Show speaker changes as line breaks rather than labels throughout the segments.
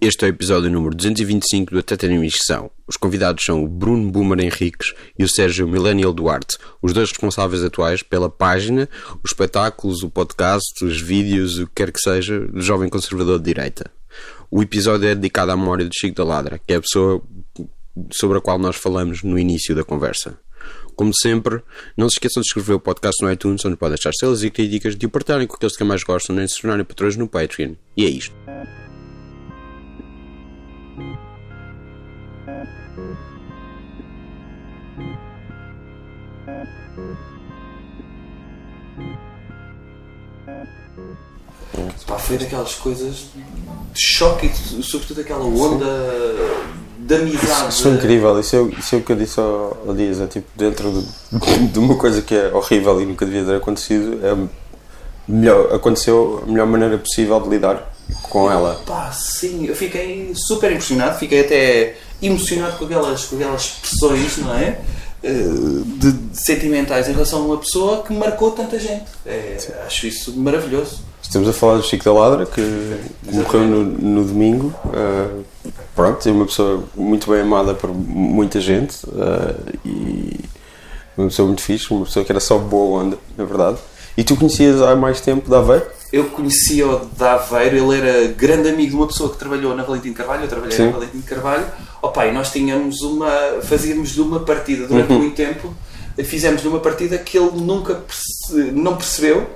Este é o episódio número 225 do Ateta na Missão. Os convidados são o Bruno Boomer Henriques e o Sérgio Millennial Duarte, os dois responsáveis atuais pela página, os espetáculos, o podcast, os vídeos, o que quer que seja, do Jovem Conservador de Direita. O episódio é dedicado à memória do Chico da Ladra, que é a pessoa sobre a qual nós falamos no início da conversa. Como sempre, não se esqueçam de escrever o podcast no iTunes, onde podem deixar estrelas e críticas, de o partilharem com aqueles que mais gostam, nem de se tornarem patrões no Patreon. E é isto.
Pá, foi daquelas coisas de choque e de- sobretudo aquela onda de amizade.
Isso é incrível, isso é, o- isso é o que eu disse ao, ao Dias, é tipo, dentro de, de uma coisa que é horrível e nunca devia ter acontecido, é melhor, aconteceu a melhor maneira possível de lidar com ela.
Pá, sim, eu fiquei super impressionado, fiquei até emocionado com aquelas, com aquelas expressões, não é? Eh, De, de sentimentais em relação a uma pessoa que marcou tanta gente. É, acho isso maravilhoso.
Estamos a falar do Chico da Ladra, que morreu no, no domingo. ah, pronto, é uma pessoa muito bem amada por muita gente ah, e uma pessoa muito fixe, uma pessoa que era só boa onda, na verdade. E tu conhecias há mais tempo da Aveiro?
Eu conhecia o de Aveiro, ele era grande amigo de uma pessoa que trabalhou na Valentim de Carvalho, eu trabalhei
Sim.
na Valentim de Carvalho. Opa, e nós tínhamos uma. fazíamos de uma partida durante
Uhum.
muito tempo, fizemos de uma partida que ele nunca perce- não percebeu,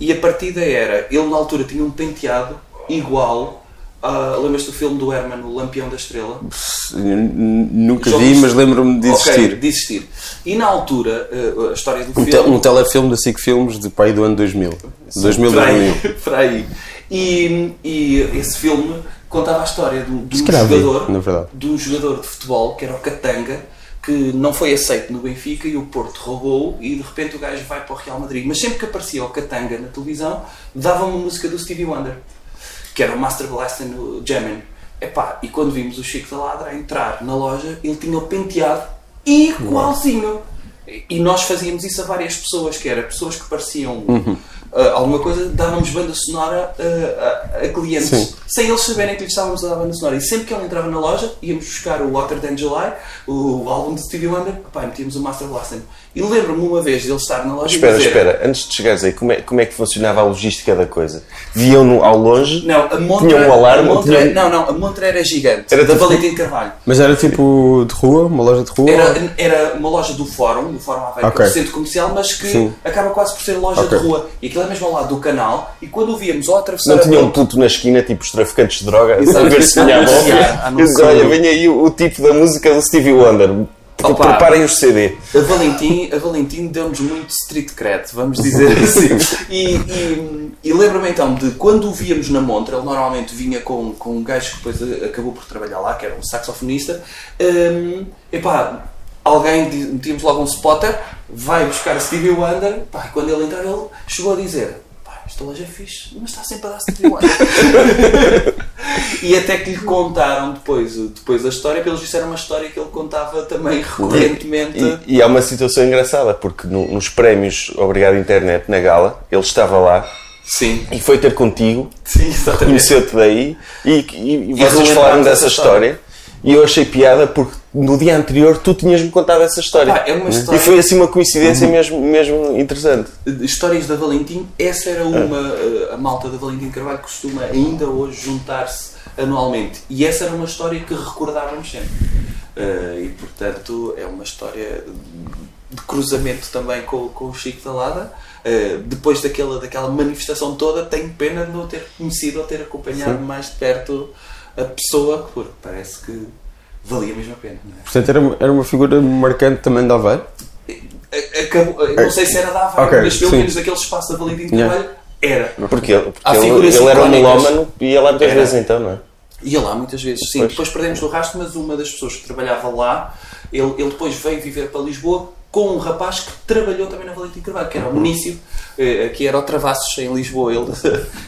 e a partida era, ele na altura tinha um penteado igual. a Lembras-te do filme do Herman, O Lampião da Estrela?
N- n- Nunca
Jogos-
vi, mas lembro-me de existir.
Ok, de existir. E na altura, eh, a história do
Um,
filme.
te- um telefilme da SIC Filmes de pai do ano 2000. 2000,
Por aí,
2001.
por aí. E, e esse filme contava a história de, um- de um
Se calhar vi,
jogador
na verdade.
de um jogador de futebol que era o Catanga que não foi aceito no Benfica e o Porto roubou e de repente o gajo vai para o Real Madrid mas sempre que aparecia o Catanga na televisão dava uma música do Stevie Wonder que era o Master Blaster no Jammin Epá, e quando vimos o Chico da Ladra a entrar na loja ele tinha o penteado igualzinho e nós fazíamos isso a várias pessoas que era pessoas que pareciam
Uhum.
ah, alguma coisa dávamos banda sonora ah, a, a clientes
Sim.
sem eles saberem que lhes estávamos a dar banda sonora. E sempre que ele entrava na loja, íamos buscar o Water Than July, o álbum de Stevie Wonder, pá, e metíamos o Master Blaster. E lembro-me uma vez de ele estar na loja
Espera,
e dizer...
espera, antes de chegares aí, como é, como é que funcionava a logística da coisa? Viam no, ao longe,
Não, a montra,
tinham um alarme,
a montra,
tinham-
Não, não, a montra era gigante,
Era
da
tipo-
Valentim Carvalho.
Mas era tipo de rua, uma loja de rua?
Era, era uma loja do Fórum, do Fórum Aveiro, que é um
Ok.
centro comercial, mas que
Sim.
acaba quase por ser loja
Ok.
de rua. E aquilo é mesmo ao lado do canal, e quando o víamos ao atravessar...
não
a
tinham um
ponte-
puto na esquina, tipo os traficantes de droga,
Exato.
a ver se tinha a
Anunciar,
boca. Eu disse,
anunciar.
Olha, vem aí o, o tipo da música do Stevie Wonder. P-
Opa.
Preparem os CD.
A Valentim, a Valentim deu-nos muito street cred, vamos dizer assim. E, e- e lembro-me então de quando o víamos na Montra, ele normalmente vinha com, com um gajo que depois acabou por trabalhar lá, que era um saxofonista. Hum, epá, alguém, di- metíamos logo um spotter, vai buscar Stevie Wonder, pá, e quando ele entrar, ele chegou a dizer: pá, esta loja é fixe, mas está sempre a dar Stevie Wonder. E até que lhe contaram depois, depois a história, pelos vistos era uma história que ele contava também recorrentemente.
E, e há uma situação engraçada, porque no- nos prémios Obrigado Internet, na gala, ele estava lá
Sim,
e foi ter contigo,
sim, exatamente.
conheceu-te daí e, e, e vocês
relembramos
falaram
essa
dessa
história.
história. E eu achei piada porque no dia anterior tu tinhas-me contado essa história.
Pá, é uma
E
história- Uhum.
foi assim uma coincidência mesmo, mesmo interessante.
Histórias da Valentim, essa era uma. eh, A malta da Valentim Carvalho costuma ainda hoje juntar-se anualmente. E essa era uma história que recordávamos sempre. Eh, e portanto é uma história de cruzamento também com, com o Chico da Lada. Eh, depois daquela, daquela manifestação toda, tenho pena de não ter conhecido ou ter acompanhado mais de perto a pessoa, porque parece que valia mesmo a pena. Não é?
Portanto, era, era uma figura marcante também da Aveiro.
A- acabou- eu não sei se era da Avago,
Ok,
mas pelo
sim.
menos aquele espaço da Valentim de
Yeah.
Carvalho era.
Porque ele, porque
Há
ele,
figuras
ele era um
icónicas.
melómano e ia lá muitas
Era.
vezes então, não é?
Ia lá muitas vezes, sim. Depois perdemos o rastro, mas uma das pessoas que trabalhava lá, ele, ele depois veio viver para Lisboa com um rapaz que trabalhou também na Valentim de Carvalho, que era o Munício, eh, que era o Travassos em Lisboa, ele,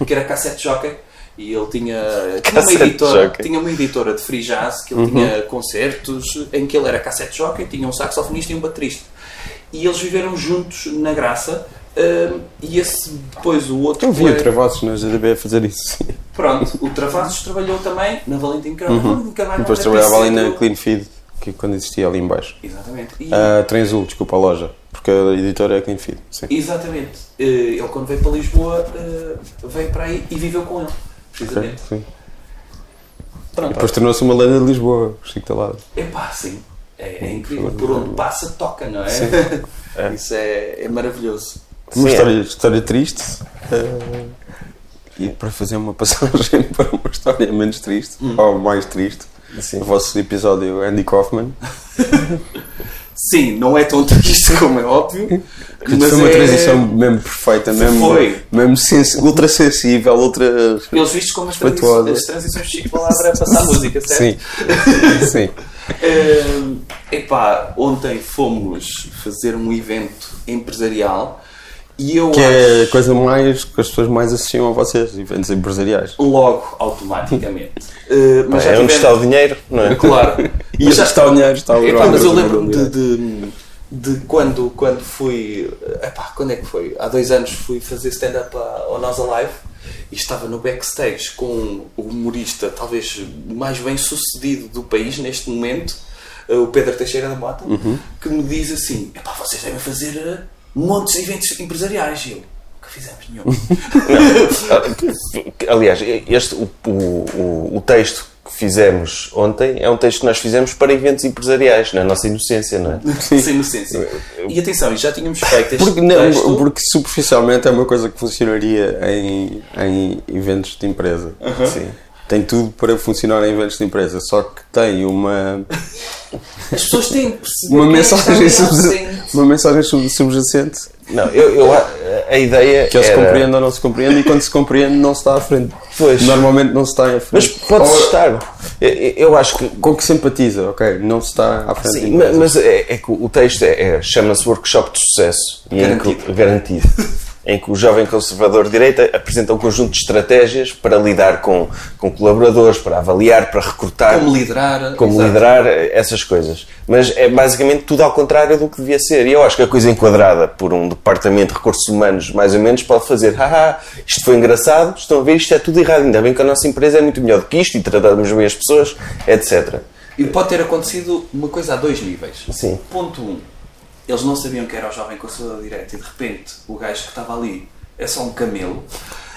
que era cassete jockey. E ele tinha, tinha, uma,
Cassette
editora,
jockey.
tinha uma editora de free jazz que ele
Uhum.
tinha concertos em que ele era cassette jockey, tinha um saxofonista e um baterista. E eles viveram juntos na graça. hum, e esse depois o outro
Eu vi o
colega-
Travassos na GDB a fazer isso.
um Pronto, o Travassos trabalhou também na Valentim Carvalho. Valentim Carvalho
Uhum. Depois
era
trabalhava ali na
parceiro-
Clean Feed, que é quando existia ali em baixo.
Exatamente. E-
Ah, Trenzul, desculpa, a loja. Porque a editora é a Clean Feed. Sim.
Exatamente. Eh, Ele quando veio para Lisboa, eh, veio para aí e viveu com ele.
Ok,
Precisamente.
sim.
Pronto.
Depois tornou-se uma lenda de Lisboa, o Chico Talado.
Epá, sim. É, é incrível. Por onde passa, toca, não é? Isso é, é maravilhoso.
Uma
Sim,
história, história triste. eh, e para fazer uma passagem para uma história menos triste, ou mais triste, o vosso episódio Andy Kaufman,
Sim, não é tão triste como é óbvio.
que
mas
foi uma
é-
transição mesmo perfeita, mesmo,
Foi.
mesmo sens- ultra sensível, ultra.
Eles vistos como as, transi
Respeituosa.
as transições de Chico Palavra a passar música, certo?
Sim, sim.
Hum, epá, ontem fomos fazer um evento empresarial e eu
Que é a
acho
coisa mais que as pessoas mais associam a vocês, eventos empresariais.
logo automaticamente. Uh, mas já
um
é onde
tivemos-
está o dinheiro, não é?
Claro.
E
Mas
já
já-
está o dinheiro, está o
Epá,
euro.
mas eu lembro-me de, de, de quando, quando fui. Epá, quando é que foi? Há dois anos fui fazer stand-up à- ao Nós Alive e estava no backstage com o humorista talvez mais bem sucedido do país neste momento, eh, o Pedro Teixeira da Mota,
Uhum.
que me diz assim: epá, vocês devem fazer eh, montes de eventos empresariais. E eu, nunca fizemos nenhum.
Aliás, este, o, o- o- o texto que fizemos ontem é um texto que nós fizemos para eventos empresariais, na nossa inocência, não é?
Sem inocência. E atenção, já tínhamos feito este
Porque, não,
texto.
porque superficialmente é uma coisa que funcionaria em, em eventos de empresa. Sim. Tem tudo para funcionar em eventos de empresa, só que tem uma,
As pessoas têm que perceber
uma,
quem é que
mensagem,
está ali à
subjacente,
frente.
uma mensagem sub- subjacente
Não, eu, eu a, a ideia
que ou se
era-
compreende ou não se compreende, e quando se compreende, não se está à frente.
Pois.
Normalmente não se está à frente.
Mas pode-se
Ou-
estar. Eu, eu acho que
Com que simpatiza, ok? Não se está à frente. de
Sim, ma-
empresa.
mas é, é que o texto é, é- chama-se Workshop de Sucesso e Em que,
Garantido.
garantido. em que o jovem conservador de direita apresenta um conjunto de estratégias para lidar com, com colaboradores, para avaliar, para recrutar.
Como liderar.
como
exato.
liderar eh, essas coisas. Mas é basicamente tudo ao contrário do que devia ser. E eu acho que a coisa enquadrada por um departamento de recursos humanos, mais ou menos, pode fazer: haha, isto foi engraçado, estão a ver, isto é tudo errado. Ainda bem que a nossa empresa é muito melhor do que isto e tratamos bem as pessoas, etc.
E pode ter acontecido uma coisa a dois níveis.
Sim.
Ponto 1. Um, eles não sabiam que era o jovem conservador da direita e de repente o gajo que estava ali é só um camelo.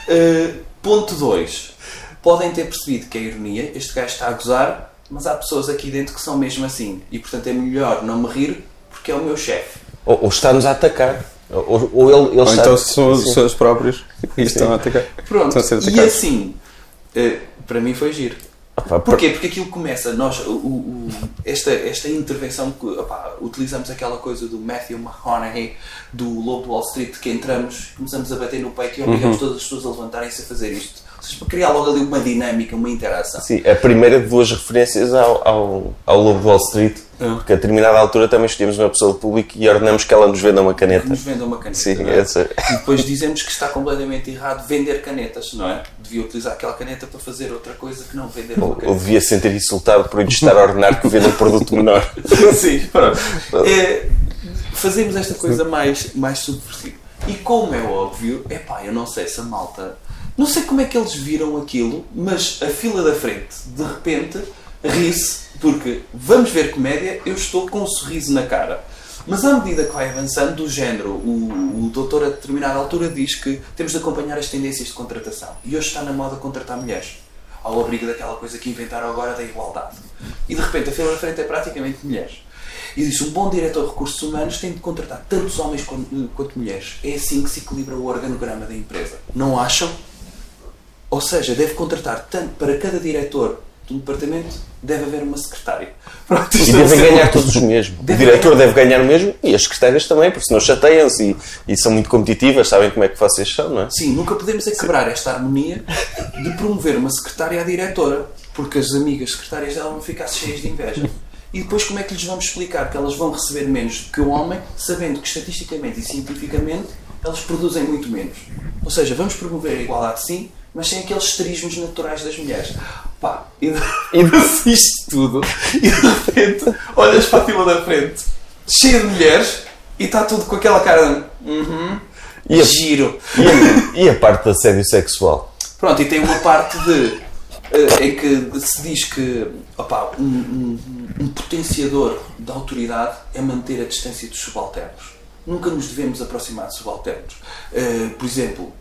Uh, ponto 2. Podem ter percebido que é ironia, este gajo está a gozar, mas há pessoas aqui dentro que são mesmo assim. E portanto é melhor não me rir porque é o meu chefe.
Ou, ou está-nos a atacar. Ou, ou ele, ele
Ou
está.
então são os
Sim.
seus próprios e estão a atacar.
Pronto,
Estão a ser
e
atacados.
assim, eh, para mim foi giro.
Opa,
Porquê? Porque aquilo começa, nós, o- o- o- esta, esta intervenção, que, opá, utilizamos aquela coisa do Matthew McConaughey, do Lobo de Wall Street, que entramos, começamos a bater no peito
Uhum.
e obrigamos todas as pessoas a levantarem-se a fazer isto. Ou seja, para criar logo ali uma dinâmica, uma interação.
Sim, é a primeira de duas referências ao, ao, ao Lobo de Wall Street,
É.
Ah.
porque a determinada altura também escolhemos uma pessoa do público e ordenamos que ela nos venda uma
Que
caneta.
nos vendam uma caneta.
Sim,
não é?
essa-
E depois dizemos que está completamente errado vender canetas, não é? Devia utilizar aquela caneta para fazer outra coisa que não vender uma
Ou
caneta.
ou devia se sentir insultado por lhe estar a ordenar que venda um produto menor.
Sim, pronto. É, fazemos esta coisa mais, mais subversiva. E como é óbvio, epá, eu não sei se a malta. Não sei como é que eles viram aquilo, mas a fila da frente, de repente, ri-se, porque vamos ver comédia, eu estou com um sorriso na cara. Mas à medida que vai avançando, do género, o, o doutor a determinada altura diz que temos de acompanhar as tendências de contratação. E hoje está na moda contratar mulheres ao abrigo daquela coisa que inventaram agora da igualdade. E de repente a fila da frente é praticamente mulheres. E diz um bom diretor de recursos humanos tem de contratar tantos homens quanto, quanto mulheres. É assim que se equilibra o organograma da empresa. Não acham? Ou seja, deve contratar tanto para cada diretor de um departamento, deve haver uma secretária. Pronto,
E
isto é
devem
um-
ganhar todos o mesmo. O
Deve
diretor deve ganhar o mesmo e as secretárias também, porque senão chateiam-se e, e são muito competitivas, sabem como é que vocês são, não é?
Sim, nunca podemos é quebrar esta harmonia de promover uma secretária à diretora, porque as amigas secretárias dela vão ficar cheias de inveja. E depois como é que lhes vamos explicar que elas vão receber menos do que o homem, sabendo que estatisticamente e cientificamente elas produzem muito menos? Ou seja, vamos promover a igualdade sim, mas sem aqueles esterismos naturais das mulheres. Pá, e de- e de assistes tudo e de repente olhas para a fila da frente, cheia de mulheres, e está tudo com aquela cara de uhum,
E a-
giro.
E a, e a parte de assédio sexual?
Pronto, e tem uma parte de eh, em que se diz que opá, um, um- um potenciador da autoridade é manter a distância dos subalternos. Nunca nos devemos aproximar de subalternos. Eh, por exemplo,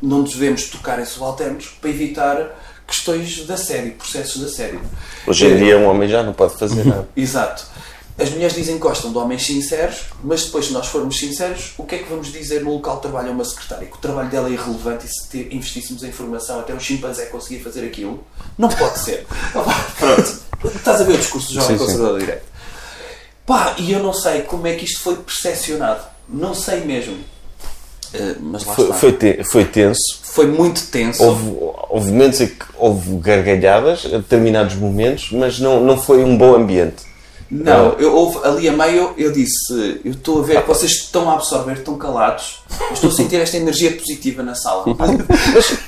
não nos devemos tocar em subalternos para evitar questões de assédio, processos de assédio.
Hoje
Eh,
em dia um homem já não pode fazer nada.
Exato. As mulheres dizem que gostam de homens sinceros, mas depois, se nós formos sinceros, o que é que vamos dizer no local de trabalho a uma secretária? Que o trabalho dela é irrelevante e se te- investíssemos em formação até um chimpanzé conseguir fazer aquilo? Não pode ser. Pronto. Estás a ver o discurso do jovem
Sim, sim.
conservador direto. Pá, e eu não sei como é que isto foi percepcionado. Não sei mesmo. Eh, mas lá
Foi,
está.
foi, te- foi tenso.
Foi muito tenso.
Houve, houve momentos em que houve gargalhadas, a determinados momentos, mas não, não foi um bom ambiente.
Não,
É.
eu, houve- ali a meio eu disse, eu estou a ver que vocês estão a absorver, estão calados, eu estou a sentir esta energia positiva na sala.
Mas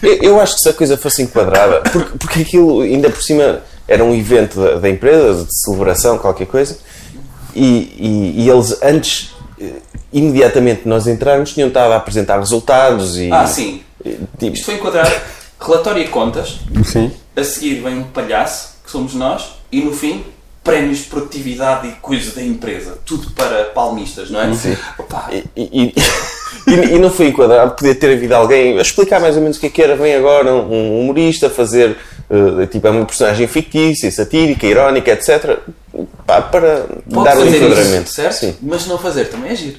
eu- eu acho que se a coisa fosse enquadrada, porque, porque aquilo ainda por cima era um evento da, da empresa, de celebração, qualquer coisa, e, e- e eles antes, eh, imediatamente de nós entrarmos, tinham estado a apresentar resultados e.
Ah, sim.
e, tipo,
Isto foi enquadrar relatório e contas,
Sim.
a seguir vem um palhaço, que somos nós, e no fim, prémios de produtividade e coisa da empresa. Tudo para palmistas, não é?
Uhum.
Sim.
E, e- e- e não foi enquadrado, podia ter havido alguém a explicar mais ou menos o que é que era, vem agora um, um humorista fazer, eh, tipo, é uma personagem fictícia, satírica, irónica, etc. Pá, para
pode
dar um
fazer
enquadramento.
isso, certo?
Sim.
Mas não fazer também é giro.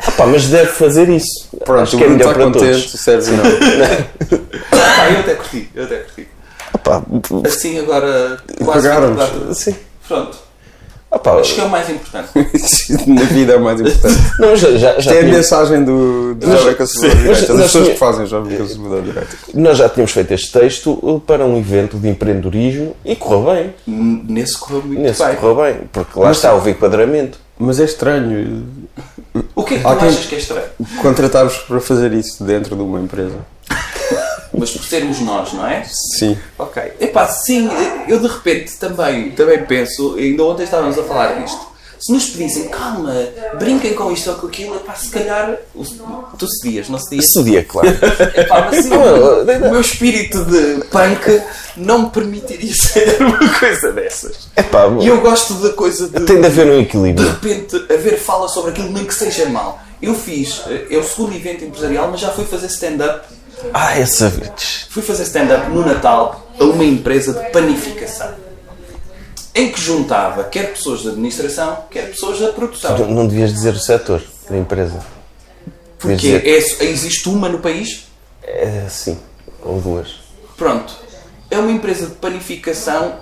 Ah, pá, mas deve fazer isso. Acho
o
que é
Bruno
melhor para
está contente,
todos.
o Sérgio não.
Pá, Ah, eu até curti, eu até curti.
Ah, pá,
Assim agora, quase...
Pagaram-nos.
sim.
Pronto,
Ah, pá,
acho que é o mais importante.
Na vida é o mais importante.
não, já, já, já
É a
tínhamos-
mensagem do, do
Mas-
Jovem Conservador
sim.
Direto,
Mas-
das
mas-
pessoas que fazem o Jovem Conservador Direto.
nós já tínhamos feito este texto eh, para um evento de empreendedorismo e correu bem.
N- Nesse correu muito
Nesse
bem.
correu bem, porque lá está, houve enquadramento.
Mas é estranho
O que é que tu
Há quem-
achas que é estranho?
contratar-vos para fazer isso dentro de uma empresa.
Mas por sermos nós, não é?
Sim.
Ok. Epá, sim, eu de repente também, também penso, ainda ontem estávamos a falar disto. Se nos pedissem, calma, brinquem com isto ou com aquilo, epá, se calhar o- tu cedias, não cedias?
Sudia, é claro.
Epá, mas sim, o meu espírito de punk não me permitiria ser uma coisa dessas.
É pá,
E eu gosto da coisa de...
tem de haver um
de
equilíbrio.
repente haver fala sobre aquilo, nem que seja mal. Eu fiz, eh, é o segundo evento empresarial, mas já fui fazer stand-up.
Ah, essa vez.
Fui fazer stand-up no Natal a uma empresa de panificação. Em que juntava quer pessoas da administração, quer pessoas da
Tu
produção.
Não devias dizer o setor da empresa. Devias
Porque
dizer,
é, só- existe uma no país,
é assim, ou duas.
pronto. É uma empresa de panificação,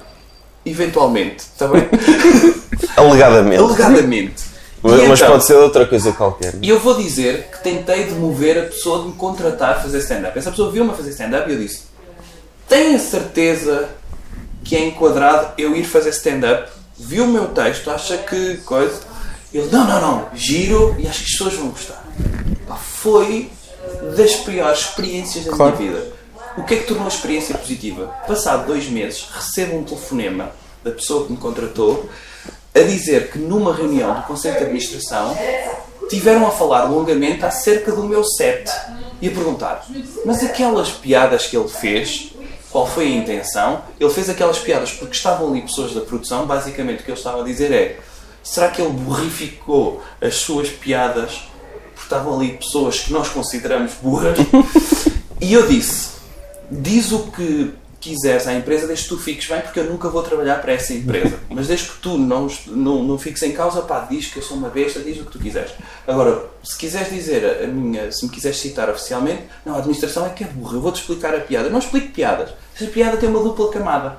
eventualmente, está bem?
Alegadamente.
Alegadamente. E
Mas, mas
então-
pode ser outra coisa qualquer.
E eu vou dizer que tentei demover a pessoa de me contratar a fazer stand-up. Essa pessoa viu-me a fazer stand-up e eu disse: Tenho a certeza que é enquadrado eu ir fazer stand-up? Viu o meu texto, acha que coisa. Ele: Não, não, não, giro e acho que as pessoas vão gostar. Pá, foi das piores experiências da
Claro.
minha vida. O que é que tornou a experiência positiva? Passado dois meses, recebo um telefonema da pessoa que me contratou a dizer que numa reunião do Conselho de Administração tiveram a falar longamente acerca do meu set e a perguntar: mas aquelas piadas que ele fez, qual foi a intenção? Ele fez aquelas piadas porque estavam ali pessoas da produção, basicamente o que ele estava a dizer é: será que ele borrificou as suas piadas porque estavam ali pessoas que nós consideramos burras? e eu disse: diz o que quiseres à empresa desde que tu fiques bem, porque eu nunca vou trabalhar para essa empresa. Mas desde que tu não, est- não, não fiques em causa, pá, diz que eu sou uma besta, diz o que tu quiseres. Agora, se quiseres dizer a- a minha, se me quiseres citar oficialmente, não, a administração é que é burra, eu vou-te explicar a piada. Não explico piadas. Essa piada tem uma dupla camada.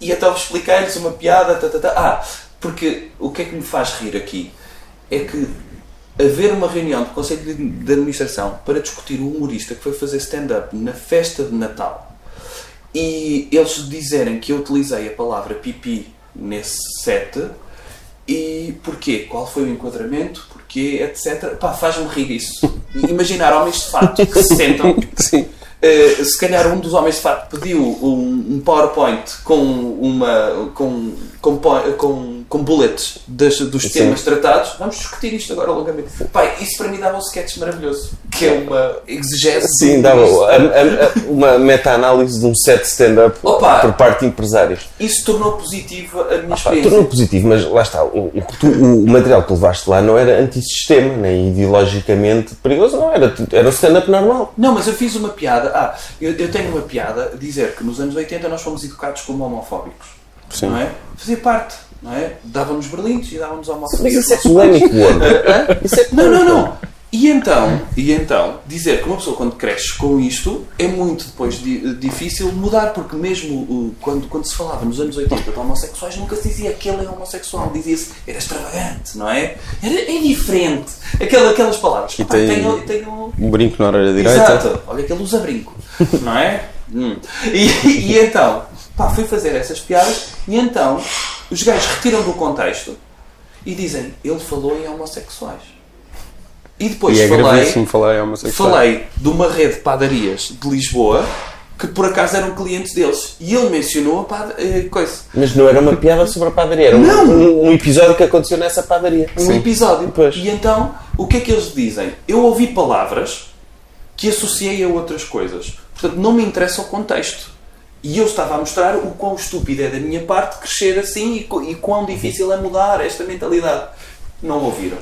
E então expliquei-lhes uma piada, tá, tá, tá. Ah, porque o que é que me faz rir aqui? É que haver uma reunião do Conselho de de Administração para discutir o humorista que foi fazer stand-up na festa de Natal e eles dizerem que eu utilizei a palavra pipi nesse set e porquê? Qual foi o enquadramento? Porquê? Etc. Pá, faz-me rir isso. Imaginar homens de fato que se sentam eh, se calhar um dos homens de facto pediu um, um PowerPoint com uma com, com, po- com, com bullets das- dos temas tratados. Vamos discutir isto agora longamente. Pai, isso para mim dava um sketch maravilhoso, que é uma exegese.
Sim, dá uma, a- a- a- uma meta-análise de um set stand-up por
Opa!
parte de empresários.
Isso tornou positiva
Ah,
a minha
Pá,
experiência.
Tornou positivo, mas lá está, o, o que tu- o- o material que tu levaste lá não era antissistema, nem ideologicamente perigoso, não, era, era o stand-up normal.
Não, mas eu fiz uma piada. Ah, eu, eu tenho uma piada a dizer que nos anos 80 nós fomos educados como homofóbicos.
Sim.
Não é? Fazia parte, não é? Dávamos berlindos e dávamos homofóbicos.
Mas isso é polémico, Word.
Não, não, não. E então, e então, dizer que uma pessoa quando cresce com isto é muito depois di- difícil mudar, porque mesmo uh, quando, quando se falava nos anos 80 de homossexuais, nunca se dizia que ele é homossexual, dizia-se era extravagante, não é? Era, é diferente. Aquela, aquelas palavras.
E
Pá,
tem-
tem, tem, um-
Um brinco na orelha direita.
Exato. Olha que ele usa brinco, não é? Hum. E, e então, pá, fui fazer essas piadas e então os gajos retiram do contexto e dizem, ele falou em homossexuais. E depois
E é gravíssimo
falei,
falar em homossexual.
falei de uma rede de padarias de Lisboa que por acaso eram clientes deles e ele mencionou a pad- eh, coisa,
Mas não era uma piada sobre a padaria, era um,
Não!
um- um episódio que aconteceu nessa padaria.
um episódio.
Pois.
E então, o que é que eles dizem? Eu ouvi palavras que associei a outras coisas. Portanto, não me interessa o contexto. E eu estava a mostrar o quão estúpido é da minha parte crescer assim e, qu- e quão difícil é mudar esta mentalidade. Não ouviram.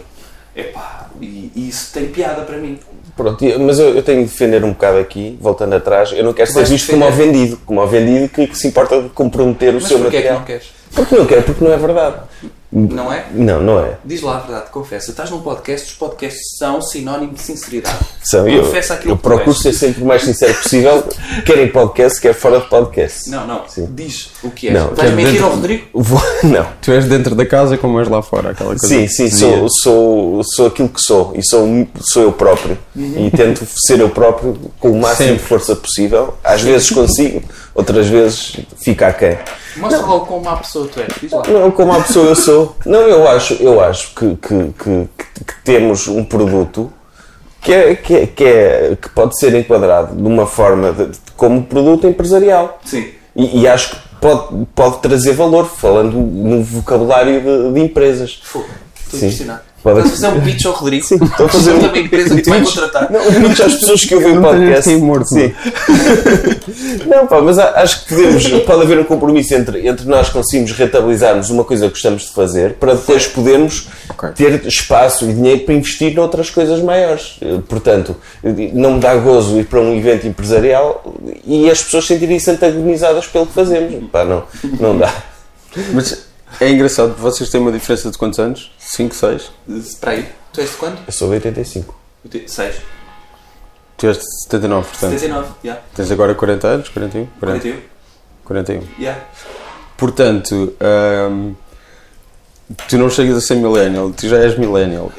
Epá, e, e isso tem piada para mim.
Pronto, e- mas eu, eu tenho de defender um bocado aqui, voltando atrás, eu não quero ser
vais
visto como
defender?
ofendido, como ofendido que, que se importa de comprometer o
Mas
seu
porquê é que
material.
não queres?
Porque não quero, porque não é verdade.
Não é?
Não, não é.
Diz lá a verdade, confessa. Estás num podcast, os podcasts são sinónimo de sinceridade.
São eu.
Confessa aquilo
Eu
que tu
procuro
és.
ser sempre o mais sincero possível, quer em podcast, quer fora de podcast.
Não, não.
Sim.
Diz o que és.
Não,
Vais
quero
mentir
dizer-
ao Rodrigo?
Vou- não.
Tu és dentro da casa como és lá fora, aquela coisa.
é.
Sim, sim,
que se
sou,
dizia.
sou, sou aquilo que sou e sou, sou eu próprio.
Uhum.
E tento ser eu próprio com o máximo de
Sempre.
força possível. Às vezes consigo, outras vezes fica a quem.
Mostra logo como uma pessoa tu és. Diz lá.
Não, como a pessoa eu sou. Não, eu acho, eu acho que, que, que- que- que temos um produto que, é, que, é, que, é- que pode ser enquadrado de uma forma de- de- como produto empresarial.
Sim.
E, e acho que pode, pode trazer valor, falando no vocabulário de, de empresas.
Fogo, estou
Sim.
impressionado.
Pode-
Estás a fazer um pitch ao Rodrigo?
Sim, estou a fazer
Sobre
um-
uma empresa que te vai contratar.
Não, muitas as pessoas que ouvem o
Não é? tenho
podcast.
aqui morto,
Sim. não, pá, mas a- acho que podemos, pode haver um compromisso entre, entre nós conseguirmos rentabilizarmos uma coisa que gostamos de fazer para depois podermos ter espaço e dinheiro para investir noutras coisas maiores. Eh, Portanto, eh, não me dá gozo ir para um evento empresarial e as pessoas sentirem-se antagonizadas pelo que fazemos. Pá, não, não dá.
Mas é engraçado, vocês têm uma diferença de quantos anos? 5, 6?
Espera aí, tu és de quando?
Eu sou de 85.
6.
Tu és de 79, portanto.
79, já.
Tens agora 40 anos? 41? 40,
41,
41.
já.
Portanto, hum, tu não chegas a ser millennial, tu já és millennial.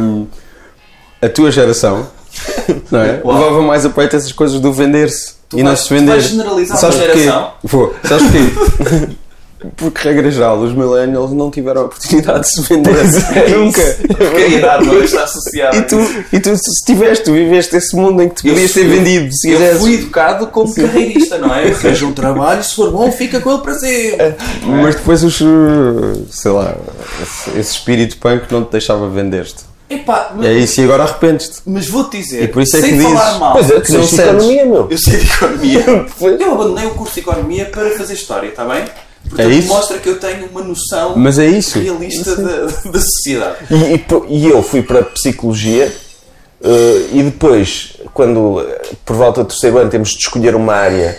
Hum, a tua geração não é?
Uau.
levava mais a peito essas coisas do vender-se e
vais-
não se vender.
tu vais generalizar
Sabes
uma
porquê?
geração?
Vou. Sabes porquê? Porque, regra geral, os millennials não tiveram a oportunidade de se vender. assim É
É
Nunca.
Caridade, não é? está associada.
E tu, e tu, se tiveste, tu viveste esse mundo em que tu
Eu
podias ter
fui-
vendido, se
Eu
quisesse.
fui educado como carreirista, não é? Seja um trabalho, se for bom, fica com ele para sempre.
Mas depois os. uh, sei lá. Esse, esse espírito punk não te deixava vender-te.
Epá,
E
mas,
é isso, e agora arrependes-te.
mas vou-te dizer,
E por isso é
sem
que dizes-
falar mal,
Pois é, tu
Não
não
sentes.
economia, meu.
eu sei de economia. eu abandonei o curso de economia para fazer história, está bem? Portanto,
É isso?
mostra que eu tenho uma noção
Mas é isso.
realista da, da sociedade.
E, e po- e eu fui para a psicologia eh, e depois, quando eh, por volta do terceiro ano temos de escolher uma área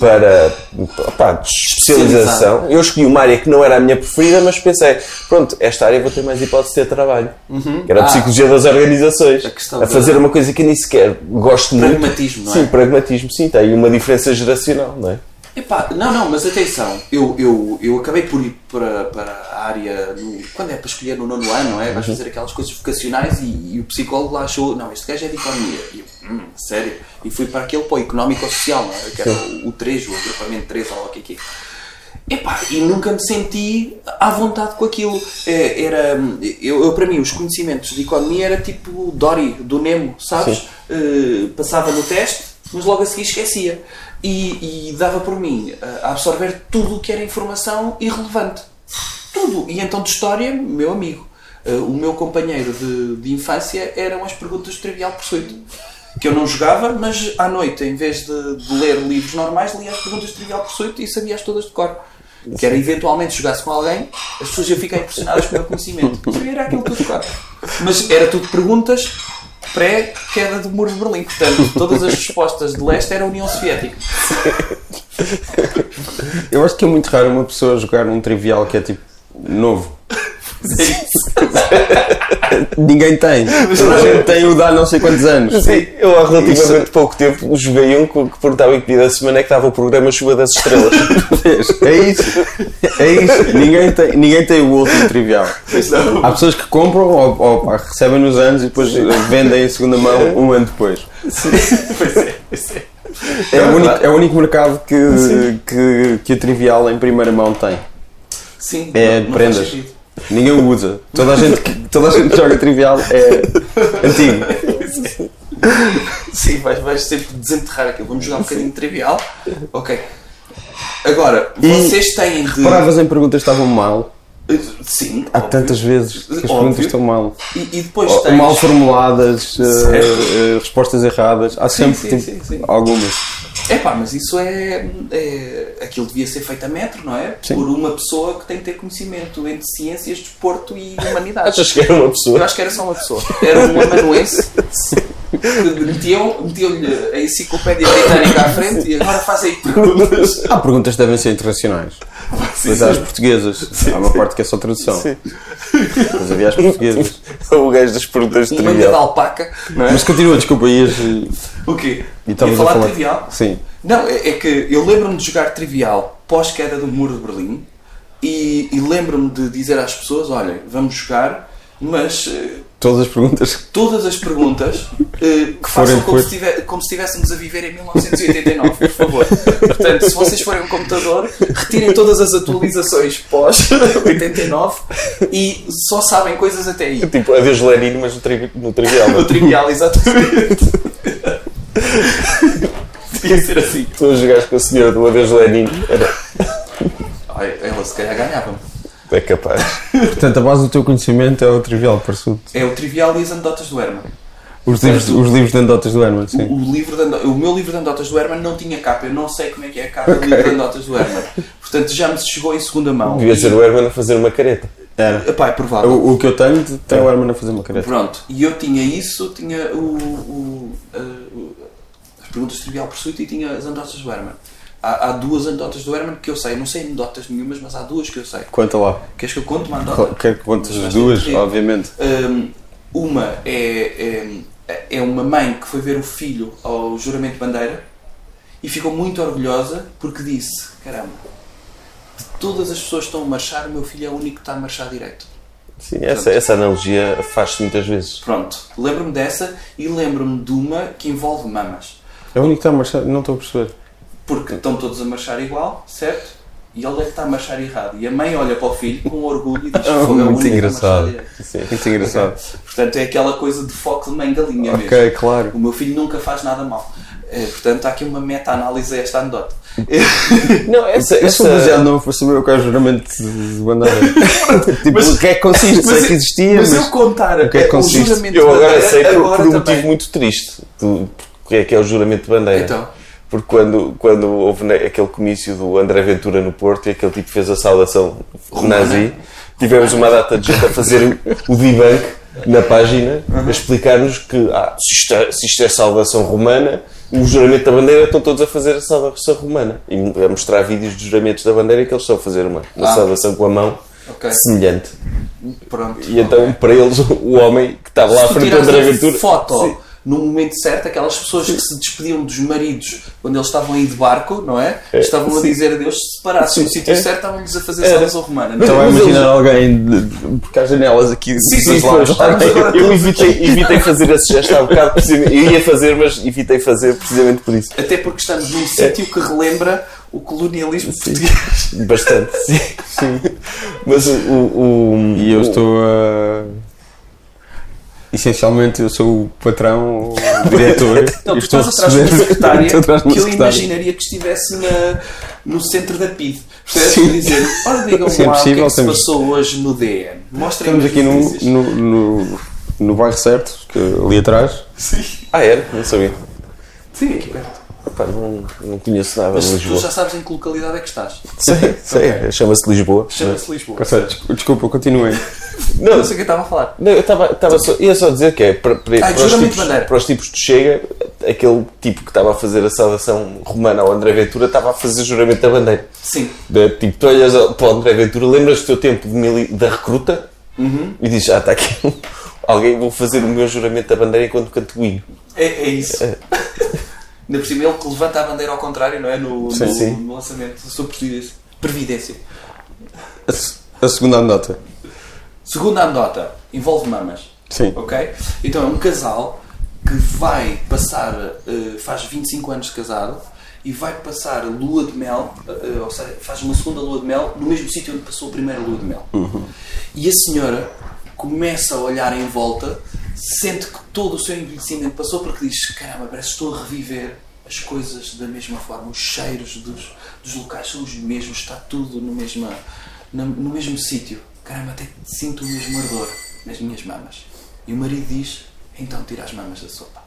para opá, de especialização, eu escolhi uma área que não era a minha preferida, mas pensei, pronto, esta área vou ter mais hipótese de ter trabalho. Que era a
Ah.
psicologia das organizações.
A questão
A fazer
da-
uma coisa que eu nem sequer gosto muito.
Pragmatismo, não é?
Sim, pragmatismo, sim, tem uma diferença geracional, não é?
Epá, não, não, mas atenção, eu, eu, eu acabei por ir para, para a área, no- quando é para escolher no nono ano, não é? Vais fazer aquelas coisas vocacionais e, e o psicólogo lá achou, não, este gajo é de economia. E eu, hum, sério? E fui para aquele, pô, económico-social, não é? Que era o, o 3, o agrupamento 3, ou lá o que é que é. Epá, e nunca me senti à vontade com aquilo. É, Era, eu, eu, para mim, os conhecimentos de economia era tipo Dory, do Nemo, sabes? Eh, passava no teste, mas logo a seguir esquecia. E, e dava por mim a absorver tudo o que era informação irrelevante. Tudo. E então de história, meu amigo. eh, o meu companheiro de, de infância eram as perguntas de Trivial Pursuit. Que eu não jogava, mas à noite, em vez de, de ler livros normais, lia as perguntas de Trivial Pursuit e sabia-as todas de cor. Que era eventualmente jogasse com alguém, as pessoas iam ficar impressionadas com o meu conhecimento. Sabia era aquilo tudo de cor. Mas era tudo perguntas pré-queda do muro de Berlim. Portanto, todas as respostas de leste era a União Soviética.
Eu acho que é muito raro uma pessoa jogar um trivial que é tipo novo. Ninguém tem. Toda a gente tem o de há não sei quantos anos.
Sim, eu há relativamente pouco tempo joguei um que que perguntava em que dia da semana é que estava o programa Chuva das Estrelas.
É isso. É isso. Ninguém tem, ninguém tem o último trivial. Há pessoas que compram ou, ou pá, recebem nos anos e depois vendem em segunda mão um ano depois.
pois é, pois é.
É o único, é o único mercado que, que, que o trivial em primeira mão tem.
Sim,
É
não- não faz
prendas.
sentido.
Ninguém o usa. Toda a gente que toda a gente que joga trivial é antigo.
Sim, vais, vais sempre desenterrar aquilo. Vamos jogar um bocadinho de trivial. Ok. Agora,
E
vocês têm de. Eh,
Paravas em perguntas que estavam mal.
Sim.
Há
óbvio.
tantas vezes Oh, que as
Óbvio.
perguntas estão mal.
E, e depois
Ou-
tens.
Mal formuladas, eh, eh, respostas erradas. Há sempre
sim,
tipo,
sim, sim.
algumas.
Epá, mas isso é, é. Aquilo devia ser feito a metro, não é?
Sim.
Por uma pessoa que tem que ter conhecimento entre ciências, desporto e humanidades.
Achas que era É uma
Eu
pessoa?
acho que era só uma pessoa. Era um amanuense que metiam- metiam-lhe a enciclopédia britânica à frente e agora faz aí perguntas.
Há perguntas que devem ser internacionais. Mas há as portuguesas. há uma parte que é só tradução. Mas havia as portuguesas.
é O gajo das perguntas de
Um manga de
trivial.
alpaca, não é?
Mas continua, desculpa, ias. eh,
O quê?
E estávamos
Ia
a
falar de
falar.
trivial?
Sim.
Não, é, é que eu lembro-me de jogar trivial pós-queda do muro de Berlim e, e lembro-me de dizer às pessoas: olha, vamos jogar, mas eh,
Todas as perguntas.
todas as perguntas eh, que façam
Forem
como
por-
se, tive- como se estivéssemos a viver em 1989, por favor. Portanto, se vocês forem um computador, retirem todas as atualizações pós-89 e só sabem coisas até aí.
Tipo, adeus Lenin, mas no, tri- no trivial.
O
não.
trivial, exatamente. Devia ser assim.
Tu a jogaste com a senhora do adeus Lenin. Era-
Ai, ela se calhar ganhava-me.
É capaz.
Portanto, a base do teu conhecimento é o trivial, parece
É o Trivial e as Anedotas do Herman.
Os livros, os livros de anedotas do Herman, sim.
O, livro de ando- o meu livro de Anedotas do Herman não tinha capa. Eu não sei como é que é a capa do livro de Anedotas do Herman. Portanto, já me chegou em segunda mão.
Devia ser o Herman a fazer uma careta.
Era.
Epá, é provável.
O, o que eu tenho de- tem o Herman a fazer uma careta.
Pronto, e eu tinha isso, tinha o, o- a- o- as perguntas de trivial pursuit e tinha as anedotas do Herman. Há, há duas anedotas do Herman que eu sei, não sei anedotas nenhumas, mas há duas que eu sei.
Conta lá.
Queres que eu conte uma anedota?
Qual- Quero que contes as duas,
Sim.
obviamente.
Hum, uma é, é, é uma mãe que foi ver o filho ao juramento de bandeira e ficou muito orgulhosa porque disse: Caramba, de todas as pessoas que estão a marchar, o meu filho é o único que está a marchar direito.
Sim, essa, essa analogia faz-se muitas vezes.
Pronto, lembro-me dessa e lembro-me de uma que envolve mamas.
É o único que está a marchar, não estou a perceber.
Porque estão todos a marchar igual, certo? E ele é que está a marchar errado. E a mãe olha para o filho com orgulho e diz: "Foi
Ah,
o
muito
único que marcha
engraçado.
direito."
Sim. Muito engraçado.
Portanto, é aquela coisa de foco de mãe galinha é mesmo.
Ok, claro.
O meu filho nunca faz nada mal. Eh, portanto, há aqui uma meta-análise a esta anedota.
Não, essa.
Eu sou
essa...
demasiado novo para saber o que é o juramento de bandeira. tipo, o que é que consiste? Sei que existia, mas...
mas eu contar
que é que
eh, o
consiste?
juramento
Eu agora
bandeira,
sei por, por um
também.
motivo muito triste. Do, porque é que é o juramento de bandeira.
Então.
Porque quando, quando houve na- aquele comício do André Ventura no Porto e aquele tipo fez a saudação nazi,
né?
tivemos uma data de gente a fazer o debunk na página
Uhum.
a explicar-nos que ah, se, isto é, se isto é saudação romana, o juramento da bandeira estão todos a fazer a saudação romana. E a mostrar vídeos de juramentos da bandeira que eles estão a fazer uma, uma
Ah.
saudação com a mão
Ok.
semelhante.
Pronto.
E então, para eles, o homem que estava lá à
Se tu
frente do
tirares
André
a
Ventura.
foto
Sim.
no momento certo, aquelas pessoas que se despediam dos maridos quando eles estavam aí de barco, não é? Estavam a dizer adeus, se separassem no sítio certo, estavam-lhes a fazer saudação romana.
Estava a
Mas eles-
imaginar alguém, de- de- porque há janelas aqui
Sim, sim,
dos lados.
pois, eu evitei, evitei fazer esse gesto há bocado, precisamente. eu ia fazer, mas evitei fazer precisamente por isso.
Até porque estamos num sítio que relembra o colonialismo português.
Bastante, sim. Mas o. o- o-
E eu estou a... essencialmente eu sou o patrão, o diretor.
Não,
e
Então, tu
estou
estás atrás de
receber-
uma secretária
estou atrás de uma
que eu
secretária.
imaginaria que estivesse na- no centro da PID. Percebes?
Sim.
A dizer, ora digam
Se é
lá o que é
possível,
que se
temos-
passou hoje no DN. Mostrem
Estamos aqui no,
notícias.
no, no, no bairro certo, que ali atrás.
Sim.
Ah, era? Não sabia.
Sim, aqui perto.
Pá, não, não conheço nada
Mas
de
tu
Lisboa.
já sabes em que localidade é que estás.
Sei, sei. Chama-se Lisboa.
Chama-se Lisboa.
Passado, des- Desculpa, continuem.
Não,
Não sei o que eu estava a falar.
Não, eu estava estava só, ia só dizer que é para, para,
Ah,
para, os
juramento
tipos,
de bandeira.
para os tipos de Chega, aquele tipo que estava a fazer a saudação romana ao André Ventura estava a fazer juramento da bandeira.
Sim.
De, tipo, tu olhas ao- para o André Ventura, lembras do teu tempo de mili- da recruta
Uhum.
e dizes: Ah, está aqui um- alguém, vou fazer o meu juramento da bandeira enquanto canto o hino.
É, é isso. Ainda por cima ele que levanta a bandeira ao contrário, não é? No,
Sim,
no-
sim.
no lançamento da sua previdência. previdência.
A, se- a segunda nota.
Segunda anedota. Envolve mamas.
Sim.
Ok? Então é um casal que vai passar, eh, faz 25 anos de casado e vai passar a lua de mel, eh, eh, ou seja, faz uma segunda lua de mel no mesmo sítio onde passou a primeira lua de mel. E a senhora começa a olhar em volta, sente que todo o seu envelhecimento passou porque diz: caramba, parece que estou a reviver as coisas da mesma forma, os cheiros dos, dos locais são os mesmos, está tudo no, mesma, na- no mesmo sítio. Caramba, até sinto o mesmo ardor nas minhas mamas. E o marido diz: então tira as mamas da sopa.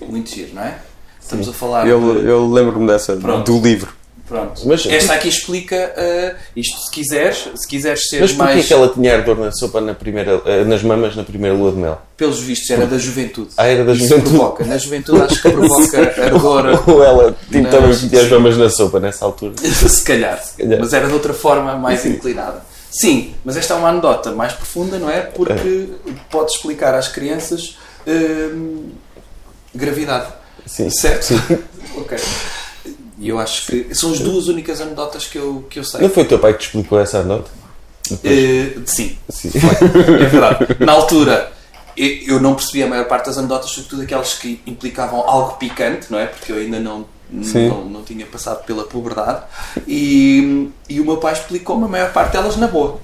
Muito giro, não é? Estamos a falar.
Eu,
de-
eu lembro-me dessa,
Pronto.
do livro.
Pronto.
Mas-
Esta aqui explica eh, isto. Se quiseres, se quiseres ser
Mas porquê
É mais.
que ela tinha ardor na sopa na primeira, eh, nas mamas na primeira lua de mel?
pelos vistos, era da juventude.
Ah, era da
Isso
juventude.
Provoca. Na juventude acho que provoca ardor.
Ou ela tipo,
Não.
também tinha as mamas na sopa nessa altura?
se, calhar,
calhar.
Mas era de outra forma mais inclinada. Sim, mas esta é uma anedota mais profunda, não é? Porque pode explicar às crianças hum, gravidade.
Sim.
Certo? ok. E eu acho que são as duas únicas anedotas que eu, que eu sei.
Não foi o teu pai que te explicou essa nota?
Eh, sim, foi. É verdade. Na altura, e- eu não percebi a maior parte das anedotas, sobretudo aquelas que implicavam algo picante, não é? Porque eu ainda não,
Sim.
não, não tinha passado pela puberdade. E, e o meu pai explicou-me a maior parte delas na boa.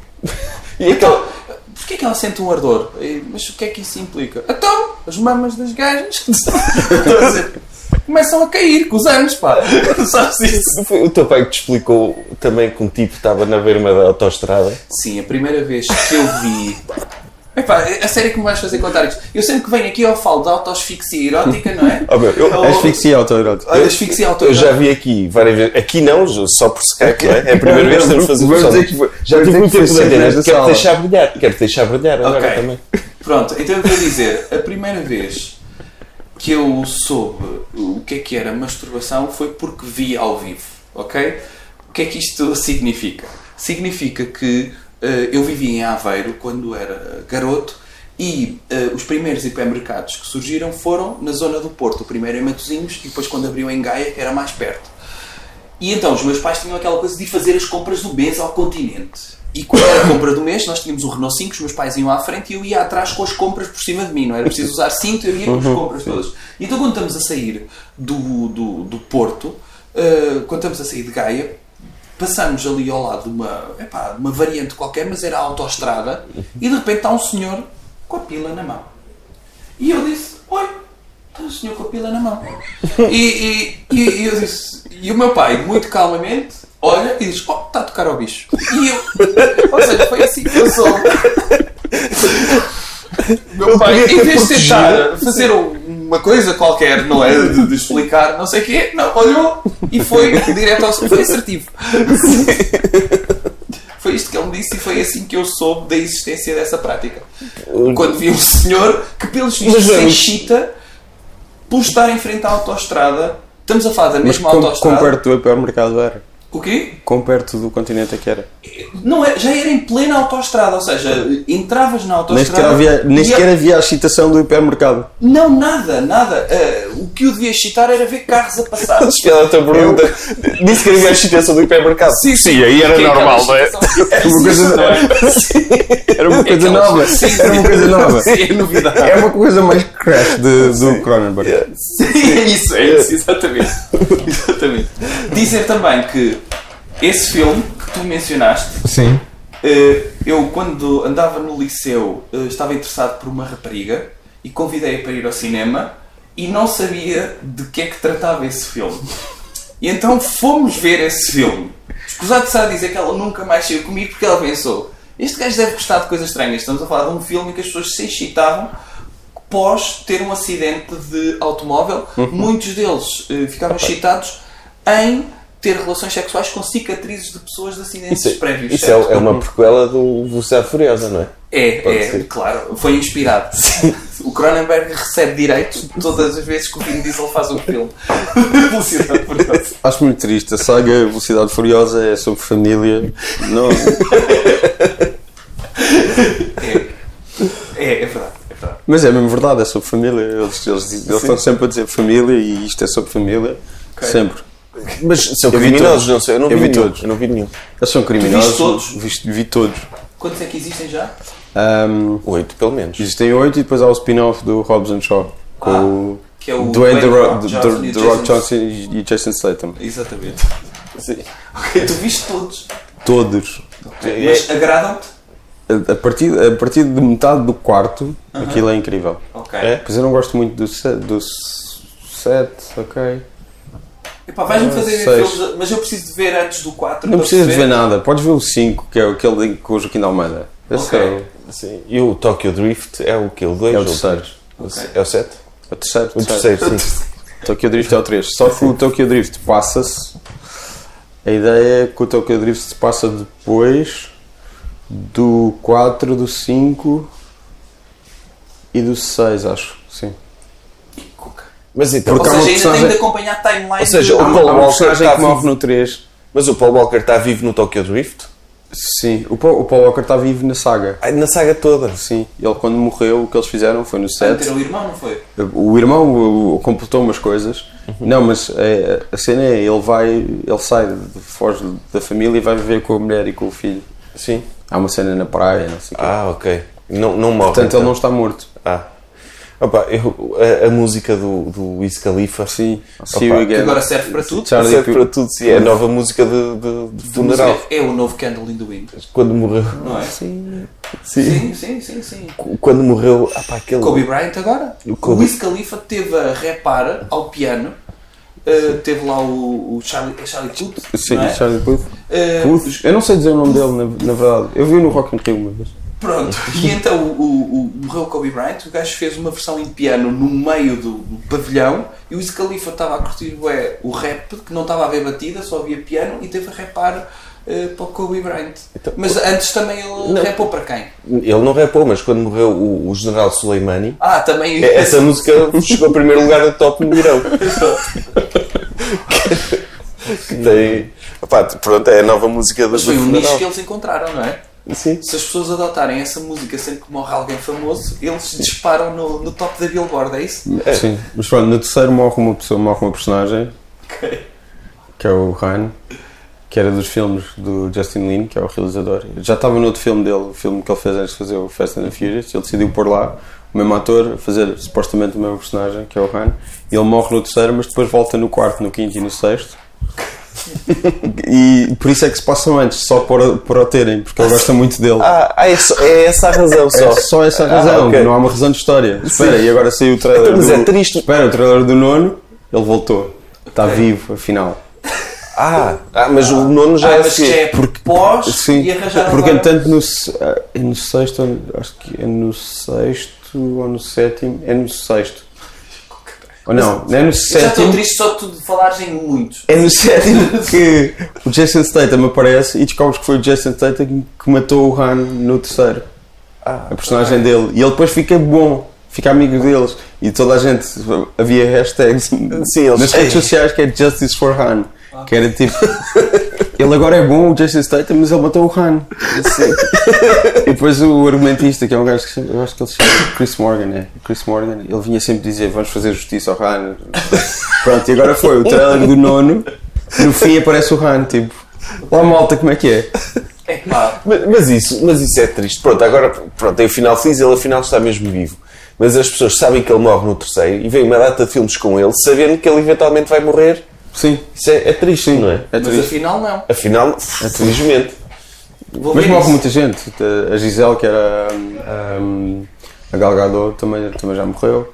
E aquela,
Porquê é que ela sente um ardor? E, Mas o que é que isso implica? Então, as mamas das gajas Estou a dizer, começam a cair com os anos, pá. Sabes isso?
Não Foi o teu pai que te explicou também que um tipo estava na verma da autostrada.
Sim, a primeira vez que eu vi. Epá, a série que me vais fazer contar isto. Eu sempre que venho aqui eu falo de autoasfixia erótica, não é?
Oh, meu, eu-
Ou-
Asfixia autoerótica.
Olha, asfixia
Eu
autoerótica.
já vi aqui várias vezes. Aqui não, só por Skype, não é? É a primeira vez que estamos a fazer
Vamos
só-
dizer que foi-
Já
vamos
tive
dizer
muito
que foi
tempo na
sempre
internet.
nesta
Quero-te
sala.
deixar brilhar. Quero-te deixar brilhar agora
Ok.
também.
Pronto, então eu vou dizer, a primeira vez que eu soube o que é que era masturbação foi porque vi ao vivo, ok? O que é que isto significa? Significa que eh, eu vivia em Aveiro quando era garoto e eh, os primeiros hipermercados que surgiram foram na zona do Porto, o primeiro em Matosinhos e depois quando abriu em Gaia, que era mais perto. E então os meus pais tinham aquela coisa de ir fazer as compras do mês ao continente. E quando era a compra do mês, nós tínhamos o Renault 5, os meus pais iam à frente e eu ia atrás com as compras por cima de mim, não era preciso usar cinto, eu ia com as compras todas. E Então quando estamos a sair do, do, do Porto, eh, quando estamos a sair de Gaia, passamos ali ao lado de uma, epá, de uma variante qualquer, mas era a autoestrada, e de repente está um senhor com a pila na mão. E eu disse, oi, está o senhor com a pila na mão. E, e, e- e eu disse, e o meu pai, muito calmamente, olha e diz, oh, está a tocar ao bicho. E eu, ou seja, foi assim que eu sou. Meu pai, em vez de tentar fazer um- uma coisa qualquer, não é? De, de explicar, não sei o quê, não, olhou e foi direto ao. Foi assertivo. Foi isto que ele me disse e foi assim que eu soube da existência dessa prática. Quando vi um senhor que, pelos vistos,
Mas,
se
é,
excita por estar em frente à autoestrada. Estamos a falar da
Mas
mesma
com, com
autoestrada.
perto do hipermercado era.
O quê?
Com perto do continente é que era.
Não, é- já era em plena autoestrada, ou seja, entravas na
Nem
autoestrada.
sequer havia, nem
e
sequer havia a excitação do hipermercado.
Não, nada, nada. Ah, o que eu devia excitar era ver carros a passar.
Espiada a tua pergunta. Disse que havia a excitação do hipermercado.
Sim, sim, aí era normal, não é? Era
uma coisa Era uma coisa nova. Era uma coisa nova.
Sim, é novidade.
É uma coisa mais crash de- do Cronenberg.
Sim, é isso, é isso, exatamente. exatamente. Dizer também que esse filme que tu mencionaste
Sim.
Eh, Eu, quando andava no liceu, eh, estava interessado por uma rapariga e convidei-a para ir ao cinema e não sabia de que é que tratava esse filme. E então fomos ver esse filme. Escusado de a dizer que ela nunca mais saiu comigo porque ela pensou: este gajo deve gostar de coisas estranhas. Estamos a falar de um filme em que as pessoas se excitavam pós ter um acidente de automóvel.
Uhum.
Muitos deles eh, ficavam excitados em ter relações sexuais com cicatrizes de pessoas de acidentes
Isso, é-
prévios.
isso
certo?
é, é uma prequela do Velocidade Furiosa, não é?
É,
Pode
é,
ser.
claro, foi inspirado. O Cronenberg recebe direitos todas as vezes que o Vin Diesel faz um filme. Velocidade furiosa.
Acho muito triste. A saga Velocidade Furiosa é sobre família. Não,
É, é verdade, é verdade.
mas é mesmo verdade, é sobre família. Eles, eles- eles estão sempre a dizer família e isto é sobre família. Sempre.
Mas são
vi
criminosos,
todos.
não sei. Eu não
Eu
é vi,
vi
nenhum.
todos.
Eu não vi nenhum.
Eles são criminosos.
todos?
Viste- vi todos.
Quantos é que existem já?
Ahm,
Oito, pelo menos.
existem oito e depois há o spin-off do Hobbs and Shaw. Com
Ah,
o
que é o
Dwayne The
Dwayne
Rock,
Rock
The-
Johnson e
The Rock
Jason-
Johnson e e Jason Statham.
Exatamente. Ok, tu viste todos.
Todos.
Mas
é.
agradam-te?
A, a partir, a partir de metade do quarto, aquilo é incrível.
Ok.
Pois eu não gosto muito do set, do s- set ok.
Epá, vais-me fazer ver
Ah, Seis.
filmes, mas eu preciso de ver antes do 4.
Não precisas de ver nada, podes ver o 5, que é aquele com o Joaquim Almeida. Esse
Ok.
é,
Sim. E o Tokyo Drift é o quê? O dois
o- é
ou
o terceiro.
Ok.
É o sete?
É o terceiro.
O terceiro, sim.
Tokyo Drift é o 3. Só que o Tokyo Drift passa-se. A ideia é que o Tokyo Drift se passa depois do 4, do 5 e do 6, acho. Sim.
Mas então,
Ou
Porque há
seja, ainda
uma personagem-
tenho de acompanhar a timeline.
Ou seja,
do-
o
Há
Paul
uma
Walker
personagem
está
que morre
vivo.
no 3.
mas o Paul Walker está vivo no Tokyo Drift?
Sim. O Paul, o Paul Walker está vivo na saga.
Ai, Na saga toda.
Sim. Ele quando morreu, o que eles fizeram foi no
Vai
7.
ter o irmão, não foi?
O irmão o- o- completou umas coisas.
Uhum.
Não, mas é, a cena é, ele vai, ele sai, foge da família e vai viver com a mulher e com o filho.
Sim.
Há uma cena na praia, não sei o quê.
Ah, ok. Não, não morre.
Portanto,
então.
ele não está morto.
Ah. Opa, eu- a, a música do, do Wiz Khalifa.
Sim.
See you
É.
again.
Que agora serve para tudo.
Charlie
Serve
Pu-
para tudo, sim. É a nova música de, de- de
um
funeral.
É o novo Candle in the Wind,
Quando morreu.
Ah,
não é?
Sim.
Sim, sim, sim, sim.
Quando morreu. Ah, pá, aquele.
Kobe Bryant agora.
O
O,
Kobe.
Wiz Khalifa teve a repara ao piano. Uh, teve lá o, o Charlie, é Charlie Puth,
Sim,
não é?
Charlie Puth.
Uh,
Puth. Eu não sei dizer o nome dele, na, na verdade. Eu vi no Rock in Rio uma vez.
Pronto, e então o, o, o- morreu o Kobe Bryant, o gajo fez uma versão em piano no meio do, do pavilhão e o Wiz Khalifa estava a curtir bué, o rap, que não estava a haver batida, só havia piano e teve a repar eh, para o Kobe Bryant.
Então,
Mas antes também ele rapou para quem?
Ele não repou, mas quando morreu o, o general Soleimani.
Ah, também.
é- Essa música chegou a primeiro lugar do top no verão. Que Tem, opá, pronto, é a nova música do, do
Mas foi um
funeral.
nicho que eles encontraram, não é?
Sim.
Se as pessoas adotarem essa música sempre que morre alguém famoso, eles disparam no, no top da Billboard, é isso?
Sim. Mas pronto, no terceiro morre uma pessoa, morre uma personagem. Que é o Ryan. Que era dos filmes do Justin Lin, que é o realizador. Já estava no outro filme dele, o filme que ele fez antes de fazer o Fast and the Furious. Ele decidiu pôr lá o mesmo ator, a fazer supostamente o mesmo personagem, que é o Ryan. Ele morre no terceiro, mas depois volta no quarto, no quinto e no sexto. e por isso é que se passam antes, só por, por o terem, porque ele gosta muito dele.
Ah, ah, é, só- é essa a razão só.
É só essa a razão,
Ah, ok.
não há uma razão de história. Espera, e agora saiu o trailer.
Então, mas
do,
é triste.
Espera, o trailer do nono, ele voltou. Está vivo, afinal.
Ah, ah, mas o nono já
ah,
é
mas
assim.
já é pós
Sim, é
e arranjaram
porque
agora-
entanto no, se- ah, é no sexto, ou- acho que é no sexto ou no sétimo, é no sexto. Ou não, não é no
Eu já estou
sétimo.
triste só de tu falares em muitos.
É no sétimo que o Jason Statham aparece e descobres que foi o Jason Statham que matou o Han no terceiro.
Ah,
a personagem dele. E ele depois fica bom, fica amigo deles. E toda a gente, havia hashtags
Sim, eles-
nas redes
Ei.
sociais que é Justice for Han. Que era tipo, ele agora é bom, o Jason Statham, mas ele matou o Han. E depois o argumentista, que é um gajo que se- eu acho que ele se chama Chris Morgan, é. Chris Morgan, ele vinha sempre dizer vamos fazer justiça ao Han. Pronto, e agora foi o trailer do nono, no fim aparece o Han, tipo, lá malta, como é que é?
É pá,
Mas, mas isso, mas isso é triste. Pronto, agora pronto, tem o final feliz, ele afinal está mesmo vivo. Mas as pessoas sabem que ele morre no terceiro e vem uma data de filmes com ele, sabendo que ele eventualmente vai morrer.
Sim,
Isso é, é triste, não é?
é
mas
triste.
afinal não.
Afinal, felizmente.
Vou
Mas
ver
morre
isso.
muita gente. A Gisele, que era hum, a Galgador, também, também já morreu.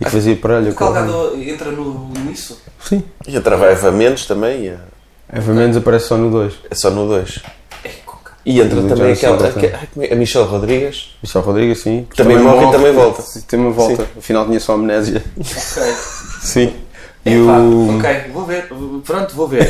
E que fazia parelha com.
Calgado é entra no, nisso?
Sim.
E a Travaiva Mendes também, é-
Eva Mendes aparece só no 2.
é só no 2.
É, coca.
E entra
Muito
também
interessante,
aquela,
sim.
que- ai, como é? a Michelle Rodrigues.
Michel Rodrigues, sim. que
Também morre e também volta.
Sim, Também volta. Afinal tinha só amnésia.
Ok.
Sim.
É,
E o.
pá, Ok, vou ver. Pronto, vou ver.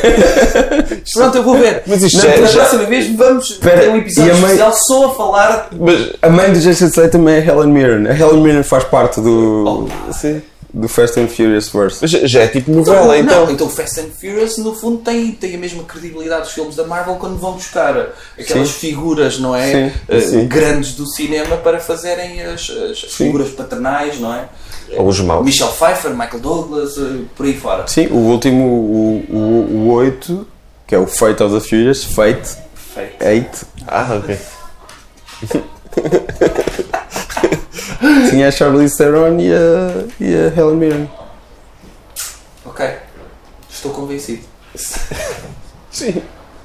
Pronto, eu vou ver.
Mas isto
na,
já-
na
já-
próxima vez vamos
Espera,
ter um
e
episódio
a mãe-
especial só a falar.
Mas
A mãe do Jason Slade também é Helen Mirren. A Helen Mirren faz parte do.
Oh.
sim.
do Fast and Furious verse.
Mas já é tipo novela, então.
Não, então Fast and Furious no fundo tem, tem a mesma credibilidade dos filmes da Marvel quando vão buscar aquelas
Sim.
figuras, não é?
Sim,
Eh,
sim.
Grandes do cinema para fazerem as, as figuras paternais, não é?
então. Ou os maus.
Michelle Pfeiffer, Michael Douglas, eh, por aí fora.
Sim, o último, o, o, o 8, que é o Fate of the Furious, Fate
Perfeito.
8,
Ah, ok.
tinha a Charlize Theron e a, e a Helen Mirren.
Ok. Estou convencido.
Sim.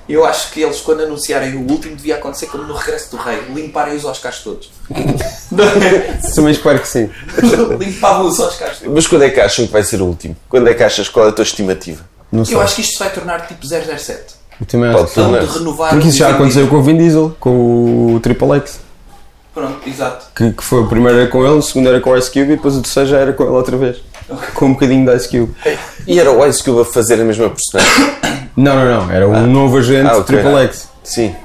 Eu acho que eles, quando anunciarem o último, devia acontecer como no Regresso do Rei: limparem os Oscars todos. Não é?
Também espero que sim.
Limpavam os Oscars todos.
Mas quando é que acham que vai ser o último? Quando é que achas? Qual é a tua estimativa?
Não sei.
Eu acho que isto se vai tornar tipo 007.
Eu também acho
Pode
que sim.
Então,
Não é?
de renovar.
Porque
o
isso já
Vin
aconteceu
Diesel.
com o Vin Diesel, com o Triple X.
Pronto, exato.
Que, que foi o primeiro era com ele, o segundo era com o Ice Cube e depois o terceiro já era com ele outra vez. Com um bocadinho de Ice Cube.
E era o Ice Cube a fazer a mesma personagem?
Não, não, não. Era um novo agente
Ah,
do
ok.
Triple X.
Sim.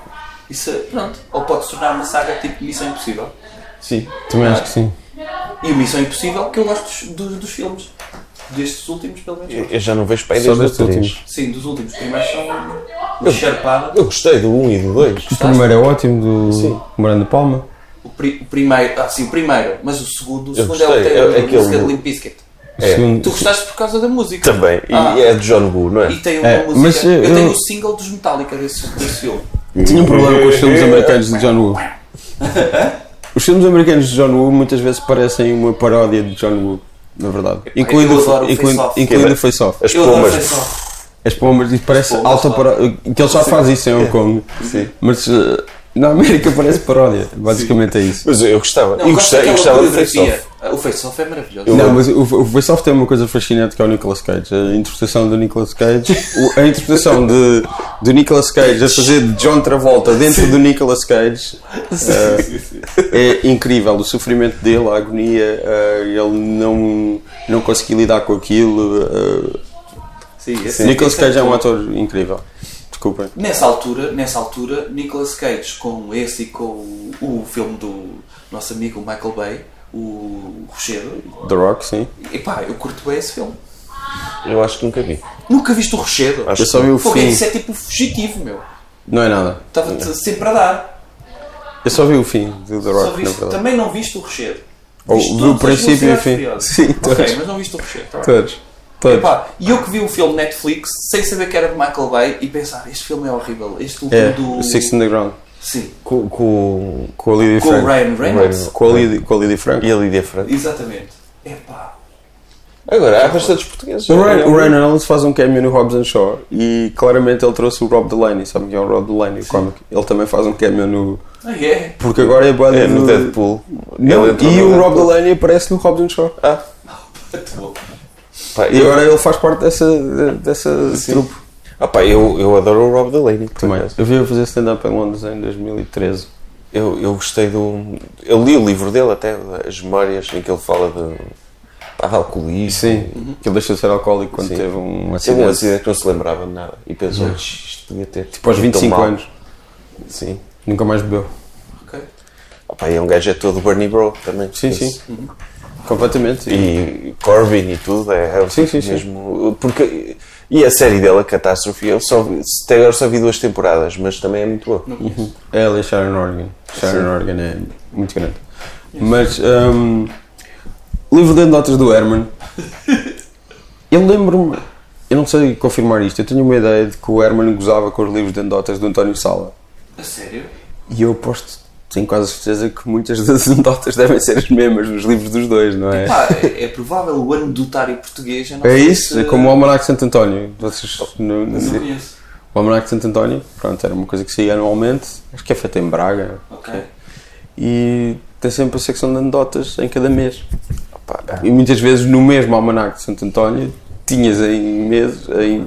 Isso, pronto. Ou pode se tornar uma saga tipo Missão Impossível.
Sim.
Também acho que sim.
E o Missão Impossível, que eu gosto dos, dos, dos filmes. Destes últimos, pelo menos.
Eu eu já não vejo
É
para aí
Só
desde o
destes
3.
últimos.
Sim, dos últimos. Primeiros são. O Sherpada.
Eu gostei do 1 e do 2.
Ah,
O primeiro é ótimo, do Miranda Palma.
O, pri- o primeiro. Ah, sim, o primeiro. Mas o segundo. O
Eu
segundo é o
gostei,
é,
é-
a
aquele-
música de Limp Bizkit.
O
É.
segundo-
Tu gostaste por causa da música.
Também. E
Ah.
é de John Woo, não é?
E tem uma
É,
música.
mas
eu,
eu-
tenho
eu-
o single dos Metallica desse, desse filme.
Tinha um problema com os filmes americanos de John Woo. Os filmes americanos de John Woo muitas vezes parecem uma paródia de John Woo, na verdade. Incluindo,
eu adoro o
incluindo,
Face Off.
incluindo o Face Off.
As
Eu adoro
pombas.
essa só.
As pombas, e parece
As pombas, É.
alta paródia. Que ele só faz isso em Hong Kong. Mas eh, na América parece paródia. Basicamente é isso.
Mas eu eu gostava.
Não,
eu
gosto
gostei, eu
daquela
gostava do Face Off.
coreografia. Ah, O Face Off é maravilhoso.
Não, mas o, o Face Off tem uma coisa fascinante que é o Nicolas Cage. A interpretação do Nicolas Cage. o- a interpretação de, do Nicolas Cage a fazer de John Travolta dentro do Nicolas Cage. eh, é incrível o sofrimento dele, a agonia, eh, ele não, não conseguir lidar com aquilo. eh,
Sim, esse-
Nicolas
esse
Cage é um
tudo.
ator incrível. Desculpem.
Nessa altura, nessa altura, Nicolas Cage com esse e com o, o filme do nosso amigo Michael Bay, o Rochedo,
The Rock, sim.
epá, eu curto bem esse filme.
Eu acho que nunca vi.
Nunca viste o Rochedo?
Acho
Eu só vi o
Pô,
fim.
isso é tipo fugitivo, meu.
Não é nada.
Estava-te sempre a dar.
Eu só vi o fim do
Só
The Rock, na
viste,
verdade.
também não viste o Rochedo.
Ou
Viste
vi o
todos as
princípio e o
Velocidades
fim.
Furiosas.
Sim,
Ok,
todos.
mas não viste o Rochedo. tá bem.
Todos. Todos.
Epá, e eu que vi o filme Netflix sem saber que era de Michael Bay e pensar, este filme é horrível. Este último
É,
do.
Six Underground.
Sim,
Com, com,
Com a Lydia
com o
Franco.
Ryan Reynolds.
Com a Lydia, com a Lydia Franco.
E a Lídia Franco.
Exatamente. Epá.
Agora, há bastantes portugueses. Ah.
O Então, Ryan, o Ryan Reynolds faz um cameo no Hobbs and Shaw e claramente ele trouxe o Rob Delaney, sabe que é o Rob Delaney, o cómic. Ele também faz um cameo no.
Ah, é?
Porque agora é boa
É no Deadpool.
Não,
Ele entrou
e
no
o Rob
Deadpool.
Delaney aparece no Hobbs and Shaw.
Ah,
Muito bom.
pá,
E
eu,
agora ele faz parte dessa, de- dessa trupe
ah, pá, eu, eu adoro o Rob Delaney. por
também.
acaso.
Eu vi-o fazer stand-up em Londres em 2013.
Eu, eu gostei do. Eu li o livro dele até, as memórias em que ele fala de. pá, de alcoolismo.
Sim, que ele deixou de ser alcoólico quando
Sim.
teve um
Teve
acidente.
um acidente que não se lembrava de nada. E pensou, isto podia ter. Tipo
Após 25 anos,
Sim.
nunca mais bebeu.
Ok.
Ah, pá, e é um gajo é todo Bernie Bro também.
Sim,
Esse-
sim. Completamente.
e Corbin e tudo, é, é
Sim, sim, sim.
mesmo. Porque, e a série dela, Catástrofe, eu só, vi- até agora só vi duas temporadas, mas também é muito boa.
Ela e É, Sharon Organ. Sharon Organ é muito grande. Mas, um, livro de notas do Herman. Eu lembro-me, eu não sei confirmar isto, eu tenho uma ideia de que o Herman gozava com os livros de anedotas do António Sala.
A sério?
E eu aposto, tenho quase certeza que muitas das anedotas devem ser as mesmas nos livros dos dois, não é?
Pá, é, é provável o ano do português. eu não
É
sei
isso,
se-
é como o Almanac de Santo António. Vocês não,
eh, Não conheço.
O O Almanac de Santo António, pronto, era uma coisa que saía anualmente, acho que é feita em Braga.
Ok.
E tem sempre a secção de anedotas em cada mês. Opa, E muitas vezes no mesmo Almanac de Santo António tinhas em meses, em,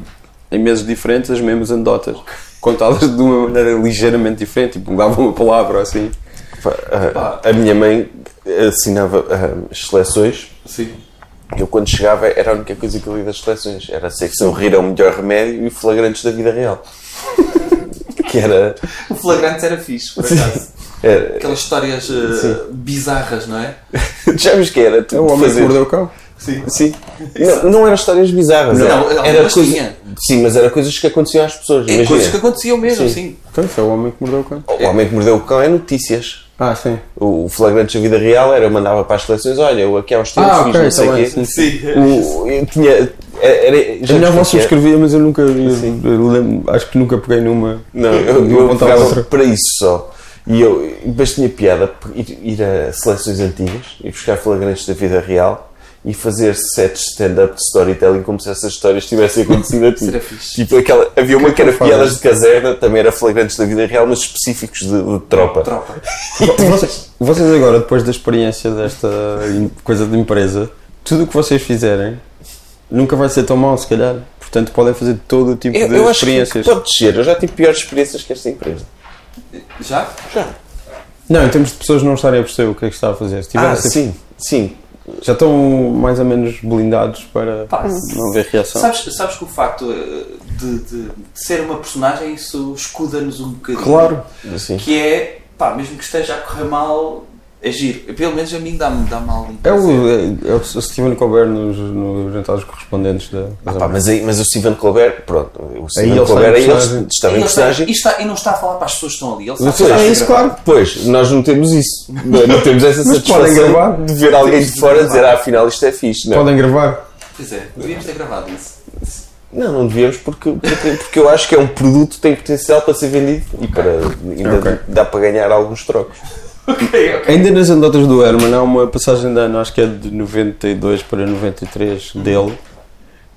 em meses diferentes as mesmas anedotas. Contadas de uma maneira ligeiramente diferente, tipo, mudava uma palavra ou assim.
Pá, ah, A minha mãe assinava ah, as seleções.
Sim.
Eu quando chegava era a única coisa que eu li das seleções. Era a secção Rir é o melhor remédio e flagrantes da vida real. que era.
O flagrante era fixe, por acaso.
era-
Aquelas histórias eh, bizarras, não é?
já me que era? Tu
É o homem que
fazer-
mordeu o cão.
Sim.
Sim. Não, não eram histórias bizarras.
Não,
era,
algumas
era coisa-
tinha.
Sim, mas eram coisas que aconteciam às pessoas.
É
imagina.
coisas que aconteciam mesmo, sim.
Sim.
Então, isso é o homem que mordeu o cão.
O homem que mordeu o cão é notícias.
Ah, sim.
O o flagrante da vida real era eu mandava para as seleções, olha, eu aqui há uns tempos
Ah,
fiz
ok,
não sei
tá
o
bem,
quê.
sim.
Sim.
O- eu tinha. Era, era,
A
já
minha avó
desconfiei.
subscrevia, mas eu nunca. eu lembro- acho que nunca peguei numa.
Não, eu,
Vou
eu
apontar
pegava
outra.
para isso só. E eu, mas tinha piada por ir, ir a seleções antigas e buscar flagrantes da vida real e fazer sets de stand-up de storytelling como se essas histórias tivessem acontecido a ti.
Será fixe.
Tipo, aquela, havia uma que era
fazes?
piadas de caserna, também era flagrantes da vida real, mas específicos de, de tropa.
Tropa.
Vocês, vocês agora, depois da experiência desta em- coisa de empresa, tudo o que vocês fizerem nunca vai ser tão mau, se calhar. Portanto, podem fazer todo o tipo
Eu,
de
eu acho que
experiências.
pode descer, eu já tive piores experiências que esta empresa.
Já?
Não, em termos de pessoas não estarem a perceber o que é que está a fazer. Se tiverem
Ah,
essa-
sim, sim.
Já estão mais ou menos blindados para
Pá,
não haver reação.
Sabes, sabes que o facto eh, de, de- de ser uma personagem, isso escuda-nos um bocadinho.
Claro.
Assim.
Que é, pá, mesmo que esteja a correr mal, é giro. Pelo menos a mim dá-me dá algum
É
prazer.
o, é, é o Steven Colbert nos, nos jantares correspondentes da.
Ah, pá, mas, aí, mas o Steven Colbert, pronto, o Steven
ele está em
Colbert aí
personagem.
ele estava em
E ele está-
personagem
E, está- e não está a falar para as pessoas que estão ali. Ele sabe
Pois,
que está a
é isso,
gravar.
claro. Pois, nós não temos isso. Não não temos essa
Mas podem gravar.
satisfação de ver alguém de fora dizer, ah, afinal isto é fixe. Não,
Podem gravar.
Pois é, devíamos ter gravado isso.
não, não devíamos porque, porque, porque eu acho que é um produto que tem potencial para ser vendido e para, ainda
Ok.
dá para ganhar alguns trocos.
Ok, ok.
Ainda nas anedotas do Herman há uma passagem de ano, acho que é de 92 para 93
Uhum.
dele,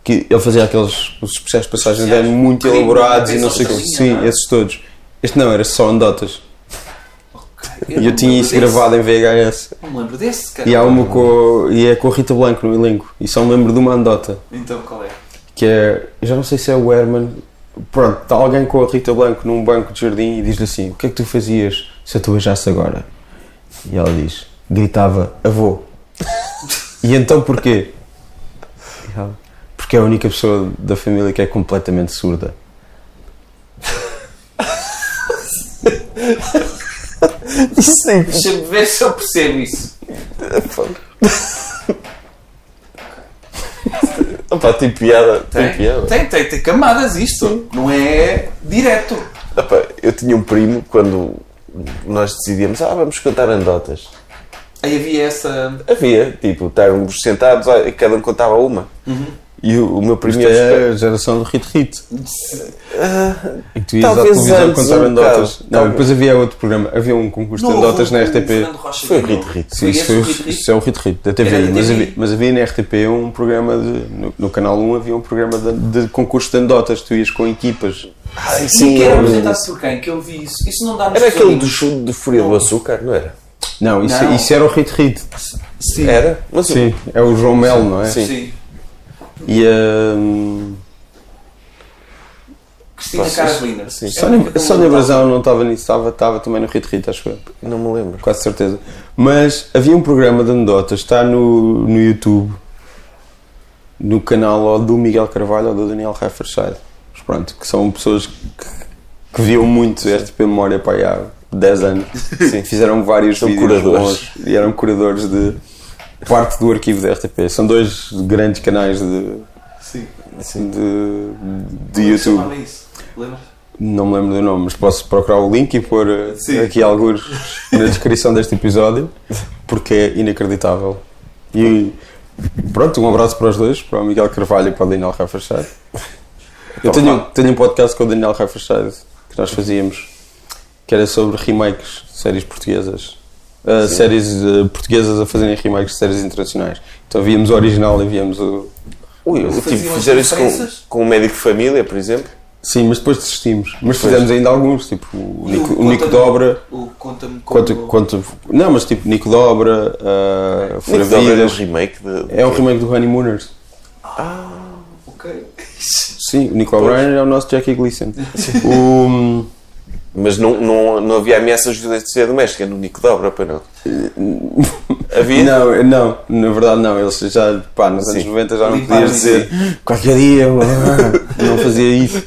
que ele fazia aqueles os especiais de passagem de ano
Especiais?
muito
Crime,
elaborados e
Pensão
não sei o que.
Sozinha,
Sim,
não é?
esses todos. Este não, era só anedotas. E
não
eu
me
tinha
lembro
isso
desse.
gravado em VHS.
Não me lembro desse, cara.
E, há uma co- e é com a Rita Blanco no elenco. E só me lembro de uma anedota,
Então qual é?
que é. Eu já não sei se é o Herman. Pronto, está alguém com a Rita Blanco num banco de jardim e diz-lhe assim: O que é que tu fazias se eu te beijasse agora? E ela diz: Gritava, avô. E então porquê? E ela, Porque é a única pessoa da família que é completamente surda.
Deixa-me ver se eu percebo isso.
Opa, tem piada, tem,
Tem,
é,
piada.
tem, tem, tem camadas isto. Não é direto.
Opa, eu tinha um primo quando nós decidíamos, ah, vamos contar anedotas.
Aí havia essa.
Havia, tipo, estarmos sentados, ah, cada um contava uma.
Hum.
E o, o meu primo
Isto
ia buscar-
é a geração do Hit Hit. E que tu ias
Ah, Talvez
à televisão
antes,
contar
um
anedotas.
bocado.
Não,
Talvez.
depois havia outro programa. Havia um concurso de anedotas na RTP.
Foi o
Rito
Rito Rito.
Sim, isso, foi, o- isso é o Hit Hit da TV.
Era da
Mas
TV.
havia, mas havia na RTP um programa de. No, no canal 1 havia um programa de, de concurso de anedotas. Tu ias com equipas.
Ai,
Sim, que era
era,
apresentado por quem? Que eu vi isso. Isso não dá nos
era aquele do
tesourinhos.
chute de Fúria do Açúcar, não era?
Não, isso, é-
Não.
isso era o Hit Hit.
Sim.
Era? Mas o-
Sim, é o João Melo, não é?
Sim.
Sim.
E a. hum,
Cristina
Posso-
Carolina.
sim. um
Era
Sónia,
aquele
Sónia
do-
Brazão não estava nisso, estava, estava também no Hit Hit, acho eu.
Não me lembro.
Quase certeza. Mas havia um programa de anedotas, está no, no YouTube, no canal ou do Miguel Carvalho ou do Daniel Hefferscheid. Mas pronto, que são pessoas que, que viam muito RTP Memória pá, aí há 10 anos. Sim, fizeram vários
São
vídeos
curadores.
bons e eram curadores de parte do arquivo da RTP. São dois grandes canais de,
Sim. Como
de, de
é que se
YouTube.
chamava isso? Lembras?
Não me lembro do nome, mas posso procurar o link e pôr eh,
Sim.
aqui alguns na descrição deste episódio, porque é inacreditável. E pronto, um abraço para os dois, para o Miguel Carvalho e para o Daniel Rafachado. Eu tenho, tenho um podcast com o Daniel Rafachado que nós fazíamos, que era sobre remakes de séries portuguesas. Ah, séries eh, portuguesas a fazerem remakes de séries internacionais. Então víamos o original e víamos o.
Ui, eu, tipo,
Faziam as
fizeram isso
diferenças?
com, com um médico de família, por exemplo.
Sim, mas depois desistimos. Mas fizemos ainda alguns, tipo o Nico, o Nico Dobra.
O Conta-me como.
Quanto, quanto, não, mas tipo Nico Dobra, uh, Fura
Nick Dobra é um
Vidas.
remake de.
É um remake do Honeymooners.
Ok.
Sim, o Nico O'Brien é o nosso Jackie Gleason. O,
Mas não, não, não havia ameaças de violência doméstica no Nico Dobra, para não. Havia?
não, não, na verdade não. Eles já, pá, nos anos
Sim.
90 já não
Limparam
podias dizer qualquer dia, blá, blá, não fazia isso.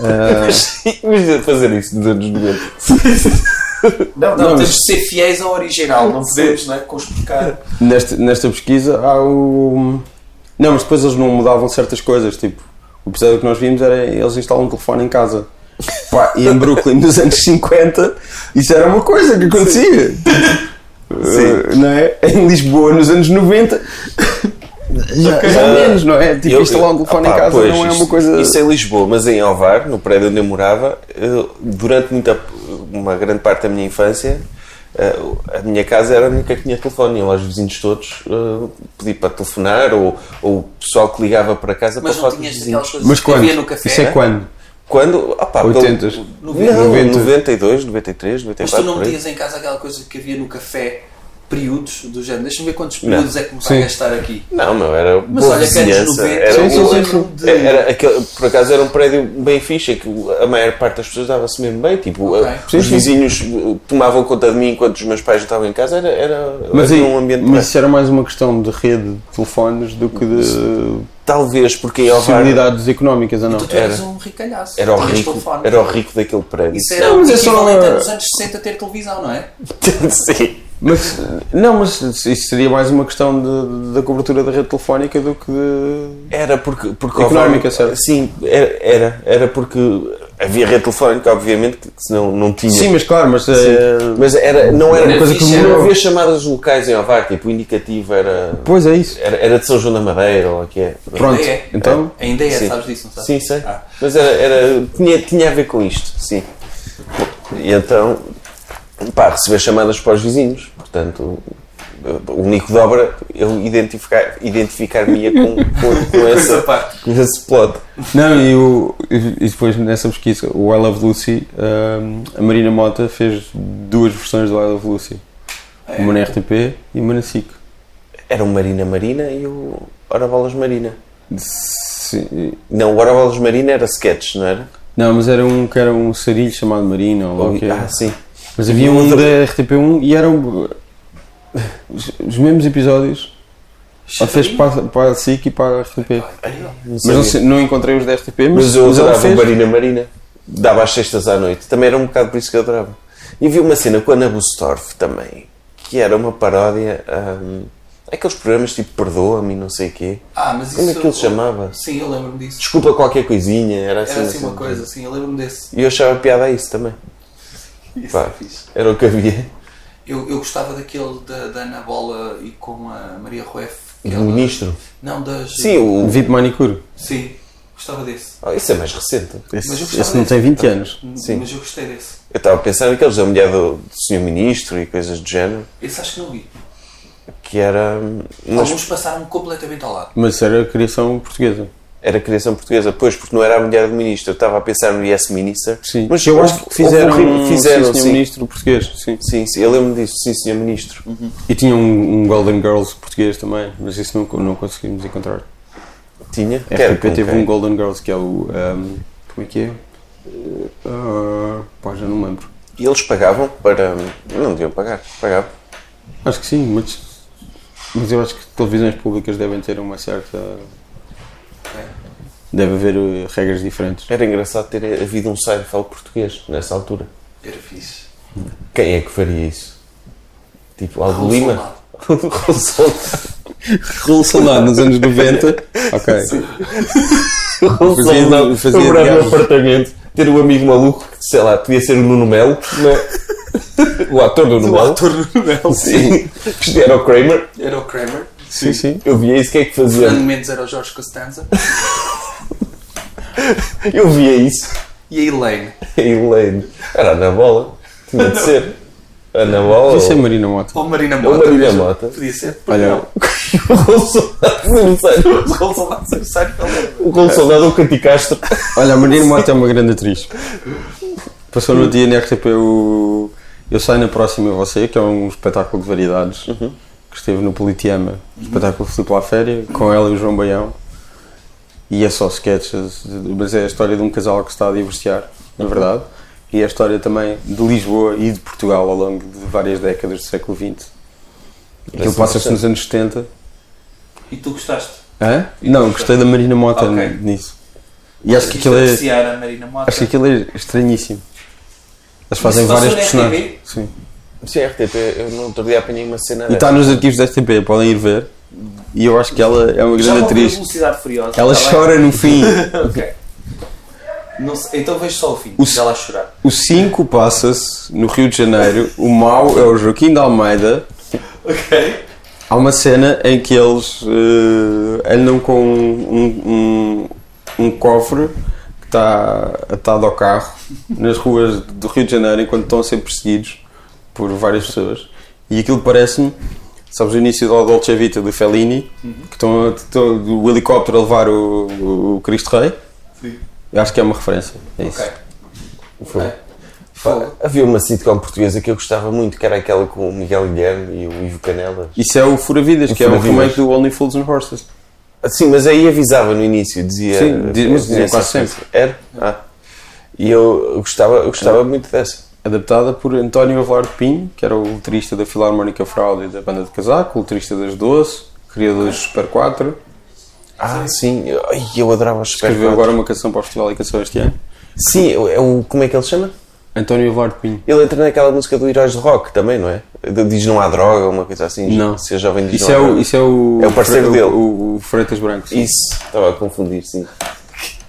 Ah,
Imagina fazer isso nos anos 90.
Não, não,
Não,
temos
mas-
de ser fiéis ao original, não podemos, não é? Conspurcar.
nesta, nesta pesquisa há o. Não, mas depois eles não mudavam certas coisas. Tipo, o episódio que nós vimos era eles instalam um telefone em casa. Pá, e em Brooklyn nos anos 50 isso era uma coisa que acontecia. Uh, não é? Em Lisboa nos anos 90 já, já
Ah,
menos, não é? Tipo,
Eu-
instalar um telefone
Ah,
em
pá,
casa
pois,
não é
isso-
uma coisa.
Isso em Lisboa, mas em Alvar, no prédio onde eu morava, eu, durante muita, uma grande parte da minha infância, eh, a minha casa era a única que tinha telefone. Eu aos vizinhos todos eh, pedi para telefonar ou, ou o pessoal que ligava para casa
Mas
para
não
falar com os
tinhas
vizinhos.
aquelas coisas
Mas
que
quando?
havia no café. né?
Isso é quando?
Quando? Ah, pá, pelo-
80s,
Não,
90.
92, 93,
Mas
94.
tu não
por aí.
metias em casa aquela coisa que havia no café, períodos do género. Deixa-me ver quantos períodos é que me vai
Sim.
gastar aqui.
Não, meu, era
Mas
boa
olha que anos
vizinhança.
90
era
eu
um-
lembro de-
era aquele- por acaso era um prédio bem fixe, em que a maior parte das pessoas dava-se mesmo bem. Tipo,
Ok.
a- os vizinhos uh, tomavam conta de mim enquanto os meus pais não estavam em casa. Era, era,
Mas,
era
aí-
um ambiente
mas
bem.
isso era é mais uma questão de rede de telefones do que de
Talvez porque em Alvar
possibilidades económicas ou não.
Tu, tu eras
Era.
um ricalhaço.
era o,
Tinhas
rico,
telefone.
era o rico daquele prédio.
Isso era
Não,
o
mas é só-
equivalente a dos anos 60 ter televisão, não é?
Sim.
Mas, não, mas isso seria mais uma questão de- da cobertura da rede telefónica do que de.
Era porque. porque
Económica,
Alvar-
certo?
Sim, era, era. Era porque havia rede telefónica, obviamente, que senão não tinha.
Sim, mas claro, mas. eh,
Mas era, não era,
Era
coisa que
fixe,
não
era-
havia chamadas locais em Alvar, tipo, o indicativo era,
Pois é isso.
era, era de São João da Madeira ou o que é.
Pronto,
Ainda é.
então.
Ainda é,
Sim.
sabes disso, não sabes?
Sim, sei.
Ah.
Mas era, era- tinha, tinha a ver com isto, sim. E então, pá, receber chamadas para os vizinhos, portanto, eh, o Nico Dobra, eu identificar- identificar-me-ia com, com, com,
Essa
essa,
parte.
com esse plot.
Não, e, o, e e depois nessa pesquisa, o I Love Lucy, hum, a Marina Mota fez duas versões do I Love Lucy:
É.
uma na RTP e uma na SIC.
Era o Marina Marina e o Ora Bolas Marina.
Sim.
Não, o Ora Bolas Marina era sketch, não era?
Não, mas era um que era um sarilho chamado Marina ou lá o que era.
Ah, sim.
Mas havia um da RTP1 e eram os, os mesmos episódios. Ou fez para, para a SIC e para a RTP.
Não
Mas
sabia.
não, sei- não encontrei os da RTP, mas,
Mas eu
mas ela
adorava o
fez.
Marina Marina. Dava às sextas à noite. Também era um bocado por isso que eu adorava. E vi uma cena com a Ana Bustorff também, que era uma paródia. hum, aqueles programas tipo Perdoa-me e não sei o quê.
Ah, mas isso.
Como é que ele se chamava?
Sim, eu lembro-me disso.
Desculpa qualquer coisinha. Era assim,
Era assim uma
assim.
coisa, assim, eu lembro-me desse.
E eu achava piada a isso também.
Isso
Pá,
é fixe.
era o que havia.
Eu, eu gostava daquele da, da Ana Bola e com a Maria Rueff.
E
que
o
ela-
ministro.
Não, das.
Sim, o.
VIP Manicure.
Sim, gostava desse.
Oh, isso é mais recente.
Esse,
Mas eu gostava
esse
desse.
não
tipo
tem 20 anos.
Sim.
Mas eu gostei desse.
Eu estava a pensar naqueles da mulher do, do senhor ministro e coisas do género,
Esse acho que não vi.
que era. hum, umas
Alguns passaram completamente ao lado.
Mas era a criação portuguesa.
Era criação portuguesa, pois, porque não era a mulher do ministro. Eu estava a pensar no Yes Minister.
Sim.
Mas
eu
houve-
acho que fizeram,
houve um- fizeram,
sim,
sim.
senhor ministro Uhum. português. Sim.
Sim, sim, eu lembro disso, sim, senhor ministro.
E tinha um, um Golden Girls português também, mas isso não, não conseguimos encontrar.
Tinha.
A
Quero
RTP
com
teve
quem?
um Golden Girls que é o. um, como é que é? Ah, pá, já não me lembro.
E eles pagavam para. Não deviam pagar, pagavam.
Acho que sim, mas, mas eu acho que televisões públicas devem ter uma certa. É. Deve haver eh, regras diferentes.
Era engraçado ter havido um Seinfeld português nessa altura.
Era fixe.
Quem é que faria isso? Tipo, Aldo
Raul
Lima?
Soldado.
Raul Soldado.
Raul Soldado nos anos 90. Ok.
Raul
Fazia-
Soldado.
fazia
Eu morava no
diálogos.
um- apartamento, ter um amigo maluco, que, sei lá, podia ser o Nuno Melo, mas- o ator Nuno Melo. Sim. Isto Era o Kramer.
Era o Kramer.
Sim, sim.
Eu via isso, o que é que fazia?
Fernando Mendes era o Jorge Costanza.
Eu via isso. É
E a Elaine.
A Elaine. Era na bola. Tinha de ser. Ana Bola.
Isso é Marina Mota.
Ou Marina Mota.
Ou Marina
mas
Mota.
Podia ser. porque
Olha,
não?
O Consolado.
Os rolos ao lado do Sérgio Caldeira.
O Consolado é o Canti Castro.
olha, a Marina Mota é uma grande atriz. Passou no dia na RTP o Eu Saio na Próxima a Você, que é um espetáculo de variedades, que esteve no Politeama, um espetáculo de Filipe La Féria, com ela e o João Baião. E é só sketches, mas é a história de um casal que está a divorciar, na verdade. E é a história também de Lisboa e de Portugal ao longo de várias décadas do século XX. Aquilo passa-se nos anos 70.
E tu gostaste?
Hã? Não, gostei da Marina Mota
Ok.
n- nisso. E acho que
Viste
aquilo é.
apreciar a Marina Mota.
Acho que aquilo é estranhíssimo. Eles fazem
Isso passou
várias
na
personagens.
RTP?
Sim.
Sim, RTP, eu no outro dia apanhei uma cena
É.
E está nos arquivos da STP, podem ir ver. E eu acho que ela é uma
Já não
grande
vi a
atriz.
velocidade furiosa.
Ela
tá bem?
chora no fim.
Ok. Não sei- então vejo só o fim.
O
já lá chorar.
O 5 passa-se no Rio de Janeiro. O mau é o Joaquim de Almeida.
Ok.
Há uma cena em que eles eh, andam com um, um, um cofre que está atado ao carro nas ruas do Rio de Janeiro enquanto estão a ser perseguidos por várias pessoas. E aquilo parece-me, sabes, o início da Dolce Vita do Fellini, que estão, a- estão o helicóptero a levar o, o Cristo Rei.
Sim.
Eu acho que é uma referência. É isso.
Ok.
Foi.
Ok. Fogo.
Havia uma sitcom portuguesa que eu gostava muito, que era aquela com o Miguel Guilherme e o Ivo Canelas.
Isso é o Furavidas, que é um
Fura Vidas.
remake do Only Fools and Horses.
Sim, mas aí avisava no início, dizia.
Sim, diz- mas dizia quase
essa- Era? Ah. E eu gostava, eu gostava muito dessa.
adaptada por António Avelar de Pinho, que era o letrista da Filarmónica Fraude e da Banda de Casaco, o letrista das Doce, criador dos Super 4,
Ah, sim, eu, ai, eu adorava os Super
escreveu
4.
agora uma canção para o Festival e Canção este ano.
Sim, é o, como é que ele se chama?
António Avelar de Pinho.
Ele entra naquela música do Heróis de Rock também, não é? Diz não há droga, uma coisa assim.
Não.
Se a jovem diz
Isso
não
é
há
o,
droga.
isso é o,
É o parceiro
o-
dele.
O, o Freitas Brancos.
Isso, estava a confundir, sim.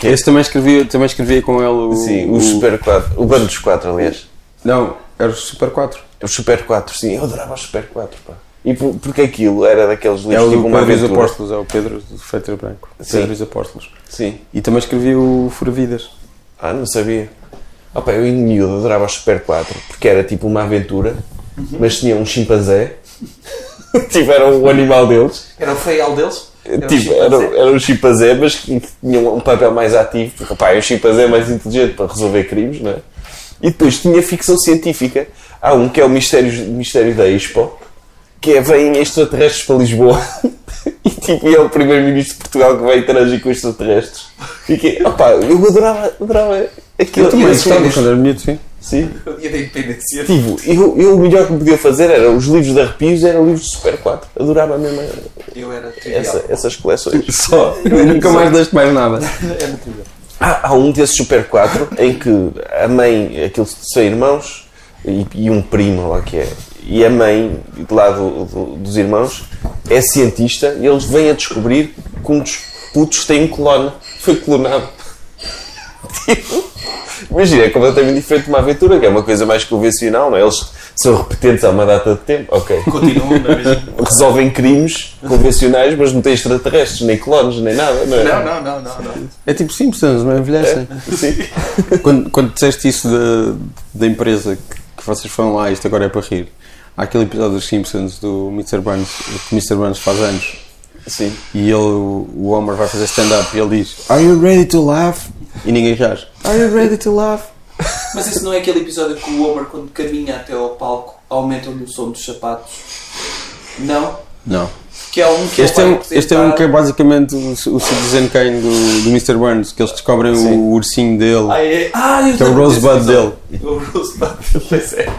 Esse também escrevia, também escrevia com ele o.
Sim, o Super 4. O bando dos 4, aliás.
Não, era o Super 4.
Os Super 4, sim, eu adorava os Super 4, pá. E por- porque aquilo era daqueles livros
É o
tipo
do
uma
Pedro e os
aventura.
Apóstolos, é o Pedro do Freitas Branco.
Sim.
Pedro e os Apóstolos.
Sim.
E também escrevia o Furavidas.
Ah, não sabia. Ah, pá, eu em miúdo adorava os Super 4, porque era tipo uma aventura, mas tinha um chimpanzé. Tiveram o animal deles.
Era o feial deles? Era o
Tipo,
chimpanzé?
era, era um chimpanzé, mas que tinha um papel mais ativo, porque pá, é um chimpanzé mais inteligente para resolver crimes, não é? E depois tinha ficção científica. Há um que é o Mistério, Mistério da Expo, que é vêm extraterrestres para Lisboa. e tipo, é o primeiro-ministro de Portugal que vai interagir com extraterrestres. E que, opá, eu adorava, adorava aquilo.
Eu também
Esses
gostava
livros.
quando era miúdo, sim.
Sim.
O dia da independência.
Tipo, eu, eu o melhor que me podia fazer era os livros de arrepios, eram livros de Super 4. Adorava mesmo
Eu era trivial.
essa-
é.
essas coleções.
Só. Nunca mais deste mais nada.
É muito bom.
Há, há um desses Super 4 em que a mãe, aqueles são irmãos e, e um primo lá que é, e a mãe de lá do- do- dos irmãos é cientista e eles vêm a descobrir que um dos putos tem um clone, foi clonado. Tipo, Imagina, é completamente diferente de uma aventura, que é uma coisa mais convencional, não é? Eles são repetentes há uma data de tempo, ok.
Continuam na mesma.
Resolvem crimes convencionais, mas não têm extraterrestres, nem clones, nem nada, não é?
Não, não, não, não. não.
É tipo Simpsons, não envelhecem.
Sim.
quando, quando disseste isso da, da empresa que, que vocês foram lá, isto agora é para rir. Há aquele episódio dos Simpsons do Mr. Burns, que Mr. Burns faz anos
Sim.
e ele, o Homer vai fazer stand-up e ele diz Are you ready to laugh? E ninguém jaz. Are you ready to laugh?
Mas esse não é aquele episódio que o Homer, quando caminha até ao palco, aumenta-lhe o som dos sapatos? Não?
Não.
Que é um que
Este é,
ele
um,
vai
este é um que é
apresentar-
basicamente o, o Citizen Kane do, do Mr. Burns, que eles descobrem o ursinho dele,
Ah, é? Ah, eu
que é o
lembro desse
Rosebud
episódio.
dele.
O Rosebud, pois é.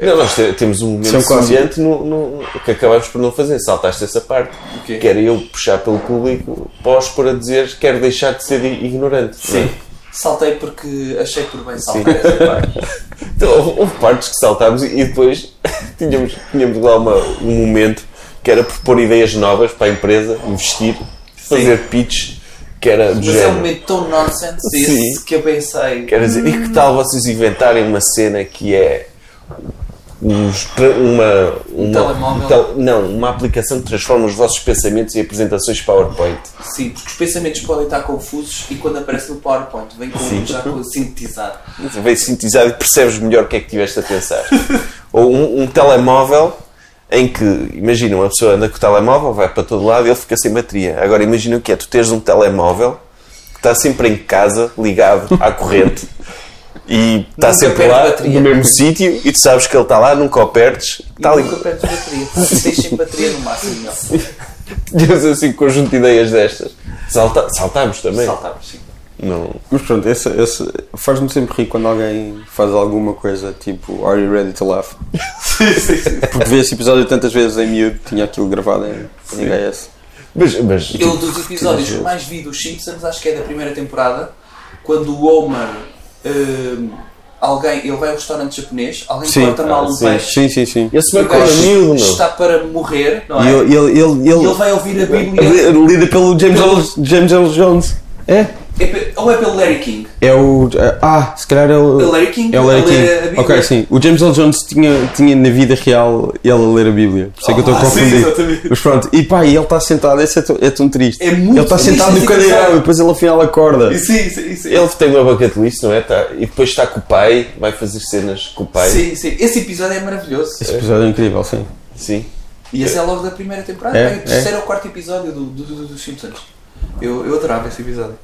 Não, nós te- temos um
Isso é
momento
um clássico.
semelhante no, no- que acabámos por não fazer. Saltaste essa parte.
quê?
Que era eu puxar pelo público pós por a dizer quero deixar de ser i- ignorante. é? Sim.
é-
Saltei porque achei por bem saltar essa parte.
Então, houve, houve partes que saltámos e, e depois tínhamos, tínhamos lá uma- um momento que era propor ideias novas para a empresa, investir, fazer pitch, que era do
Mas é um
género.
momento tão nonsense esse
Sim.
que eu pensei.
Quer dizer, e que tal vocês inventarem uma cena que é os tra- uma, uma um
telemóvel.
tel- não, uma aplicação que transforma os vossos pensamentos em apresentações PowerPoint.
é-
Sim, porque os pensamentos podem estar confusos e quando aparece no PowerPoint vem com já com- sintetizado.
Vem sintetizado e percebes melhor o que é que tiveste a pensar. Ou um, um telemóvel em que, imagina, uma pessoa anda com o telemóvel, vai para todo lado e ele fica sem bateria. Agora imagina o que é, tu teres um telemóvel que está sempre em casa, ligado à corrente, e está
Nunca
sempre
perde
lá,
bateria.
no mesmo sítio, e tu sabes que ele está lá, nunca o perdes,
E
está ali.
nunca perdes bateria. Tens sempre bateria no máximo. Não.
Tinhas assim um conjunto de ideias destas. Salta, saltámos também.
Saltamos, sim.
Não.
Mas pronto, esse, esse faz-me sempre rir quando alguém faz alguma coisa tipo Are you ready to laugh? Porque vi esse episódio tantas vezes em miúdo, tinha aquilo gravado em, em HS.
Mas, mas tipo,
tipo
Eu dos episódios que mais vi dos Simpsons, acho que é da primeira temporada, quando o Homer. hum, alguém, ele vai ao restaurante japonês, alguém
Sim,
corta mal um
sim,
peixe.
sim, sim, sim. é
esse
O
meu
gajo
miúdo, meu.
está para morrer, não
E
é?
ele, ele, ele,
E ele
ele,
vai ouvir a Bíblia,
ele lida pelo James Earl, James Earl Jones. É?
é pe- ou é pelo Larry King?
É o. Ah, se calhar é o.
É o Larry King
É o Larry
a ler a
King.
Bíblia.
Ok, sim. O James Earl Jones tinha, tinha na vida real ele a ler a Bíblia. Por isso é que eu estou
Ah,
a
sim,
confundir.
exatamente.
Mas pronto, e pá, e ele está sentado, esse é tão, é tão triste.
É muito
ele está
triste
sentado no
esse episódio.
cadeirão e depois ele afinal acorda.
Isso, isso, isso.
Ele tem uma bucket list, não é? Tá. E depois está com o pai, vai fazer cenas com o pai.
Sim, sim. Esse episódio é maravilhoso.
Esse episódio é incrível, sim.
Sim.
E esse é logo da primeira temporada,
É,
é, o
é.
terceiro ou quarto episódio do, do, do- dos Simpsons. Eu, eu adorava esse episódio.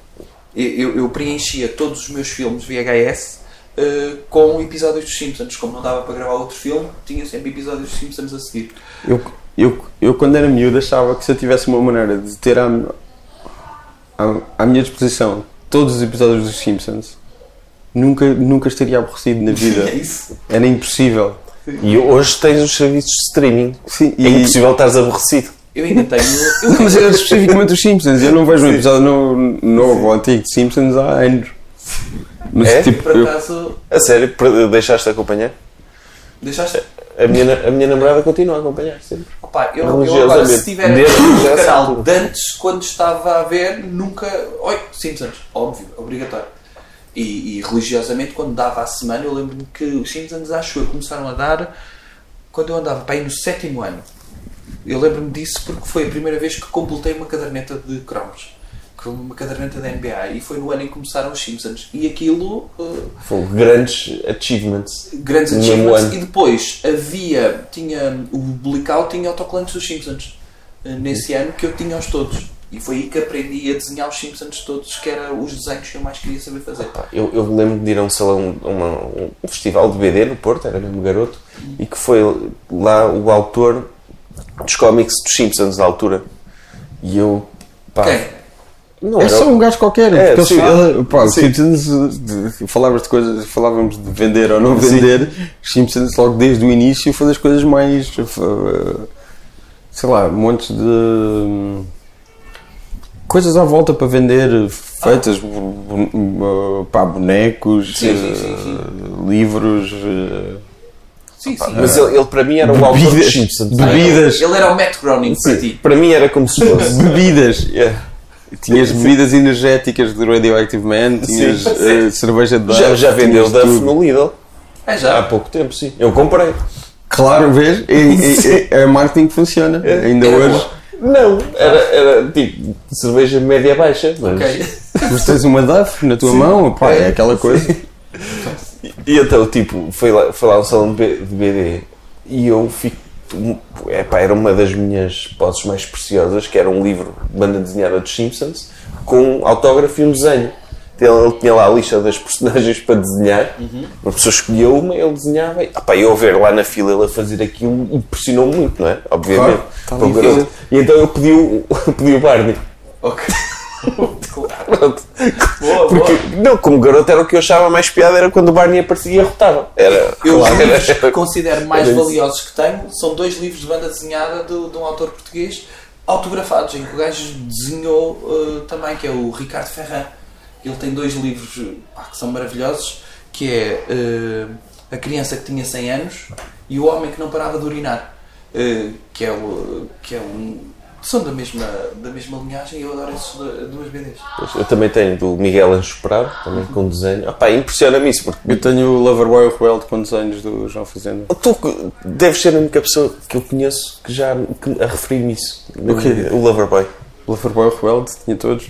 Eu, eu- eu preenchia todos os meus filmes VHS eh, com episódios dos Simpsons. Como não dava para gravar outro filme, tinha sempre episódios dos Simpsons a seguir.
Eu, eu, eu quando era miúdo achava que se eu tivesse uma maneira de ter à, à, à minha disposição todos os episódios dos Simpsons, nunca, nunca estaria aborrecido na
É
vida.
isso.
Era impossível.
E hoje tens os serviços de streaming.
Sim,
É impossível estares aborrecido.
Eu ainda tenho. eu-
Mas era especificamente os Simpsons. Eu não vejo um episódio no- novo ou antigo de Simpsons há anos. Mas
É?
tipo,
por
eu,
acaso,
A sério, per- deixaste de acompanhar?
deixaste.
A minha, na- a minha namorada continua a acompanhar sempre.
Opa, eu, eu agora,
Religiosamente.
se tiver
Desde-
no
desde essa
canal
altura.
de antes, quando estava a ver, nunca. Oi, Simpsons, óbvio, obrigatório. E, e religiosamente, quando dava à semana, eu lembro-me que os Simpsons, acho eu, começaram a dar quando eu andava para aí no sétimo ano. Eu lembro-me disso porque foi a primeira vez que completei uma caderneta de cromos. que foi Uma caderneta da NBA. E foi no ano em que começaram os Simpsons. E aquilo. eh,
Fogo, grandes achievements.
grandes
No
achievements.
ano.
E depois havia, tinha, o Blical tinha autocolantes dos Simpsons eh, nesse ano que eu tinha-os todos. E foi aí que aprendi a desenhar os Simpsons todos, que era os desenhos que eu mais queria saber fazer.
Eu, eu lembro de ir a um salão, a uma- um, um festival de BD no Porto, era mesmo garoto, e que foi lá o autor dos cómics dos Simpsons da altura. E eu. Pá,
Quem?
Não,
é
era-
só um gajo qualquer.
É,
porque
sim.
eles, ele, pá, os
Sim.
Simpsons, de- falávamos de coisas, falávamos de vender ou não vender. Os Simpsons, logo desde o início, foi das coisas mais. eh, sei lá, montes de. hum, coisas à volta para vender, feitas. bu- bu- eh, pá, bonecos,
Sim, sim, sim,
eh, livros. eh,
Sim, sim. Ah,
Mas ele, ele para mim era o autor dos
bebidas,
Simpsons.
bebidas,
Ele era o Matt Groening para ti.
Para mim era como se fosse.
bebidas.
Yeah.
Tinhas bebidas energéticas do Radioactive Man, tinhas
Sim.
eh, cerveja de Duff.
Já, já vendeu
tinhas
Duff
tudo.
no Lidl
Ah,
há
já.
pouco tempo, sim. Eu comprei.
Claro, vês? É, é, é, é marketing que funciona. Ainda
Era
hoje.
boa.
Não, era, era tipo cerveja média-baixa. Mas...
Ok.
Mas tens uma Duff na tua mão, pá, é aquela coisa.
E então, tipo, foi lá, foi lá um salão de B- de BD e eu fico. É pá, era uma das minhas posses mais preciosas, que era um livro de banda desenhada dos Simpsons, com um autógrafo e um desenho. Ele, ele tinha lá a lista das personagens para desenhar, uma pessoa escolheu uma, ele desenhava, e ah pá, eu a ver lá na fila ele a fazer aquilo impressionou muito, não é? Obviamente.
Claro, está
para o
difícil.
garoto. E então eu pedi o, pedi o Barney.
Ok.
Pronto.
Boa,
Porque,
boa.
não, como garoto era o que eu achava mais piada, era quando o Barney aparecia e arrotava. Era,
Eu os
claro, era-
livros que considero mais
era isso.
valiosos que tenho são dois livros de banda desenhada do- de, um autor português, autografados, em que o gajo desenhou eh, também, que é o Ricardo Ferran. Ele tem dois livros eh, pá, que são maravilhosos, que é eh, A Criança que Tinha 100 Anos e O Homem que Não Parava de Urinar, eh, que é, o, que é um, São da mesma, da mesma linhagem e eu adoro esses do- duas BDs.
Pois, Eu também tenho do Miguel Anjo Prado, também com desenho. Opá, impressiona-me isso, porque
Eu tenho o Loverboy Rebelde com desenhos do João Fazenda.
tu que- deves ser a única pessoa que eu conheço que já que a referi-me isso. O
quê?
O Loverboy.
Loverboy Rebelde, tinha todos.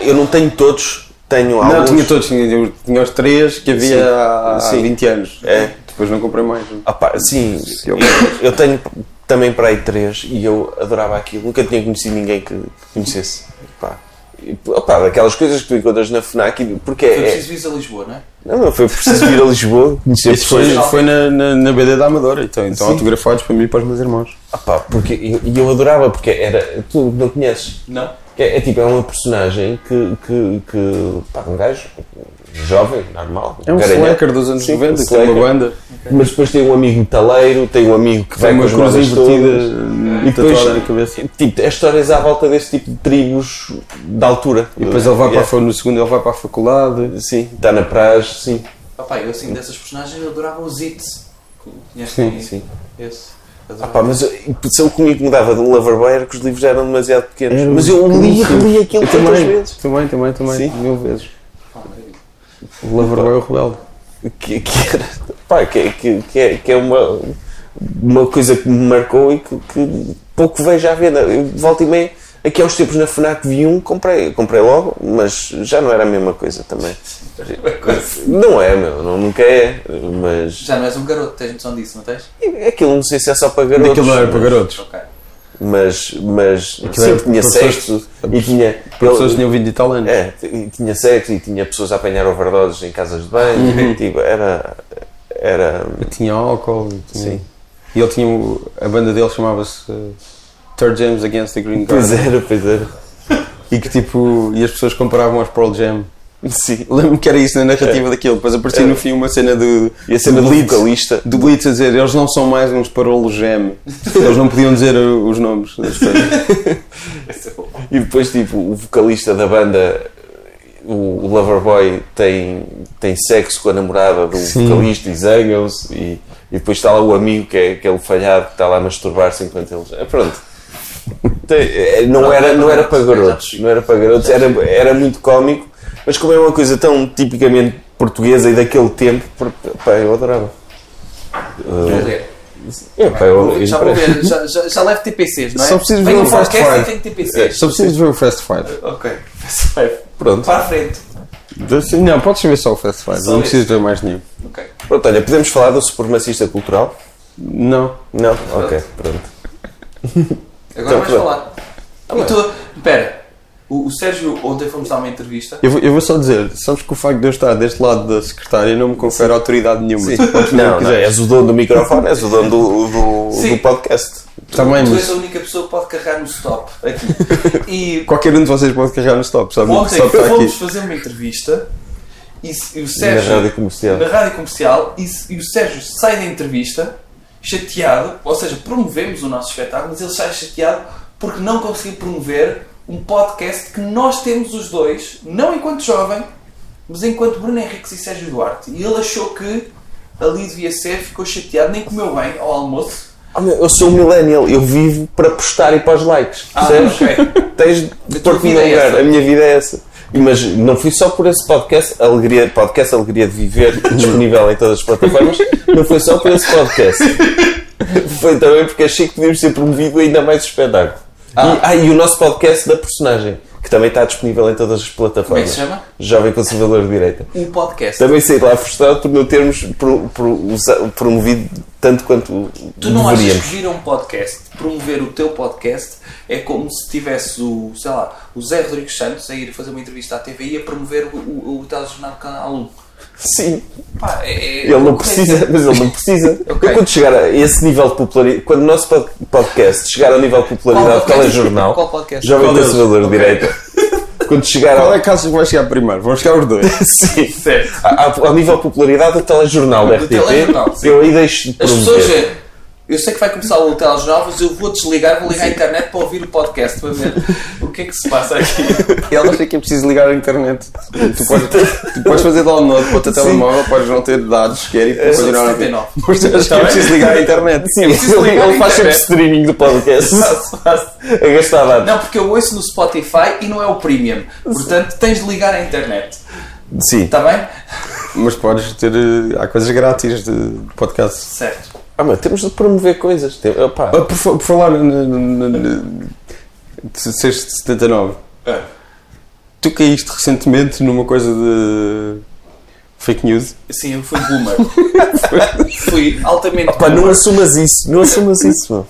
Eu não tenho todos, tenho
Não,
alguns.
tinha todos, tinha, tinha os três que havia
Sim.
há, há
Sim.
20 anos.
É.
Depois não comprei mais.
Opá, sim,
Sim.
eu, eu tenho também para aí três e eu adorava aquilo. Nunca tinha conhecido ninguém que conhecesse. Pá. E, opá, daquelas coisas que tu encontras na FNAC, e- porque
Foi
é, é-
preciso ir a Lisboa, não é?
Não, não, foi preciso vir a Lisboa, conhecer
Esse foi,
pessoas.
foi na, na, na BD da Amadora, então, então
Sim.
autografados para mim e para os meus irmãos.
Ah pá, porque, e eu, adorava, porque era. Tu não conheces.
Não.
É, é tipo, é uma personagem que. que, que pá, um gajo jovem, normal.
É um
garanhão.
slacker dos anos
Sim,
90,
um
que tem uma
slacker.
banda.
Mas depois tem um amigo metaleiro, tem um amigo que vai
Tem
com
uma
as
cruz
modas
invertida
todas. É.
eh, tatuada na cabeça.
Tipo, é histórias à volta desse tipo de tribos da altura. é,
E depois ele vai para a, fa- no segundo ele vai para a faculdade.
Sim, está na praia, sim.
Opa, eu assim dessas personagens eu adorava os It. Conhece
Sim, sim.
Esse.
Ah
Adorava.
pá, mas eu- se eu comigo mudava de um Loverboy era que os livros eram demasiado pequenos.
Era
mas eu li e
pequeníssimo.
reli aquilo
Eu
tantas
também,
vezes.
também, também, também,
Sim.
mil vezes.
Ah, maravilha.
O Loverboy o Rebelde.
que, que era, pá, que, que, que é, que é uma, uma coisa que me marcou e que, que pouco vejo à venda. Eu volto e meia, aqui há uns tempos na FNAC vi um, comprei, comprei logo, mas já não era a mesma coisa também. Não é, meu, não, nunca é, mas
Já não és um garoto, tens noção disso, não tens?
aquilo não sei se é só para garotos.
Daquilo não era para garotos.
Ok.
Mas, mas
era
sempre tinha
para
sexo e tinha...
As pessoas tinham vindo de italiano.
É, e tinha sexo e tinha pessoas a apanhar overdoses em casas de banho, tipo, era... Era...
Tinha álcool. e Tinha...
Sim.
E ele tinha. o- A banda dele chamava-se eh, Third James Against the Green
Pois
Garden.
era, pois era.
E que tipo. E as pessoas comparavam aos Pearl Jam.
Sim. É.
Lembro-me que era isso na narrativa daquilo. Depois aparecia no fim uma cena do.
E a cena do
Blitz.
um vocalista.
Do Blitz a dizer, eles não são mais uns parologem. Eles não podiam dizer uh, os nomes das coisas.
é
E depois, tipo, o vocalista da banda, o o Loverboy, tem, tem sexo com a namorada do vocalista e zangam-se. E, e depois está lá o amigo, que é aquele falhado, que está lá a masturbar-se enquanto eles. É, pronto. Tem- é, Não era, não era para garotos, não era para garotos, era, era muito cómico, mas como é uma coisa tão tipicamente portuguesa e daquele tempo, por- pá, eu adorava.
Quer dizer,
É, pá, eu-
Já vou ver, já, já, já levo TPCs, não é?
Só preciso
Venho
ver
um
o Fast
podcast e
Five. É.
tenho TPCs.
Só preciso ver o Fast Five.
Ok, Fast Five.
Pronto.
Para a frente.
Assim, Não, podes ver só o Fast Five,
Só
não
esse.
preciso ver mais nenhum.
Ok.
Pronto, olha, podemos falar do supremacista cultural?
Não.
Não? Ok, pronto.
Tá,
Agora
Então,
vais
pronto.
falar. E tu, pera, o, o Sérgio ontem fomos dar uma entrevista.
Eu vou, eu vou só dizer, sabes que o facto de eu estar deste lado da secretária não me confere autoridade nenhuma. Tu podes fazer o
Não,
que
não,
quiseres.
és o dono do microfone, és o dono do, do,
Sim.
do podcast.
Também,
Tu és
mas
a única pessoa que pode carregar no stop aqui. E
qualquer um de vocês pode carregar no stop, sabe? é O
ontem
stop está
fomos
aqui.
fazer uma entrevista e, se- e o
Na
Sérgio.
rádio comercial.
na rádio comercial e, se- e o Sérgio sai da entrevista chateado, ou seja, promovemos o nosso espetáculo, mas ele sai chateado porque não conseguiu promover um podcast que nós temos os dois, não enquanto jovem, mas enquanto Bruno Henriques e Sérgio Duarte. E ele achou que ali devia ser, ficou chateado, nem comeu bem ao almoço.
Ah, meu, eu sou um millennial, eu vivo para postar e para os likes. Percebes?
Ah, ok.
Tens
tua
de pôr
vida é essa.
lugar, a minha vida é essa. E, Mas não fui só por esse podcast, Alegria, podcast Alegria de Viver, disponível em todas as plataformas, não foi só por esse podcast. Foi também porque achei que podíamos ser promovido ainda mais o espetáculo. E, ah, e o nosso podcast da personagem, que também está disponível em todas as plataformas.
Como é que se chama?
Jovem Conservador de Direita.
Um podcast.
Também saí de lá é frustrado por não termos pro- pro- usa- promovido tanto quanto
Tu não achas
deveríamos.
que vir a um podcast, promover o teu podcast, é como se tivesse o, sei lá, o Zé Rodrigues Santos a ir fazer uma entrevista à TV e a promover o, o, o telejornal do Canal 1.
Sim,
Pá, é- é-
ele não
é-
precisa, mas ele não precisa.
Ok.
Eu quando chegar a esse nível de popularidade, quando o nosso pod- podcast chegar ao nível de
Qual
popularidade é do
podcast?
telejornal,
Qual podcast?
Jovem
Qual deles?
Conservador de Direita, quando chegar
Qual é
ao,
que achas que vai chegar primeiro? Vão chegar os dois.
Sim.
Certo.
A- a- ao nível de popularidade do telejornal da
Do
RTP,
telejornal, sim.
eu aí deixo de
As
promover.
pessoas é, Eu sei que vai começar o telejornal, mas eu vou desligar, vou ligar a internet para ouvir o podcast, para ver o que é que se passa aqui.
Ela acha que é preciso ligar a internet. Tu podes, tu podes fazer download para o teu telemóvel, podes não ter dados sequer e depois
sou de
continuar a ver.
79.
Mas tu achas que é preciso ligar a internet. Sim,
preciso ligar a
Ele faz sempre
internet.
streaming do podcast.
Faço, faço.
A gastar dados.
Não, porque eu ouço no Spotify e não é o premium. Portanto, tens de ligar à internet.
Sim.
Está bem?
Mas podes ter. eh, Há coisas grátis de de podcast.
Certo.
Ah, meu, temos de promover coisas. Tem- opá.
Ah, Por, fa- por falar no- no- no- no- de seres de 79,
Ah.
tu caíste recentemente numa coisa de fake news.
Sim, eu fui boomer. fui altamente
Pá,
boomer.
não assumas isso. Não assumas isso, meu.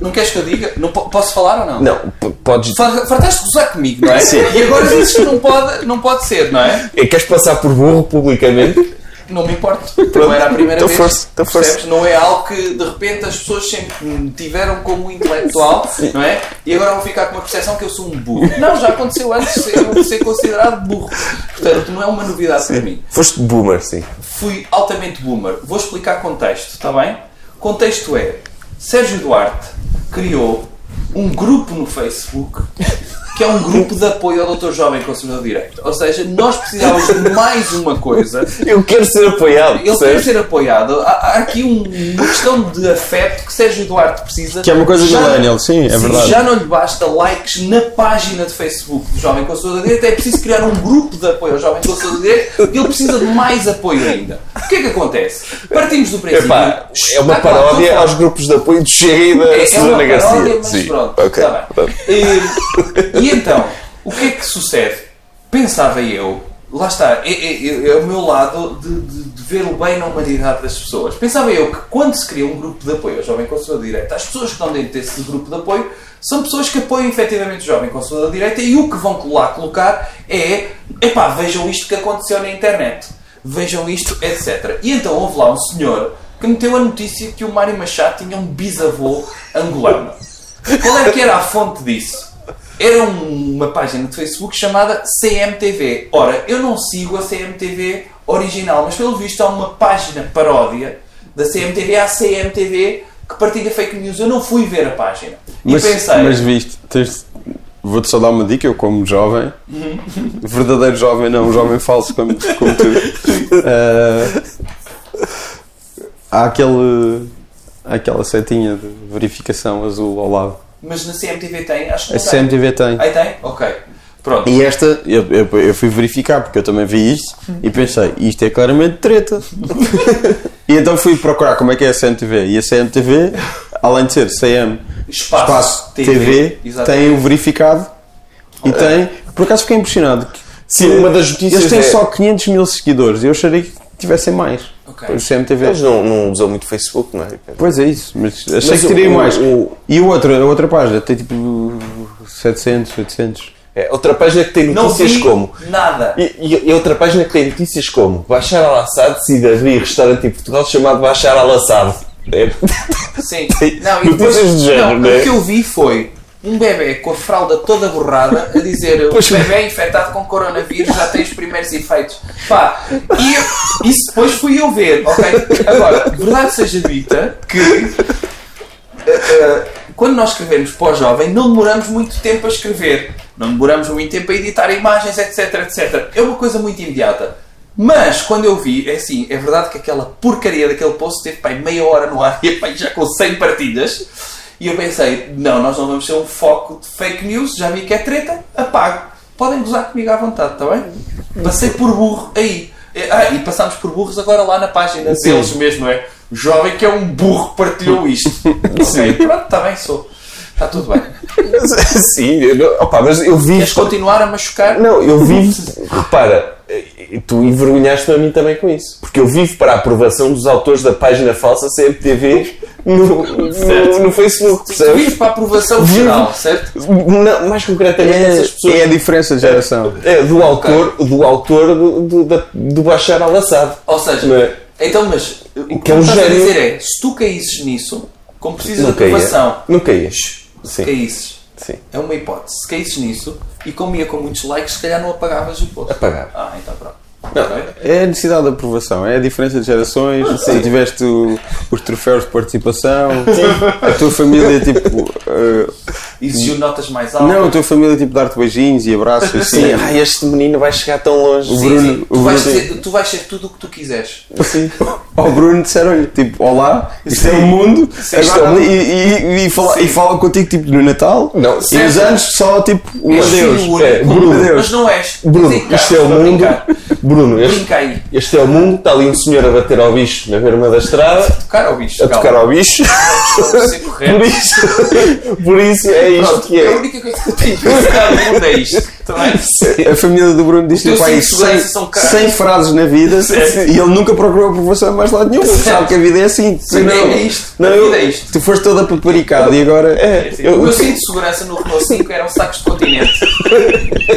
Não queres que eu diga? Não po- posso falar ou não?
Não, p- podes.
Fa- Fartaste de gozar comigo, não é?
Sim.
E agora dizes que não pode, não pode ser, não é?
Queres passar por burro publicamente?
Não me importo. Não era a primeira
Então
vez.
força, então força.
Percebes? Não é algo que de repente as pessoas sempre me tiveram como intelectual, não é? E agora vão ficar com uma percepção que eu sou um burro. Não, já aconteceu antes de ser, de ser considerado burro. Portanto, não é uma novidade para mim.
Foste boomer, sim.
Fui altamente boomer. Vou explicar contexto, está bem? Contexto é: Sérgio Duarte criou um grupo no Facebook que é um grupo de apoio ao Dr. Jovem Consumidor de Direito. Ou seja, nós precisávamos de mais uma coisa
Eu quero ser apoiado.
ele
percebes?
quer ser apoiado. Há, há aqui um- uma questão de afeto que Sérgio Duarte precisa.
Que é uma coisa
Já-
millennial, sim, é
Sim,
verdade.
Já não lhe basta likes na página de Facebook do Jovem Consultor da Direita, é preciso criar um grupo de apoio ao Jovem Consultor da Direita e ele precisa de mais apoio ainda. O que é que acontece? Partimos do princípio.
Epá, é
Ah,
uma
claro,
paródia
estou a falar.
aos grupos de apoio do Chega e da
É, é uma
Susana
paródia,
Garcia.
mas pronto.
Ok.
tá bem. E, e então, o que é que sucede? Pensava eu, lá está, é, é- é- é o meu lado de, de- de ver o bem na humanidade das pessoas. Pensava eu que quando se cria um grupo de apoio ao Jovem Conselho da Direita, as pessoas que estão dentro desse grupo de apoio são pessoas que apoiam efetivamente o Jovem Conselho da Direita e o que vão lá colocar é epá, vejam isto que aconteceu na internet, vejam isto, etc. E então houve lá um senhor que meteu a notícia que o Mário Machado tinha um bisavô angolano. Qual é que era a fonte disso? Era um- uma página de Facebook chamada CMTV. Ora, eu não sigo a CMTV original, mas pelo visto há uma página paródia da CMTV à CMTV que partilha fake news. Eu não fui ver a página.
Mas,
e pensei,
mas viste, tens- vou-te só dar uma dica, eu como jovem,
Uhum.
verdadeiro jovem, não, um jovem falso como, como tu. eh, há aquele. há aquela setinha de verificação azul ao lado.
mas na CMTV tem, acho que
A
não tem.
CMTV tem.
Aí tem? Ok. Pronto.
E esta, eu, eu, eu fui verificar porque eu também vi isto e pensei, isto é claramente treta. e então fui procurar como é que é a CMTV. E a CMTV, além de ser CM
Espaço,
espaço
TV,
TV,
exatamente.
tem o verificado e tem. Por acaso fiquei impressionado. que-
É. Sim, uma das notícias
Eles têm
é-
só 500 mil seguidores. Eu acharia que tivessem mais.
Ok.
O CMTV.
Eles não, não usam muito Facebook, não é?
Pois é isso, mas achei
Mas
que
o-
teria
o-
mais.
o-
E a outra, a outra página tem tipo 700, 800.
É, outra página que tem
Não
notícias
vi
como.
nada.
E, e- e outra página que tem notícias como Bashar al-Assad decide abrir restaurante em Portugal chamado Bashar al-Assad. É,
Sim.
Tem
Não, e depois,
notícias de género,
não,
né?
o que eu vi foi um bebê com a fralda toda borrada a dizer o bebê é infectado com coronavírus já tem os primeiros efeitos. Pá, e eu- isso depois fui eu ver, ok? Agora, verdade seja dita que eh, eh, quando nós escrevemos para o jovem não demoramos muito tempo a escrever, não demoramos muito tempo a editar imagens, etc, etc. É uma coisa muito imediata. Mas quando eu vi, é assim, é verdade que aquela porcaria daquele post teve pai, meia hora no ar e pai, já com 100 partilhas. E eu pensei, não, nós não vamos ser um foco de fake news, já vi que é treta, apago. Podem gozar comigo à vontade, está bem? Passei por burro aí. Ah, e passámos por burros agora lá na página deles mesmo, não é? O jovem que é um burro que partilhou isto. Sim. Pronto, está bem, sou. Está tudo bem.
sim, eu, não- opá, mas eu
Queres
vivo.
continuar a machucar?
Não, eu vivo. repara, eh, tu envergonhaste-me a mim também com isso. Porque eu vivo para a aprovação dos autores da página falsa CMTV no, no, no
Tu
Facebook, percebes?
vives para a aprovação geral, certo?
Não, mais concretamente, essas pessoas.
É, é a diferença de geração.
É, do autor, do, autor do, do, da- do Bashar al-Assad.
Ou seja,
Não é?
então, mas o que
é um
eu estás a
gênio.
dizer é, se tu caísses nisso, como precisas de
Nunca ia.
aprovação,
Nunca ia.
se
Sim.
caísses,
Sim.
é uma hipótese, se caísses nisso e como ia com muitos likes, se calhar não apagavas o post.
Apagava.
Ah, então pronto.
É a necessidade de aprovação, é a diferença de gerações.
Ah,
Se tiveste o- os troféus de participação, a tua família, tipo. eh,
Exigiu notas mais altas.
não, a tua família, tipo, dar-te beijinhos e abraços. Assim.
Sim, ai, este menino vai chegar tão longe.
O
Sim,
Bruno-
sim.
o
Tu, vais
Bruno-
ser, tu vais ser tudo o que tu quiseres.
Sim. Ao Bruno disseram-lhe, tipo, olá, isto é o mundo, agora-
é o mundo.
e, e, e, fala, e fala contigo, tipo, no Natal,
Não,
e
sim.
os anos só, tipo, um
És filho
adeus.
único.
é, Bruno,
Mas não és.
Bruno,
Mas cá,
isto é o
estou a
mundo.
brincar.
Bruno, este,
Brinca aí.
este é o mundo. Está ali um senhor a bater ao bicho na verma da estrada,
Tocar ao bicho.
a tocar ao bicho.
bicho.
Por isso, por isso é isto que
É a
é.
única coisa que eu tenho que pensar no mundo é isto. Está bem?
A família do Bruno diz
Os teus
tipo, aí,
cinco seguranças
100,
são caros.
frases na
É.
vida
Certo.
e ele nunca procurou aprovação em mais lado nenhum. porque Sabe que a vida é assim. Tu,
Sim,
não,
é isto.
não,
A
eu-
vida é isto.
tu foste toda paparicada e agora.
É assim,
eu-
o meu cinto de segurança no Renault 5 eram sacos de continente.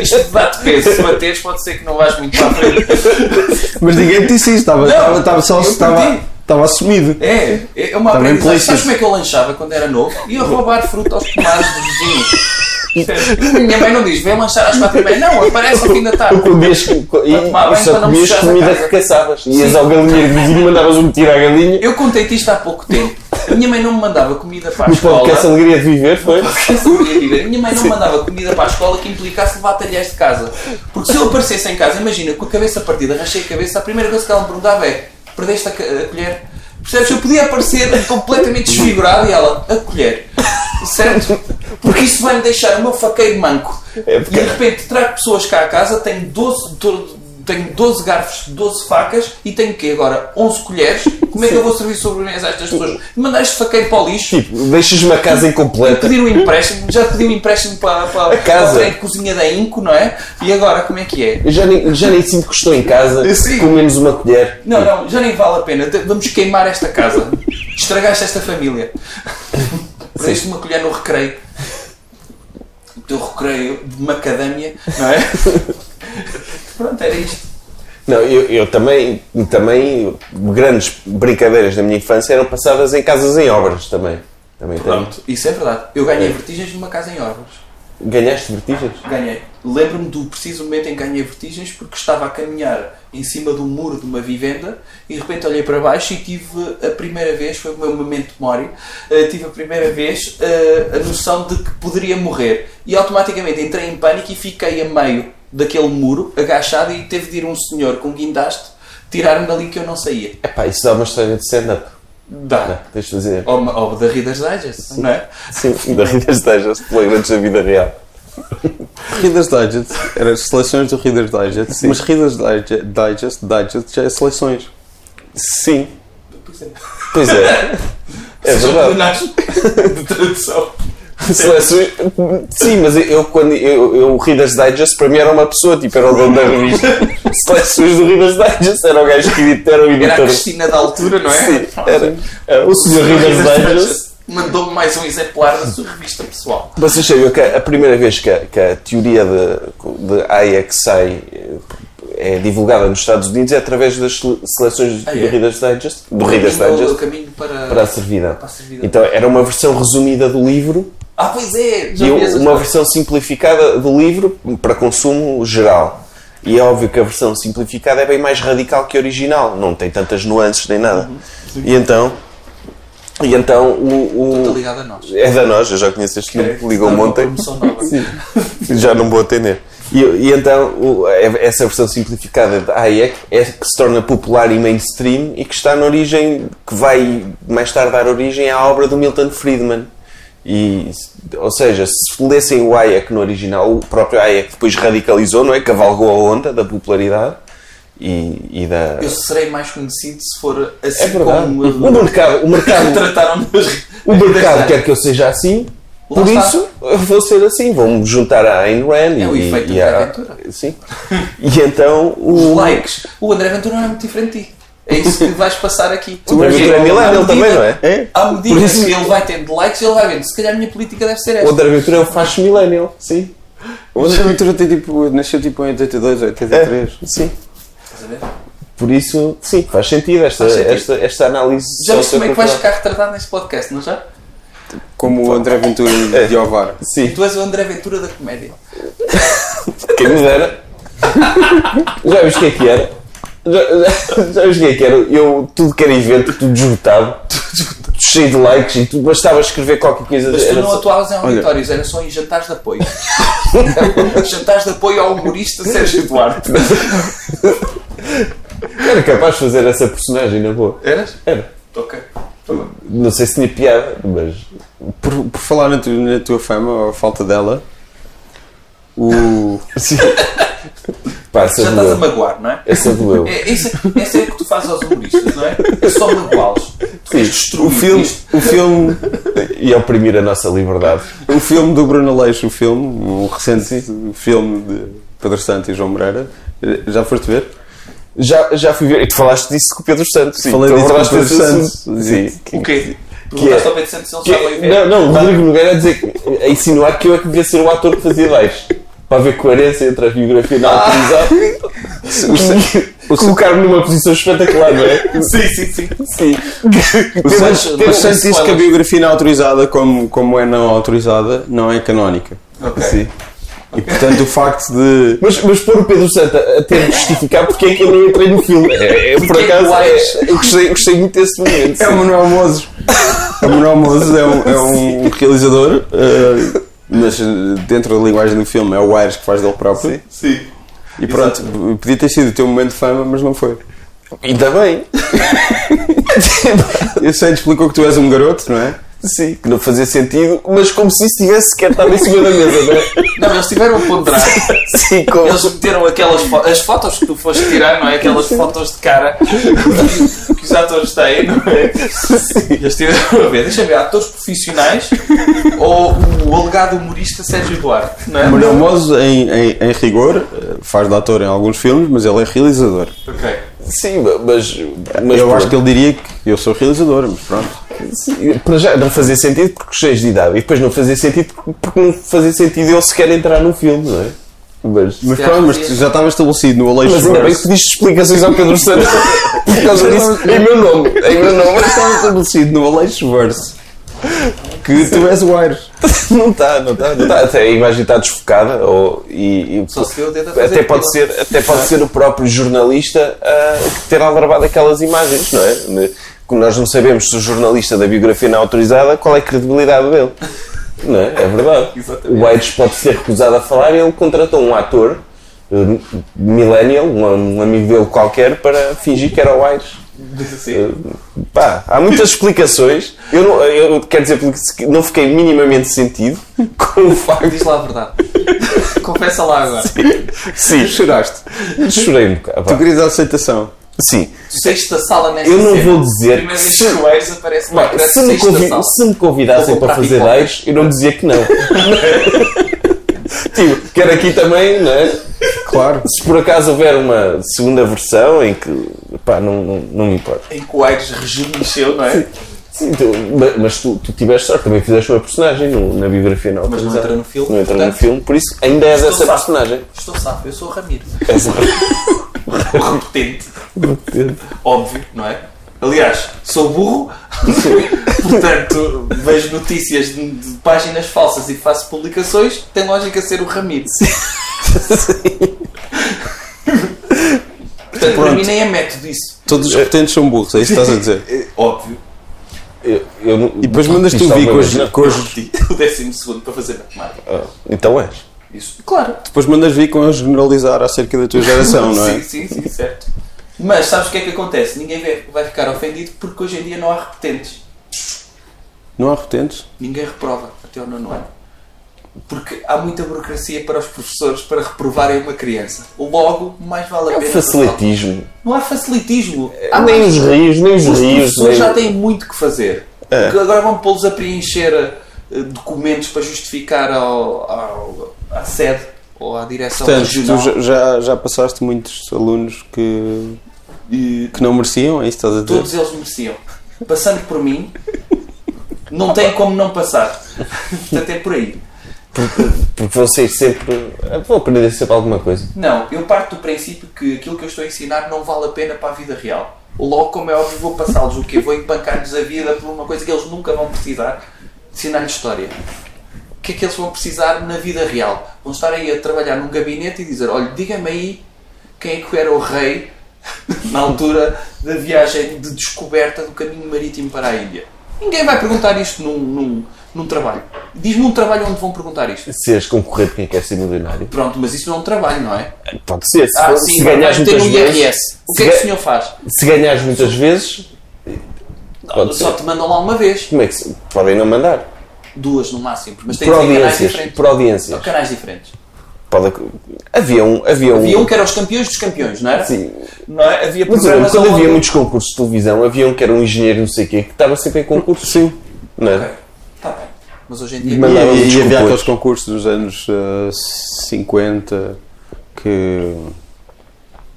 Isto dá-te peso. Se bateres, pode ser que não vás muito para a frente.
mas ninguém te disse isso, estava,
Não,
estava, estava só
eu
estava,
perdi.
estava assumido.
É, é uma
Também
aprendizagem.
polícias.
Sabes como é que eu lanchava quando era novo? Ia roubar fruta aos pomares dos vizinhos. Percebes? Minha mãe não diz, vem lanchar às quatro e meia. Não, aparece ao fim da tarde.
Tu comias, e,
tomar banho
só
para não
comias
puxares a
comida
carga.
que caçavas. Ias
Sim.
ao galinheiro vizinho e mandavas um tiro à galinha.
Eu contei-te isto há pouco tempo. A minha mãe não me mandava comida para a
No
escola.
podcast Alegria de Viver, foi?
Essa é a minha vida. A minha mãe não mandava comida para a escola que implicasse levar talheres de casa. Porque se eu aparecesse em casa, imagina, com a cabeça partida, rachei a cabeça, a primeira coisa que ela me perguntava é: perdeste a, ca- a colher? Percebes? Eu podia aparecer completamente desfigurado e ela, a colher. Certo? Porque isso vai-me deixar o meu faqueiro manco.
É porque-
E de repente trago pessoas cá a casa, tenho 12. to- Tenho 12 garfos, 12 facas e tenho que agora 11 colheres. Como é que eu vou servir sobremesa a estas pessoas? Mandar este faqueiro para o lixo?
Tipo, deixas-me a casa incompleta.
pedir um empréstimo, já pedi um empréstimo para, para, para
casa.
trem de cozinha da Inco, não é? E agora como é que é?
Eu já nem, já nem sinto que estou em casa,
Sim.
com menos uma colher.
Não, não, já nem vale a pena. Te- Vamos queimar esta casa. Estragaste esta família. Perdeste uma colher no recreio. O teu recreio de macadâmia, não é? Pronto, era isto.
Não, eu, eu também, também, grandes brincadeiras da minha infância eram passadas em casas em obras também. também tenho.
Pronto, isso é verdade. Eu ganhei vertigens numa casa em Orvas.
Ganhaste vertigens?
Ganhei. Lembro-me do preciso momento em que ganhei vertigens porque estava a caminhar em cima do muro de uma vivenda e de repente olhei para baixo e tive a primeira vez, foi o meu momento de memória, eh, tive a primeira vez eh, a noção de que poderia morrer. E automaticamente entrei em pânico e fiquei a meio daquele muro, agachado, e teve de ir um senhor com guindaste tirar-me dali que eu não saía.
Epá, isso dá uma história de stand-up.
Dá.
Tens de fazer.
Ou, ou da Reader's Digest, não é?
Sim, da Rita Estejas, flagrantes da vida real.
Reader's Digest, eram seleções do Reader's Digest, mas Reader's Digest, Digest, Digest já é seleções.
Sim.
Pois é.
Pois é. É
São
verdade.
plenários um de tradução.
Seleções- Sim, mas eu- eu quando eu, eu, o Reader's Digest para mim era uma pessoa, tipo, era o dono da revista. Seleções do Reader's Digest era o gajo que edita, era o
Era a
editor.
Cristina da altura, não é?
Sim, era, era o senhor Reader's Digest.
Mandou-me mais um exemplar da sua revista pessoal.
Vocês sabiam que a primeira vez que a, que a teoria de, de AXI é divulgada nos Estados Unidos é através das sele- seleções
Ah, é?
do Reader's Digest, do Reader's
Caminho-
Digest
caminho para...
para a servidão.
para a servidão.
Então era uma versão resumida do livro
Ah, pois é! Já
e
vi essa
uma
história.
versão simplificada do livro para consumo geral. E é óbvio que a versão simplificada é bem mais radical que a original, não tem tantas nuances nem nada. e então, e então
Está
o, o-
ligada a nós.
é da nós, eu já conheço este nome, ligou-me
Está uma
ontem.
promoção nova.
Já não vou atender. E, e então, o- essa versão simplificada de AEC é que se torna popular e mainstream e que está na origem, que vai mais tarde dar origem à obra do Milton Friedman. E, ou seja, se lessem o AEC no original, o próprio AEC depois radicalizou, não é? Cavalgou a onda da popularidade e, e da.
Eu serei mais conhecido se for assim
É verdade.
como...
O mercado, o mercado,
Trataram-me as-
o
as
mercado
revistas.
quer que eu seja assim,
É Lá
por
está.
isso eu vou ser assim, vou-me juntar à Ayn Rand
É o
e,
efeito
e
André
à-
Ventura.
Sim. E então o.
Os likes. O André Ventura não é muito diferente de ti. É isso que vais passar aqui.
O André Ventura é Milano, ele também, não é?
É?
À medida
Por isso-
que ele vai tendo likes, ele vai vendo. Se calhar a minha política deve ser
O
esta.
André Ventura é o facho millennial, sim.
O André Ventura tem tipo, nasceu tipo em 82,
É.
83.
Sim.
Estás a ver?
Por isso, sim, faz sentido esta,
Faz sentido.
Esta, esta análise.
Já viste como é que vais
sociocultural.
ficar retardado neste podcast, não já?
Como o André
É.
Ventura de Ovar.
Tu és o André Ventura da comédia.
Sim, quem me dera. Já viste o que é que era? Já, já, já viste o que é que era? Eu, tudo que era evento, tudo esgotado, tudo cheio de likes e tudo, bastava escrever qualquer coisa.
Mas tu
era
não
só-
atuavas em auditórios, era só em jantares de apoio. jantares de apoio ao humorista Sérgio Duarte.
Era capaz de fazer essa personagem, na boa.
Eras?
Era.
Ok.
Não sei se tinha piada, mas.
Por, por falar na, tu- na tua fama, ou a falta dela, o.
Pá,
Já
essa
estás a
doeu.
magoar, não é?
Essa doeu.
É, isso, essa é o que tu fazes aos humoristas, não é? É só magoá-los. Tu queres destruir
O filme,
isto.
o filme,
E oprimir a nossa liberdade.
o filme do Bruno Leixo, o filme, o recente filme de Pedro Santo e João Moreira, já foste ver?
Já, já fui ver. E tu falaste disso com o Pedro Santos. Sim,
Falei
tu
disso com o
abordaste
Pedro
esse
Santos.
assunto.
Sim.
O quê?
Que
Perguntaste
é-
ao Pedro Santos se ele
Que-
sabe o
não, não, o Rodrigo Nogueira a, dizer, que- a insinuar que eu é que devia ser o ator que fazia leis. Para haver coerência entre a biografia
Ah!
não autorizada e colocar-me numa posição espetacular, não é?
Sim, sim, sim.
O
Temos-
Santos, o
temos
Santos diz que a
spoilers.
biografia não é autorizada, como, como é não autorizada, não é canónica.
Ok.
Sim. E portanto o facto de.
Mas, mas pôr o Pedro Santa a ter de justificar porque é que eu não entrei no filme. É, é, por
Porque é que
acaso,
lá
é-
és?
eu gostei, gostei muito desse momento.
É o
sim.
Manuel Mozes. O Manuel Mozes é um, é um realizador, eh, mas dentro da linguagem do filme é o Aires que faz dele próprio.
Sim.
E pronto, podia ter sido o teu momento de fama, mas não foi.
Ainda bem.
Eu sei, te explicou que tu és um garoto, não é?
Sim, que não fazia sentido, mas como se isso tivesse sequer estado em cima da mesa, não é?
Não, eles tiveram a ponderar.
Sim, como.
Eles meteram aquelas fo- as fotos que tu foste tirar, não é? Aquelas fotos de cara que, que os atores têm, não é? Eles tiveram a ver, deixa eu ver, atores profissionais ou o alegado humorista Sérgio Duarte, não é?
O Manuel Mozes, em, em, em rigor, eh, faz de ator em alguns filmes, mas ele é realizador.
Ok.
Sim, mas. mas
eu
pronto.
acho que ele diria que eu sou realizador, mas pronto.
Sim, para já não fazia sentido porque cheios de idade e depois não fazia sentido porque não fazia sentido eu sequer entrar no filme, não é? Mas,
Mas
Já
pronto, mas
fazia.
tu já estava estabelecido no Aleixo
mas ainda bem
Roberts.
que pediste explicações ao Pedro Santos por causa disso em meu nome, em meu nome.
estava estabelecido no Aleixo Verso que tu és o Aires.
Não está, não está, não está. Até a imagem está desfocada ou, e, e-
Só se vê o dedo a fazer
até pode,
aquilo.
ser, até pode ser o próprio jornalista ah, que ter alarmado aquelas imagens, não é? Como nós não sabemos se o jornalista da biografia não autorizada, qual é a credibilidade dele. Não é? É verdade.
Exatamente.
O Aires pode ser recusado a falar e ele contratou um ator eh, millennial, um, um amigo dele qualquer, para fingir que era o Aires.
Sim.
Pá, há muitas explicações. Eu, não, eu quero dizer, porque não fiquei minimamente sentido com o facto.
Diz lá a verdade. Confessa lá agora.
Sim,
Choraste.
chorei um bocado.
Tu
pá.
querias a aceitação.
Sim.
Tu saíste da sala nesta
Eu não
cena.
vou dizer
Primeira vez
se-
que o Aires aparece na
Pá,
ecrã,
se, me
saíste da
convi-
sala.
se me convidassem
Vou
para
comprar
fazer
pipocas.
10, eu não dizia que não. tipo, quero aqui também, não é?
Claro.
Se por acaso houver uma segunda versão em que. pá, não, não, não me importa.
Em que o Aires regemexeu, não é?
Sim, tu- ma- mas tu, tu tiveste sorte, também fizeste uma personagem no- na biografia não
Mas não
autorizada.
entra no filme,
Não entra no
portanto,
filme, por isso ainda és
estou
essa
safo.
personagem.
Estou safo, eu sou o Ramiro.
És-
O repetente. Óbvio, não é? Aliás, sou burro, portanto, vejo notícias de, de páginas falsas e faço publicações, tem lógica ser o Ramiro. Portanto, para mim nem é método isso.
Todos os repetentes são burros, é isso que estás a dizer.
É óbvio.
Eu- eu não-
E depois mandas tu
Isto
vir
alguma
com
vez, não?
as, com as-
Repeti o décimo segundo para fazer matemática.
Ah, Então és.
Isso, claro.
depois mandas vir com a generalizar acerca da tua geração, não é?
Sim, sim, sim, certo. Mas sabes o que é que acontece? Ninguém vai- vai ficar ofendido porque hoje em dia não há repetentes.
Não há repetentes?
Ninguém reprova até o nono ano. Porque há muita burocracia para os professores para reprovarem uma criança. Logo, mais vale a
É um
pena.
facilitismo.
Não há facilitismo. Há
nem os rios, nem os
os
rios.
professores já
nem-
têm muito que fazer. Porque Agora vão pô-los a preencher eh, documentos para justificar ao, ao- à sede ou à direção
Portanto,
regional.
tu já- já, já passaste muitos alunos que, que não mereciam, é isso que estás a dizer?
Todos eles mereciam. Passando por mim, não tem como não passar. Portanto, é por aí.
Porque vão ser sempre. ah, Vão aprender sempre alguma coisa.
Não, eu parto do princípio que aquilo que eu estou a ensinar não vale a pena para a vida real. Logo, como é óbvio, vou passá-los o quê? Vou embancar-lhes a vida por uma coisa que eles nunca vão precisar. Ensinar-lhes história. que é que eles vão precisar na vida real. Vão estar aí a trabalhar num gabinete e dizer: olha, diga-me aí quem é que era o rei na altura da viagem de descoberta do caminho marítimo para a Índia. Ninguém vai perguntar isto num, num, num trabalho. Diz-me um trabalho onde vão perguntar isto.
Seres concorrer de quem quer ser milionário.
Pronto, mas isso não é um trabalho, não é?
Pode ser. Se,
Ah,
for-
sim,
se
vai
ganhares
ter
muitas
um IRS.
vezes.
O
se
que é que
ga-
o senhor faz?
Se ganhares muitas vezes, pode ser.
Só te mandam lá uma vez,
Como é que se... Podem não mandar.
duas no máximo, mas tens
Por
em canais
audiências.
diferentes.
Por audiências.
São canais diferentes.
Pode... Havia um. Havia um.
Havia um que era os campeões dos campeões, não era?
Sim.
Não é? Havia
Mas eu lembro,
programas
quando
ao
havia
longo-
muitos concursos de televisão, havia um que era um engenheiro não sei o quê, que estava sempre em concurso. Sim. Não é?
Tá bem. Mas hoje em
E,
dia.
e,
mandavam-nos
e havia
concursos.
aqueles concursos dos anos ah, 50 que,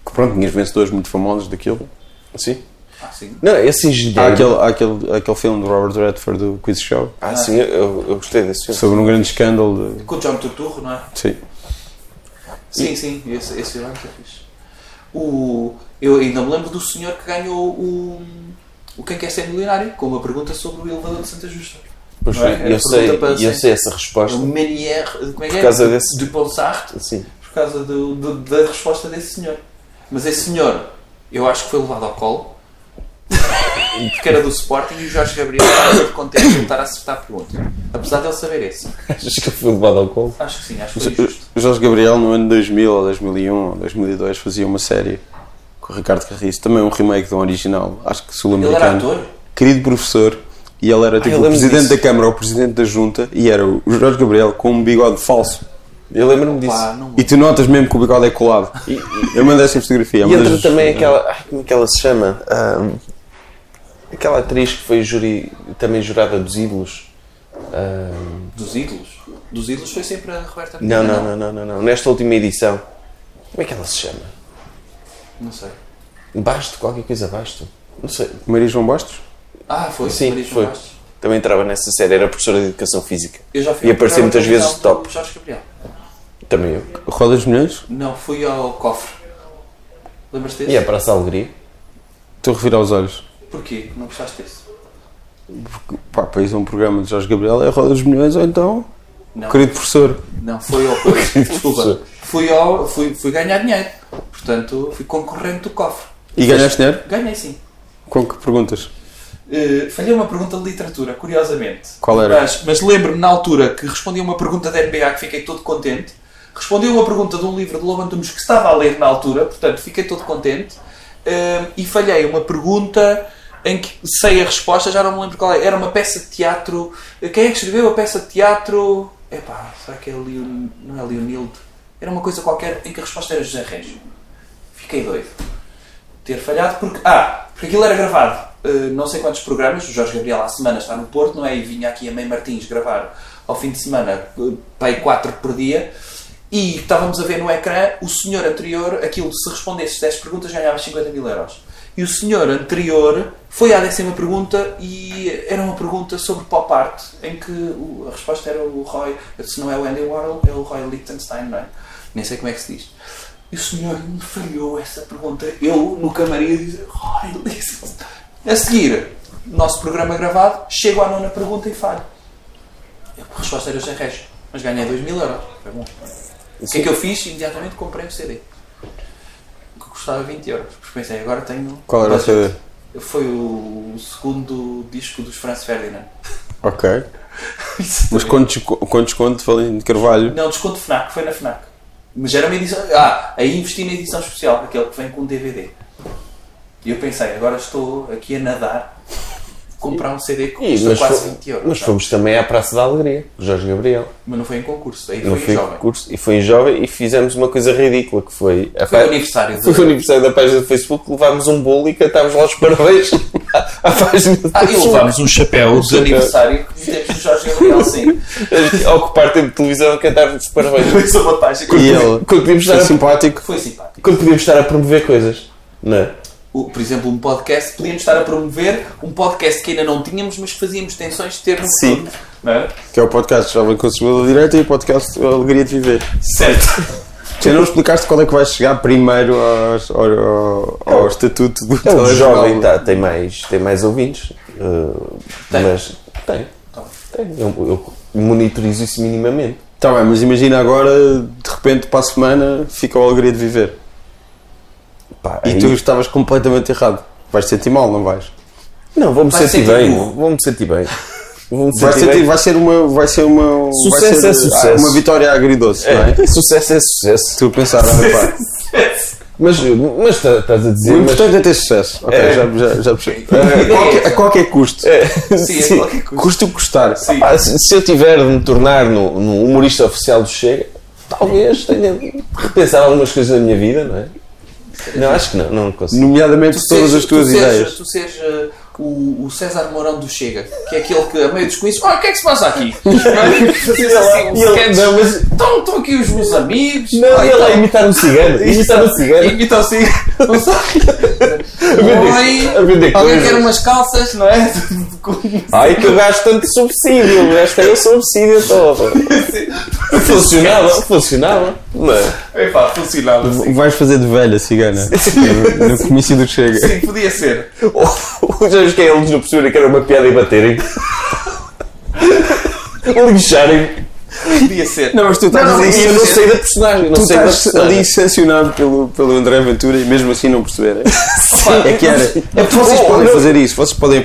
que pronto, tinhas vencedores muito famosos daquilo. Sim.
Ah, sim.
Não, é assim, esse engenheiro.
Há aquele, há aquele, aquele filme do Robert Redford do Quiz Show
Ah, sim, eu, eu- eu gostei desse filme.
sobre um grande escândalo. De,
Com o John Turturro, não é?
sim.
Sim, sim, esse, esse filme é muito fixe. O, eu ainda me lembro do senhor que ganhou o, o Quem Quer Ser Milionário, com uma pergunta sobre o elevador de Santa Justa.
Pois
Não é?
foi,
Era
eu, sei,
pergunta para
eu
ser-
sei essa
É
resposta.
O Manier, como é que é?
Por causa desse-
De Ponsarte,
Sim.
por causa do- do- da resposta desse senhor. Mas esse senhor, eu acho que foi levado ao colo, porque era do Sporting e o Jorge Gabriel estava muito contente de voltar a acertar a pergunta. Apesar de ele saber esse.
Achas que eu fui levado ao colo?
Acho que sim, acho que foi justo.
O Jorge Gabriel, no ano 2000 ou 2001 ou 2002, fazia uma série com o Ricardo Carriço, também um remake de um original, acho que
Ele era
sul-americano.
ator?
Querido professor, e ele era tipo o
Ah, lembro
presidente
disso.
da Câmara ou o presidente da Junta, e era o Jorge Gabriel com um bigode falso.
Eu lembro-me disso.
Pá, não me
E tu notas mesmo que o bigode é colado. Eu mandei essa fotografia.
E
mas-
entra também aquela. Ai, como é que ela se chama? Ahm, aquela atriz que foi juri, também jurada dos ídolos. Ahm,
Dos ídolos? Dos ídolos foi sempre a Roberta Medina,
não, não, não, não, não, não. Nesta última edição. Como é que ela se chama?
Não sei.
Basto, qualquer coisa basto. Não sei.
Maria João Bastos?
Ah, foi.
Sim,
Maria João
foi.
Bastos.
Também entrava nessa série, era professora de educação física.
Eu já fui
E
ao programa
aparecia muitas
de
vezes
televisão
top.
do Jorge Gabriel.
Também eu.
Roda dos Milhões?
Não, fui ao cofre. Lembras-te desse?
E a Praça Alegria.
Estou a revirar os olhos.
Porquê? Não gostaste desse?
Pá, para isso é um programa de Jorge Gabriel, é Roda dos Milhões ou então...
Não,
Querido professor.
não foi ao. Desculpa. Fui, ao... Fui, fui ganhar dinheiro. Portanto, fui concorrente do cofre.
E ganhaste dinheiro?
Ganhei sim.
Com que perguntas?
Eh, falhei uma pergunta de literatura, curiosamente.
Qual era?
Mas, mas lembro-me na altura que respondi a uma pergunta da NBA que fiquei todo contente. Respondi a uma pergunta de um livro de Lobo Antunes que estava a ler na altura, portanto fiquei todo contente. Eh, e falhei uma pergunta em que sei a resposta, já não me lembro qual é. Era uma peça de teatro. Eh, Quem é que escreveu a peça de teatro? Epá, será que é Leon... não é Leonildo? Era uma coisa qualquer em que a resposta era José Reis. Fiquei doido ter falhado porque. Ah, porque aquilo era gravado. eh, não sei quantos programas, o Jorge Gabriel à semana está no Porto, não é? E vinha aqui a Mãe Martins gravar ao fim de semana, eh, pai 4 por dia. E estávamos a ver no ecrã o senhor anterior, aquilo se respondesse 10 perguntas ganhava 50 mil euros. E o senhor anterior foi à décima pergunta e era uma pergunta sobre pop art, em que o- a resposta era o Roy, se não é o Andy Warhol, é o Roy Lichtenstein, não é? Nem sei como é que se diz. E o senhor me falhou essa pergunta. Eu, no camarim, disse: Ai, Ulisses." A seguir, nosso programa gravado, chego à nona pergunta e falho. A resposta era os reis, mas ganhei 2 mil euros. Foi bom. O que é que eu fiz? Imediatamente comprei um CD. Que custava 20 euros. Porque pensei, agora tenho.
Qual era o CD?
Foi o segundo disco dos Franz Ferdinand.
Ok. Mas com desco- com desconto, falei de Carvalho.
Não, desconto FNAC, foi na FNAC. Mas era uma edição. Ah, aí investi na edição especial, aquele que vem com DVD. E eu pensei, agora estou aqui a nadar, comprar um CD que
Ih,
custa
mas
quase
fo-
20 euros.
mas
tá?
fomos também à Praça da Alegria, do Jorge Gabriel.
Mas não foi em concurso, aí
Não
foi
foi
em jovem.
curso, e foi em jovem e fizemos uma coisa ridícula que foi. a
Foi
pá-
o aniversário de-
Foi o aniversário da página do Facebook, levámos um bolo e cantámos lá os parabéns à, à página do
Ah, e
Facebook.
levámos um chapéu de aniversário que temos do Jorge Gabriel, sim.
A ocupar tempo de televisão a cantar os parabéns.
Foi só uma página.
E ele
Quando podíamos, estar
foi
a,
simpático.
Foi simpático.
quando podíamos estar a promover coisas. Não é?
O- por exemplo, um podcast, podíamos estar a promover um podcast que ainda não tínhamos, mas que fazíamos tensões de ter no
Sim.
futuro, Não é?
Que é o podcast Jovem Consumidor da Direita e o podcast A Alegria de Viver.
Certo.
Tu ainda não explicaste qual é que vai chegar primeiro aos- ao, ao- ao estatuto do
É um
telejornal.
jovem, tá, tem, mais, tem mais ouvintes. uh,
Tem. Tá
Mas tem. tem. Eu, eu monitorizo isso minimamente.
Tá bem, mas imagina agora, de repente, para a semana, fica o alegria de viver.
Pá,
E
aí-
tu estavas completamente errado. Vais te sentir mal, não vais?
Não, vou-me
Vai
sentir
sentir
bem.
burro.
Vou-me sentir bem. Vou-me
Vai,
sentir bem.
vai ser uma. Vai ser uma vai
Sucesso
ser,
é sucesso.
ah, Uma vitória agridoce, não é?
É, sucesso é sucesso.
Tu a pensar, ah, pá,
Mas mas tá- estás a dizer.
O
mas-
importante é ter sucesso. Ok,
É.
já, já, já percebi.
É.
A qualquer, a qualquer custo.
Sim,
Sim.
é qualquer coisa.
Custo o que custar.
Sim.
Ah, Pá, se se eu tiver de me tornar no, no humorista oficial do Chega, talvez tenha de repensar algumas coisas da minha vida, não é? Não, acho que não, não consigo.
Nomeadamente
Tu
todas
seja-
as tuas
tu seja-
ideias.
tu seja o, o César Mourão do Chega, que é aquele que a meio dos conhecidos, olha o que é que se passa aqui?
é
Fazes assim um
E ele-
sketch,
não, mas-
"Então, estão aqui os meus amigos,
Não,
Ah,
ele a
então,
imitar um cigano,
é
imitar um cigano,
imita assim, não sei.
vender- a vender
Oi, alguém
coisas.
quer umas calças, não é? Com-
Ai que eu gasto tanto subsídio, eu gastei o subsídio todo. Funcionava, funcionava. Não é?
Epá, funcionava assim.
Vais fazer de velha cigana. No- No comício do Chega.
Sim, podia ser.
Ou já os que eles não perceberam que era uma piada e baterem. Lixarem.
Podia ser.
Não, mas tu estás
Não, não,
ali-
isso é
E eu não saí da personagem, não
Tu
sei da
estás ali
personagem.
sancionado pelo, pelo André Ventura e mesmo assim não perceberem.
Opa,
É que era. É porque vocês
bom,
podem
não-
fazer isso, vocês podem,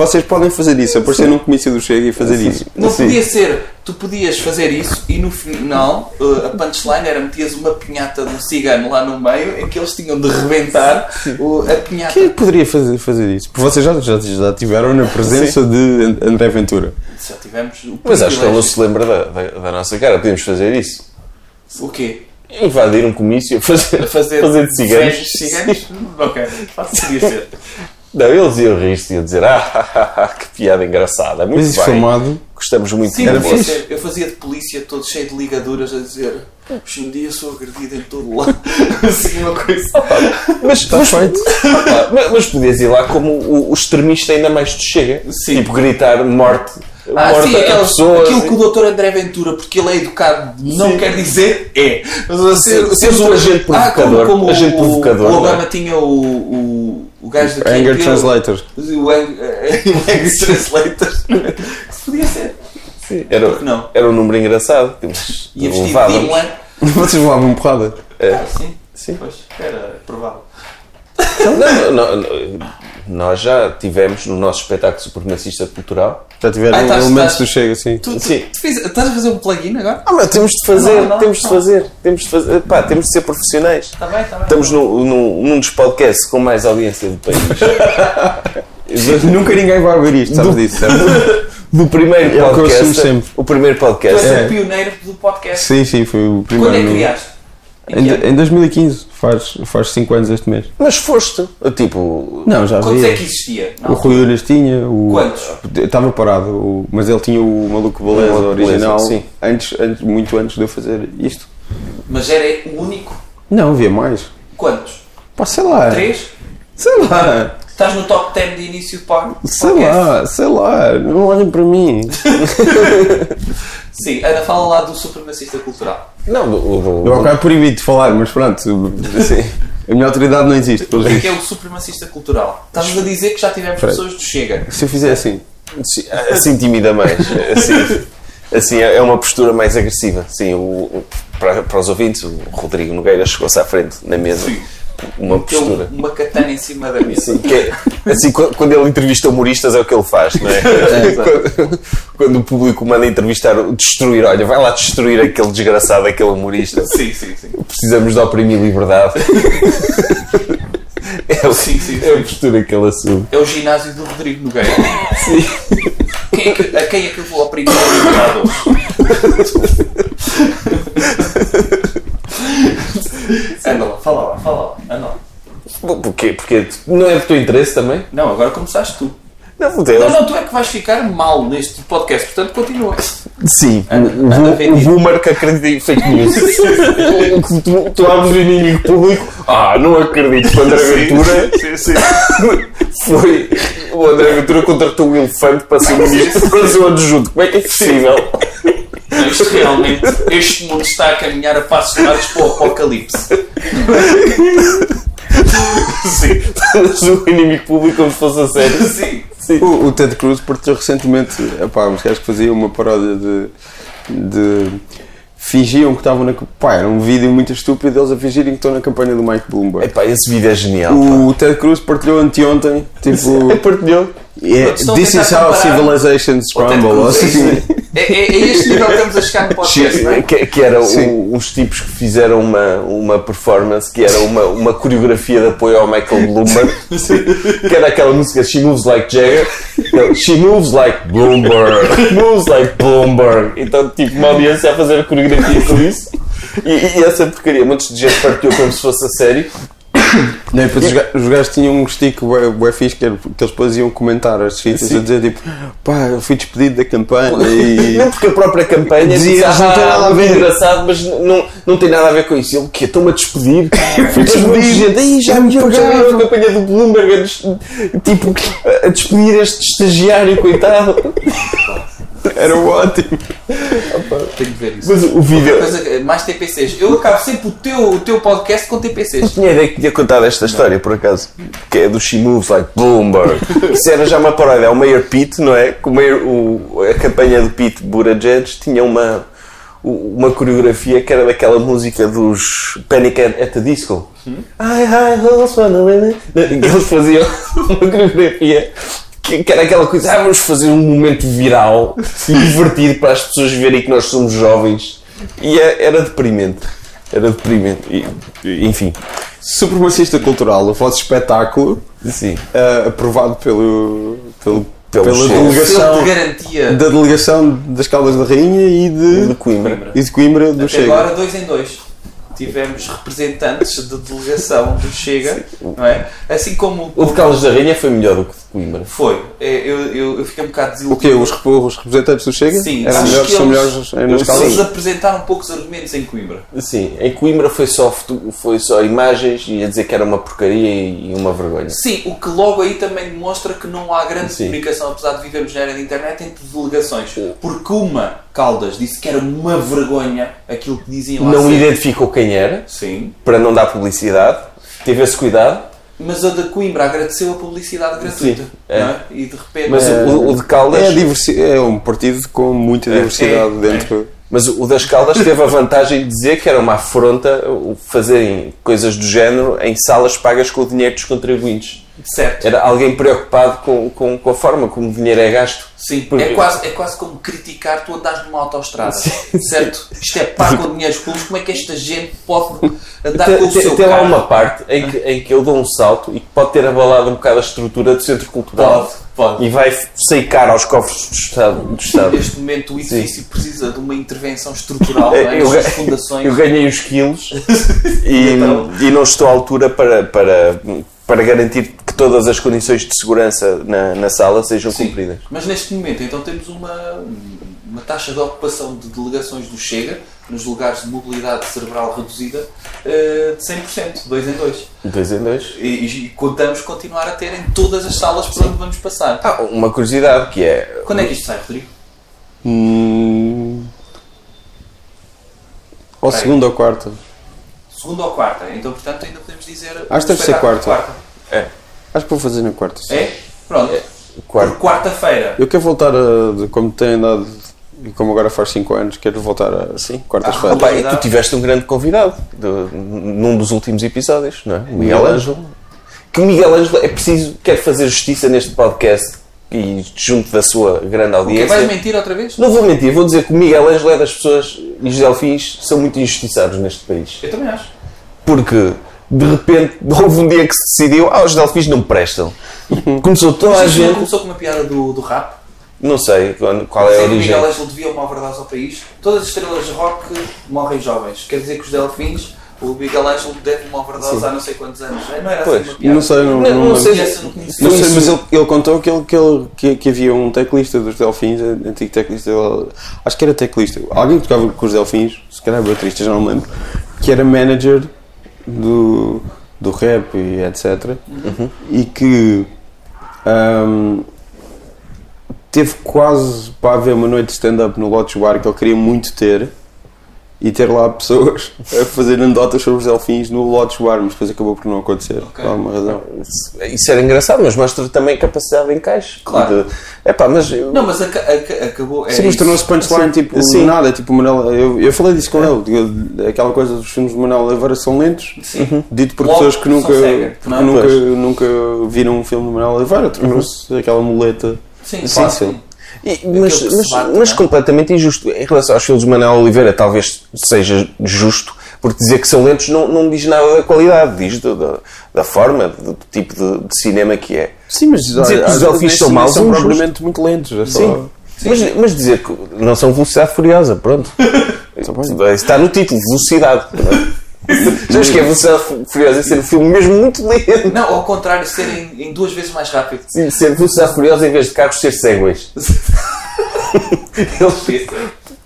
vocês podem fazer isso, aparecer num comício do Chega e fazer isso.
Não
Sim.
podia ser, tu podias fazer isso e no final uh, a punchline era metias uma pinhata do cigano lá no meio em que eles tinham de rebentar o- a pinhata.
Quem é que poderia fazer, fazer isso? Porque vocês já, já, já tiveram na presença de And- André Ventura.
Se já tivemos o
Mas acho que ele não
privilégio-
se lembra da, da, da nossa cara, podíamos fazer isso.
O quê?
Invadir um comício, fazer,
A fazer,
fazer de ciganos.
velhos ciganos? Hum, Ok, fácil podia ser.
Não, eles iam rir-se e iam dizer, ah, que piada engraçada, muito
Mas isso
bem.
filmado.
Gostamos muito
Sim,
de
podia
você.
ser. Eu fazia de polícia todo cheio de ligaduras a dizer hoje em dia sou agredido em todo lado. assim, uma coisa.
Mas, mas, Ah, mas, mas podias ir lá como o, o extremista ainda mais te chega.
Sim.
Tipo, gritar morte,
Ah,
morte
sim,
a
aquela-
pessoas.
aquilo que o doutor André Ventura, porque ele é educado, não quer dizer é. Mas,
Sim,
se-
seres
se-
um agente provocador,
Ah, como, como
agente
o,
provocador,
o
não é?
Obama tinha o, o, o gajo daqui.
Anger Translator.
O ang- eh, o Anger Translator. Isso podia ser.
Era,
não?
era um número engraçado. Mas
Ia vestido de
levávamos.
Imlan.
Vocês levavam porrada.
Ah, sim.
Sim.
Pois, era provável.
Não, não, não, nós já tivemos no nosso espetáculo supremacista cultural.
Já tiveram
Ah, estás-
elementos
estás-
um, do Chega, sim.
Tu, tu,
Sim.
tu fiz- estás a fazer um plugin agora?
Ah, mas temos de fazer,
Não, não,
temos de
não.
fazer, temos de fazer, pá, temos de ser profissionais.
Está Tá bem, está bem.
Estamos no, no- num dos podcasts com mais audiência do país.
Nunca ninguém vai ouvir isto, sabes
Do-
disso, certo?
Do primeiro
É o que eu
podcast.
assumo sempre. É.
O primeiro
Tu és
podcast.
o pioneiro do podcast.
Sim, sim, foi o
Quando
primeiro.
é que criaste? Em que
Em,
ano?
em 2015, faz 5 anos este mês.
Mas foste. Tipo,
Não, já
Quantos é
havia.
que existia?
O Rui Unas tinha, o.
Quantos?
Estava parado, o- mas ele tinha o Maluco Beleza
O Maluco
original
Beleza, sim.
Antes, antes, muito antes de eu fazer isto.
Mas era o único?
Não, havia mais.
Quantos?
Pá, sei lá.
Três?
Sei lá.
Estás no top 10 de início de par?
Sei
Podcast?
lá, sei lá, não olhem para mim.
Sim, Ana, fala lá do supremacista cultural.
não, o- o-
Eu ao bocado proibido de falar, mas pronto, assim, a minha autoridade não existe.
O
pelos
que é que
vistos.
é o supremacista cultural? Estás-nos a dizer que já tivemos pessoas do Chega.
Se eu fizer assim,
Sim, assim intimida mais. Assim, assim é é uma postura mais agressiva. Sim, o, o- para, para os ouvintes, o Rodrigo Nogueira chegou-se à frente na mesa.
Sim.
Uma
Tem
postura.
uma katana em cima da mesa.
Então, Sim, que é- assim, quando, quando ele entrevista humoristas é o que ele faz, não é? quando, quando o público manda entrevistar, destruir, olha, vai lá destruir aquele desgraçado, aquele humorista.
Sim, sim, sim.
Precisamos de oprimir liberdade. É, o-
Sim, sim, sim.
é a postura que ele assume.
É o ginásio do Rodrigo Nogueira. Quem é que, a quem é que eu vou oprimir a liberdade hoje? Anda lá, fala lá, fala lá. Anda lá.
Bom, Porquê? Porque não é do teu interesse também?
Não, agora começaste tu.
Não,
Não, não, tu é que vais ficar mal neste podcast, portanto continua.
Sim,
Anda,
o,
anda
bo-
vendido.
o boomer que acredita em fake news. Tu- tu- tu abres o inimigo público. Ah, não acredito que o André Ventura foi. O André Ventura contratou um elefante para ser ministro, para ser um adjunto. Como é que é possível?
Não, Isto realmente, este mundo está a caminhar a passos largos para o apocalipse.
Sim. o inimigo Um público como se fosse a sério.
Sim,
O, o Ted Cruz partiu recentemente, epá, uns gajos que faziam uma paródia de. de- fingiam que estavam na. pá, era um vídeo muito estúpido deles a fingirem que estão na campanha do Mike Bloomberg.
Epá, esse vídeo é genial. pá.
O Ted Cruz partilhou anteontem, tipo. partilhou. Yeah,
Estão a
this
tentar
is how
comparar-
civilizations scramble. ou assim.
É, é- é este nível que estamos a chegar no podcast, não é?
Que, que era
Sim.
o- os tipos que fizeram uma, uma performance que era uma, uma coreografia de apoio ao Michael Bloomberg que era aquela música She Moves Like Jagger Não, She Moves Like Bloomberg Moves Like Bloomberg então tipo uma audiência a fazer a coreografia com isso e, e essa porcaria muitos de gente partiu como se fosse a sério
Não, e depois os ga- os gajos tinham um stick bué- bué fixe que, era- que eles depois iam comentar as fitas a dizer tipo pá, eu fui despedido da campanha e.
Não porque a própria campanha
Dizia,
dizia,
"Ah, não tem nada a
ah,
ver."
muito engraçado, mas não, não tem nada a ver com isso. Ele, o quê? Estão-me a despedir? Fui despedido. Aí
É
já me pagaram a campanha do Bloomberg a des- tipo, a despedir este estagiário, coitado.
Era ótimo.
Tenho de ver isso.
Mas o vídeo...
Coisa que- mais TPCs. Eu acabo sempre o teu, o teu podcast com TPCs.
Tinha ideia que tinha contado esta história, por acaso, que é do She Moves Like Bloomberg. Isso era já uma paródia. É o Mayor Pete, não é? Que o Mayor- o- a campanha do Pete Buttigieg tinha uma, u- uma coreografia que era daquela música dos Panic at, at the Disco. Hi, hi, hoes, wanna live it? Que Eles faziam uma coreografia que, que era aquela coisa, ah, vamos fazer um momento viral, divertido para as pessoas verem que nós somos jovens. E é- era deprimente. Era deprimente. E- e- enfim.
Supremacista cultural, o vosso espetáculo,
Sim.
eh, aprovado pelo, pelo,
Pelo
pela
chefe.
Selo
delegação
de garantia.
da delegação das Caldas da Rainha e
De
de,
Coimbra.
e de Coimbra do
Até
Chega.
agora, dois em dois. Tivemos representantes de delegação do Chega, não é? Assim como
O de Carlos da Rainha foi melhor do que o de Coimbra.
foi. É, Eu, eu, eu fiquei um bocado
O
desiludido.
quê? Os, rep- os representantes do Chega?
Sim,
Eram
acho
melhores,
que
são
eles-
melhores nas Caldas?
Eles apresentaram poucos argumentos em Coimbra.
Sim, em Coimbra foi só, foto- foi só imagens e a dizer que era uma porcaria e uma vergonha.
Sim, o que logo aí também demonstra que não há grande
Sim.
comunicação, apesar de vivermos na era da internet, entre delegações. Porque uma, Caldas, disse que era uma vergonha aquilo que diziam lá
Não
sempre.
identificou quem era,
Sim.
para não dar publicidade. Teve esse cuidado,
Mas a da Coimbra agradeceu a publicidade gratuita.
Sim, é.
não é? E de repente.
mas eh, o- o, o de Caldas, É,
É, a diversi- é um partido com muita diversidade dentro.
mas o das Caldas teve a vantagem de dizer que era uma afronta o fazerem coisas do género em salas pagas com o dinheiro dos contribuintes.
Certo.
Era alguém preocupado com, com, com a forma como o dinheiro é gasto.
Sim,
Porque-
é quase, é quase como criticar tu andares numa autoestrada, certo? Isto é pago com dinheiros públicos, como é que esta gente pode andar
Tem,
com o seu
tem- tem lá
carro?
uma parte em que, em que eu dou um salto e que pode ter abalado um bocado a estrutura do centro cultural.
Pode, pode.
E vai secar aos cofres do Estado. Do Estado.
Neste momento o edifício precisa de uma intervenção estrutural, não é?
Eu
Nas
ga-
suas fundações.
Eu é- ganhei uns quilos e,
Então.
e não estou à altura para, para, para garantir que todas as condições de segurança na, na sala sejam
Sim.
cumpridas.
Mas neste momento então temos uma, uma taxa de ocupação de delegações do Chega, nos lugares de mobilidade cerebral reduzida, eh, de 100%, dois em dois
Dois em dois.
E, e contamos continuar a ter em todas as salas por onde vamos passar.
Ah, uma curiosidade que é.
Quando é que isto sai, Rodrigo?
Hum, ou
Bem.
segunda ou quarta.
Segunda ou quarta? Então, portanto, ainda podemos dizer. eh,
Acho que deve ser
espetáculo de
quarta.
É.
Acho que vou fazer na quarta. sim.
É? Pronto.
Quarto.
Por quarta-feira.
Eu quero voltar a. de- Como tem andado. E como agora faz 5 anos, quero voltar a. Sim,
Ah,
quartas-feiras.
pá, e tu tiveste um grande convidado do- num dos últimos episódios, não é? O Miguel Ângelo. Que o Miguel Ângelo é preciso, quer fazer justiça neste podcast e junto da sua grande
Que
audiência.
vais mentir outra vez?
Não vou mentir, vou dizer que o Miguel Ângelo é das pessoas e os delfins são muito injustiçados neste país.
Eu também acho.
Porque de repente houve um dia que se decidiu, ah, os delfins não prestam. Começou toda a
Mas isto não
gente.
começou com uma piada do, do rap.
Não sei quando- qual é a
Sei que o
origem.
Miguel Ângelo devia uma overdose ao país. Todas as estrelas de rock morrem jovens. Quer dizer que os delfins, o Miguel Ângelo deve uma overdose há não sei quantos anos. Não era
Pois.
assim uma piada.
Não sei, não, não,
Não, não sei.
Conheço, não conheço.
Não sei,
Isso-
mas ele, ele contou que, ele- que, ele- que- que havia um teclista dos Delfins, antigo teclista, ele- acho que era teclista, alguém que tocava com os Delfins, se calhar é baterista, já não me lembro, que era manager do, do rap e etc. E que um, ahm, teve quase para haver uma noite de stand-up no Lotus Bar que ele queria muito ter e ter lá pessoas a fazer anedotas sobre os delfins no Lodge Bar, mas depois acabou por não acontecer, por alguma razão.
Isso era engraçado, mas mostra também capacidade de encaixe.
Claro.
É pá, mas. eu-
Não, mas aca- aca- acabou. é
Sim, mas
isso.
tornou-se punchline, tipo,
Sim.
nada, tipo, o Manuel, eu, eu falei disso
É.
com ele, digo, aquela coisa dos filmes de Manuel Laveira são lentos,
Uhum.
Sim.
dito por
Logo,
pessoas que
são
nunca,
cega,
que
não é?
nunca, nunca viram um filme de Manuel Laveira, tornou-se aquela muleta
Uhum. Sim,
fácil.
sim.
E- mas,
que se
mas-
bate,
mas
não é?
completamente injusto. Em relação aos filmes de Manuel Oliveira, talvez seja justo, porque dizer que são lentos não, não diz nada da qualidade, diz do- da, da forma, do, do tipo de, de cinema que é.
Sim, mas
Dizer que os delfins são maus é
são
um justo.
propriamente muito lentos. É só,
Sim. Mas, mas dizer que não são velocidade furiosa, pronto. Está no título, velocidade. é? Sabes que é velocidade Fu- furiosa é ser um filme mesmo muito lento.
Não, ao contrário, serem em duas vezes mais rápido.
Sim, Ser velocidade furiosa em vez de carros ser cegues. Ele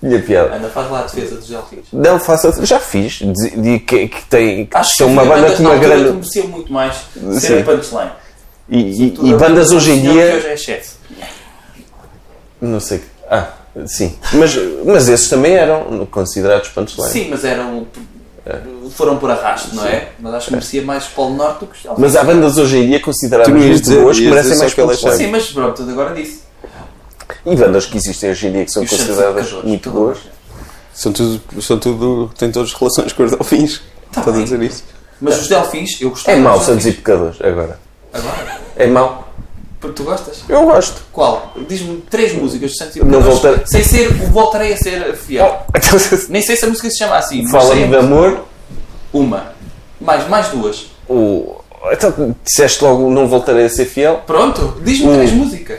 tinha piada.
Ana, faz lá a defesa dos delfins.
Não, faça. Já fiz. Diz- Digo que, que tem. Que são
que
uma
havia
banda
bandas
com
na
uma
altura
grande.
que merecia muito mais
Sim.
serem punchline.
E, e-
Tudo
e
a ver
bandas
com o
hoje em
senhor
dia.
que hoje é excesso.
Não sei. Ah, sim. Mas, mas esses também eram considerados punchline.
Sim, mas eram.
É.
Foram por arrasto, não é? Mas acho que merecia mais Polo Norte do que os delfins.
Mas há bandas hoje em dia consideradas
Tu não ias
muito
dizer-
boas que
ias
merecem
dizer
mais
só que elas
punchline.
Sim, mas pronto, agora disse.
E bandas que existem hoje em dia que são
E os Santos
consideradas
Educadores,
muito
tudo
boas.
bem.
São tudo, são tudo, têm todas relações com os delfins. Estás a
Tá bem.
dizer isso?
Mas os delfins, eu gostei.
É mau
dos
Santos
delfins.
e Pecadores, agora.
Agora,
É mau.
porque tu gostas?
Eu gosto.
Qual? Diz-me três músicas de Santos e
Não
Pecadores,
voltarei-
Sem ser o Voltarei a Ser Fiel. Nem sei se a música se chama assim. mas sei
Fala-me de amor.
Uma. Mais, mais duas.
O... Então, disseste logo não voltarei a ser fiel.
Pronto,
Hum.
diz-me três músicas.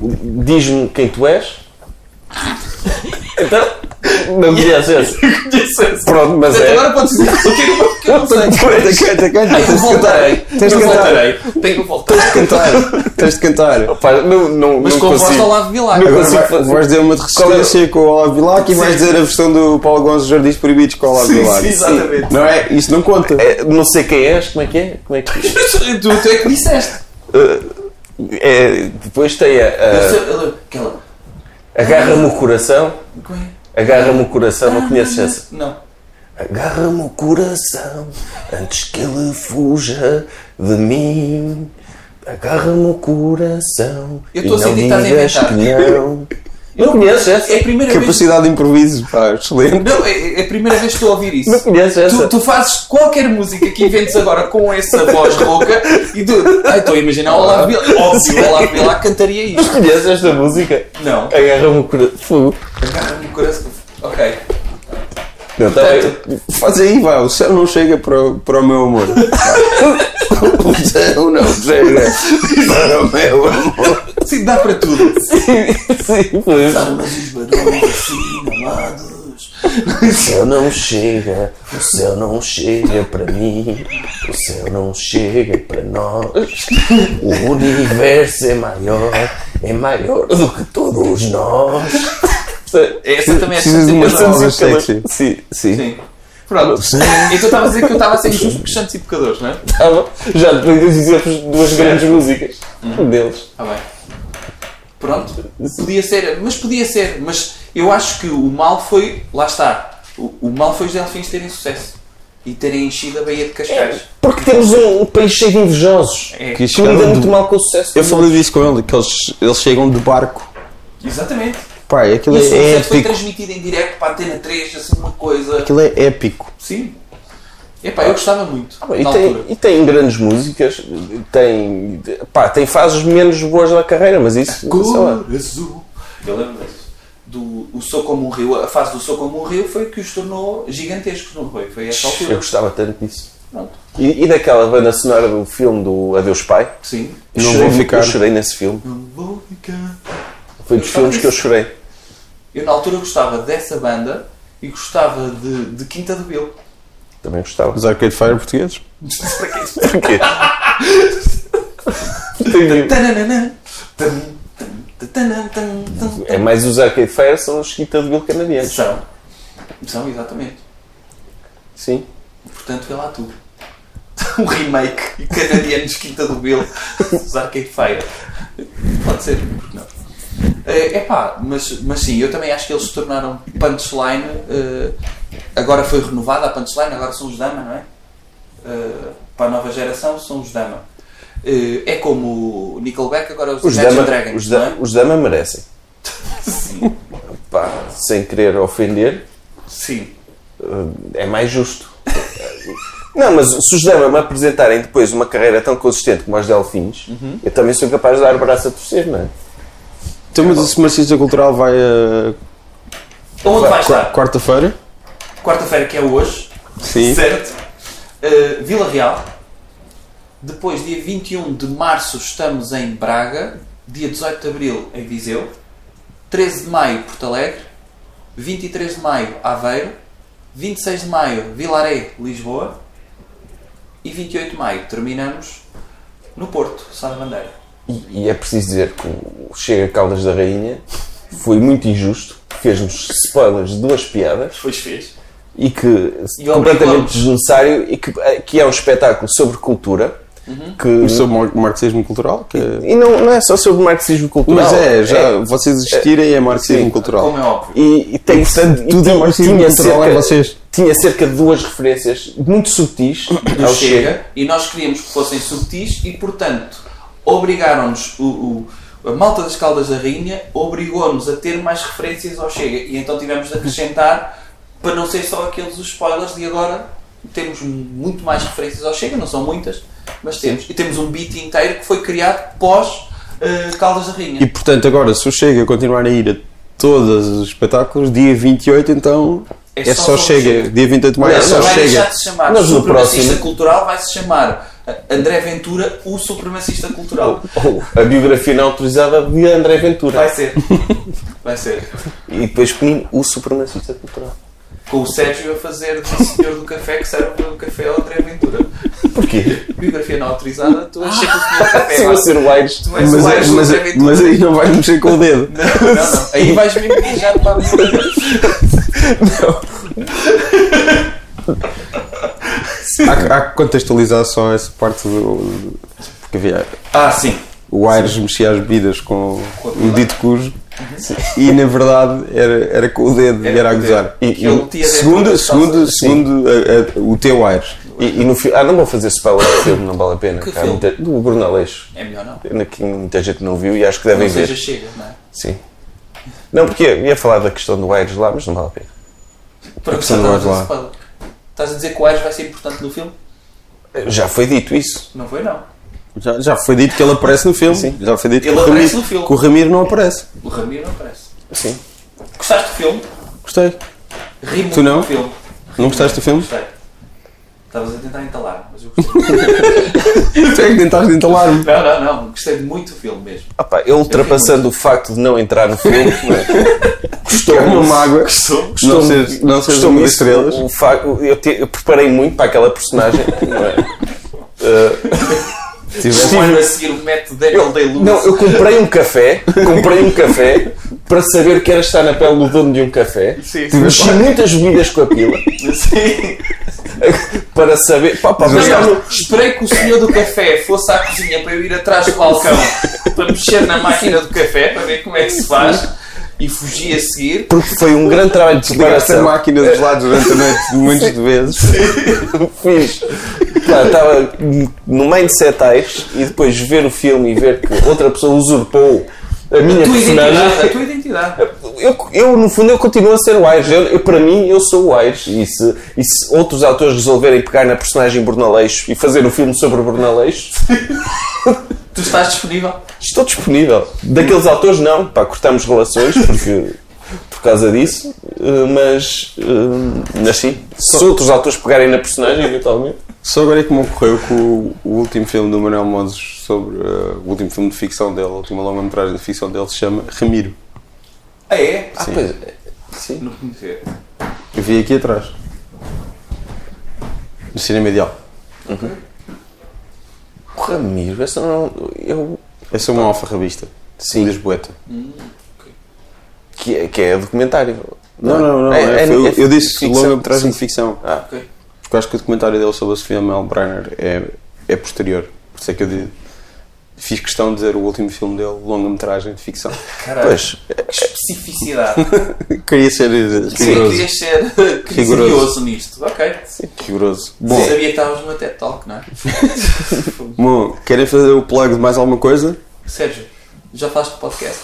Diz-me quem tu és. Então, não conheces esse. Pronto, mas
Portanto,
é.
agora podes dizer qualquer uma porque eu não sei.
Canta, canta,
Ai, eu voltarei.
Tens
eu
de cantar.
voltarei. Tenho que voltar.
cantar. Tens de cantar.
Pá, não, não,
Mas
não
com a voz
consigo.
ao lado de Vilar.
Não
Agora
consigo
vai-
fazer.
vais dizer uma de resistência com é o Olavo Bilac e vais dizer a versão do Paulo Gonçalves Jardins Proibidos com o Olavo Bilac.
sim, exatamente.
Não é? Isso não conta.
É, não sei quem és, como é que é? Como é que
tu, tu é que disseste.
é? Depois tem
Eu
a, a-
sei- eu- Aquela.
Agarra-me o coração.
Como é? Ah,
Agarra-me o coração, não conheces essa?
Não. Ah.
Agarra-me o coração antes que ele fuja de mim. Agarra-me o coração.
Eu tô
e
a sentir
não
que estás a
digas
inventar.
que não. não conheces essa?
É a primeira vez.
Capacidade de improviso, pá, excelente.
Não, é é a primeira vez que estou a ouvir isso.
Não conheces essa?
Tu, tu fazes qualquer música que inventes agora com essa voz rouca e tu. Ai, estou a imaginar o Olavo Bilac. Óbvio, o Olavo Bilac cantaria isto.
Conheces esta música?
Não.
Agarra-me o coração.
Agarra-me o coração. Ok.
Não, tá bem.
Faz aí, vá, o céu não chega para, o- para o meu amor. o céu não chega para o meu amor.
Sim, dá para tudo.
Sim, pois.
Mas os barões assim, amados.
O céu não chega, o céu não chega para mim, o céu não chega para nós. O universo é maior, é maior do que todos nós.
Essa também é
Precisas de umas
Santos e Pecadores.
palavras sexy.
é Sim, sim.
Sim. Pronto. Então estava a dizer que eu estava a ser injusto com os Santos e Pecadores, não é?
Ah, bom. já depois dizemos duas grandes músicas deles.
Está Ah, bem. Pronto. Podia ser, mas podia ser. Mas eu acho que o mal foi. Lá está. O, o mal foi os delfins terem sucesso e terem enchido a Baía de Cascais.
Porque temos um, um país cheio de invejosos
É.
que
chegaram
lida
de-
muito mal com o sucesso.
Eu
do
falei disso com ele, que eles, eles chegam de barco.
Exatamente.
Pá, aquilo
E esse
é
concerto foi
épico.
transmitido em direto para a Antena 3, assim, uma coisa.
Aquilo é épico.
Sim. Epá, eu gostava muito.
Pá, E
na
tem,
altura.
e tem grandes músicas, tem, pá, tem fases menos boas da carreira, mas isso. sei lá.
Cor azul. Eu lembro disso. Do o Sou Como um Rio, a fase do Sou Como um Rio foi que os tornou gigantescos, não foi? Foi essa
Eu
altura.
gostava tanto disso.
Pronto.
E, e daquela banda sonora do filme do Adeus Pai?
Sim.
Eu
Não
chorei,
vou ficar.
eu chorei nesse filme.
Vou ficar.
Foi dos filmes que eu chorei.
Eu na altura gostava dessa banda e gostava de, de Quinta do Bill.
Também gostava.
Os Arcade Fire é portugueses.
Porquê?
Tananana, tan, tan, tatanan, tan, tan.
É mais os Arcade Fire são os Guita de Bill canadianos.
São. São, exatamente.
Sim.
Portanto, vê lá tu. Um remake canadianos Quinta do Bill dos Arcade Fire. Pode ser, porque não? É pá, mas, mas sim, eu também acho que eles se tornaram punchline eh, Agora foi renovada a punchline, agora são os Dama, não é? Eh, para a nova geração são os Dama. Eh, é como o Nickelback, agora os,
Os
Imagine
dama,
Dragons,
os,
não
da,
é?
os dama merecem.
Sim,
Pá, sem querer ofender,
sim.
é mais justo. Não, mas se os dama me apresentarem depois uma carreira tão consistente como os delfins,
Uhum.
eu também sou capaz de dar o braço a torcer, não é?
Então, mas o Sumarcista Cultural vai a
Onde vai estar?
quarta-feira?
Quarta-feira, que é hoje,
Sim.
certo? Eh, Vila Real. Depois, dia 21 de março, estamos em Braga. Dia 18 de abril, em Viseu. 13 de maio, Porto Alegre. 23 de maio, Aveiro. 26 de maio, Vilaré, Lisboa. E 28 de maio, terminamos no Porto, Sá da Bandeira.
E, e é preciso dizer que o Chega Caldas da Rainha foi muito injusto, fez-nos spoilers de duas piadas.
Pois fez.
e que
E obrigou-nos.
completamente desnecessário e que, que é um espetáculo sobre cultura
E
que
sobre mar- marxismo cultural? que é-
e não, não é só sobre marxismo cultural
Mas é, já vocês existirem é marxismo
Sim.
cultural.
Como é óbvio.
e, e tem
Portanto,
e
tudo
ti-
é marxismo
tinha
cultural
cerca-
em vocês.
tinha cerca de duas referências muito subtis
do Chega e nós queríamos que fossem subtis e, portanto, obrigaram-nos, o, o- a malta das Caldas da Rainha obrigou-nos a ter mais referências ao Chega e então tivemos de acrescentar para não ser só aqueles os spoilers e agora temos muito mais referências ao Chega, não são muitas, mas temos. E temos um beat inteiro que foi criado pós eh, Caldas da Rainha.
E portanto, agora, se o Chega continuar a ir a todos os espetáculos, dia 28 então
É só
é, só,
sobre
Chega.
Chega.
Dia 28 de maio é
Não,
só
vai deixar
Chega.
de se chamar
Mas no
supremacista
próximo-
cultural, vai se chamar André Ventura, o supremacista cultural.
Ou a biografia não autorizada de André Ventura
Vai ser. Vai ser.
e depois Penin, o supremacista cultural
Com o Sérgio a fazer de senhor do café que serve o café ao André Ventura.
porquê?
Biografia não autorizada, tu achas que o senhor do café é
se
mau.
você o é Aires
Tu és
Mas, é,
o Aires do
mas-
André Ventura.
mas aí não vais mexer com o dedo.
Não, não, não. Aí vais mesmo mijar para a biografia.
há, há que contextualizar só essa parte do. do- Porque havia.
Ah, sim.
O Aires mexia as bebidas com
Com a Uhum.
o dito cujo e na verdade era, era com o dedo
Era
e era a
com o dedo.
gozar. E-
Que ele tinha dentro
segundo
das
segundo,
calças.
segundo a- a- o teu Aires.
e, e no fi- ah não vou fazer spoiler do filme não vale a pena
Que
cara,
filme?
muita- do Bruno Aleixo
É melhor não.
Pena que muita gente não viu e acho que devem
Não
ver.
seja chega, não é?
Sim. Não, porque eu ia falar da questão do Aires lá, mas não vale a pena.
Para que
Sim, vais lá.
spoiler. Estás a dizer que o Aires vai ser importante no filme?
Já foi dito isso.
Não foi, não.
Já, já foi dito que ele aparece no filme. Já foi dito
Ele
que, o
aparece
Ramiro,
no filme.
que o Ramiro não aparece.
O Ramiro não aparece.
Sim.
Gostaste do filme?
Gostei.
Rimo
Tu não?
do filme.
Não gostaste do filme?
Gostei. Estavas a tentar entalar, mas eu gostei.
Tu é que tentaste entalar-me.
não, não, não. Gostei muito do filme mesmo.
Ah pá, ele ultrapassando o facto de não é? entrar no filme,
Gostou É uma mágoa.
Gostou?
Não seres, não seres uma das
isso,
estrelas.
é um
o fa- o- eu, te- eu preparei muito para aquela personagem. não é?
Tiveste-
Um ano a seguir o método Daniel Day-Lewis.
Não, eu comprei um café, comprei um café para saber que era estar na pele do dono de um café.
Sim, sim.
Mexi muitas bebidas com a pila
Sim.
para saber. Pá, pá,
Mas
mas não,
não, esperei que o senhor do café fosse à cozinha para eu ir atrás do balcão para mexer na máquina do café para ver como é que se faz e fugi a seguir.
porque foi um grande trabalho de
Ligaste a
preparação.
máquina dos lados durante a noite muitas vezes.
fiz. Pá, Estava no mindset Aires e depois ver o filme e ver que outra pessoa usurpou a minha
A tua identidade. A
personagem.
tua identidade.
Eu, eu, no fundo, eu continuo a ser o Aires. Eu, eu, para mim, eu sou o Aires. E se, e se outros autores resolverem pegar na personagem Brunaleixo e fazer um filme sobre Brunaleixo,
Tu estás disponível.
estou disponível. Daqueles autores, não. Pá, cortamos relações porque, por causa disso. eh, Mas, eh, nasci. Se outros autores pegarem na personagem, eventualmente.
Só agora é que me ocorreu que o, o último filme do Manuel Moses sobre. eh, o último filme de ficção dele, a última longa-metragem de ficção dele, se chama Ramiro.
Ah, é?
Ah, pois, eh, sim.
Não conhecer.
Eu vi aqui atrás. No cinema ideal.
O Ramiro, essa não. é Eu,
Eu sou um alfarrabista. Sim. Lisboeta.
que, é, que é documentário.
Não, não, não. é-
É- é-
foi-
é
eu disse
ficção. Ah,
longa-metragem de ficção.
Ok.
Porque eu acho que o documentário dele sobre a Sofia Melbrenner é, é posterior. Por isso é que eu digo. fiz questão de dizer o último filme dele, longa-metragem de ficção.
Caralho,
Pois.
que especificidade.
Queria ser
Sim,
rigoroso.
querias ser curioso nisto. Ok.
Rigoroso. Bom,
Sabia que estávamos no TED Talk, não é?
bom, querem fazer o plug de mais alguma coisa?
Sérgio, já falaste do podcast.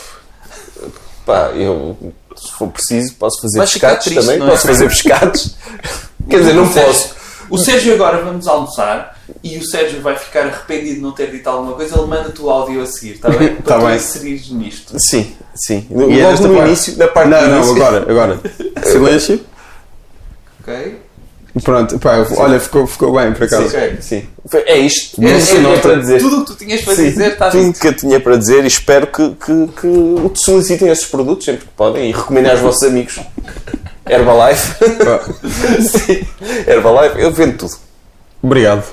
Pá, eu, se for preciso, posso fazer
Vais ficar
pescados
triste,
também.
não é?
Posso fazer pescados. Quer dizer, não
O Sérgio-
posso.
O Sérgio agora vamos almoçar e o Sérgio vai ficar arrependido de não ter dito alguma coisa. Ele manda-te o áudio a seguir, está bem? Para
Tá
tu
bem.
inserires nisto.
Sim, sim.
E é
Logo
desta
no
parte?
início, da parte
Não,
do
não,
início.
agora, agora. Silêncio.
Ok?
Pronto, pá, eu- olha, ficou, ficou bem por acaso.
Ok.
Sim. Foi- É isto.
É,
Era
é,
isto que eu tinha
é,
para dizer.
Tudo o que tu tinhas para
Sim,
dizer tá está
tudo
dito.
o que eu tinha para dizer e espero que, que, que o te solicitem esses produtos sempre que podem e recomendem aos vossos amigos. Herbalife.
Pá,
Sim. Herbalife, eu vendo tudo.
Obrigado.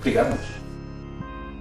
Obrigado. Mas...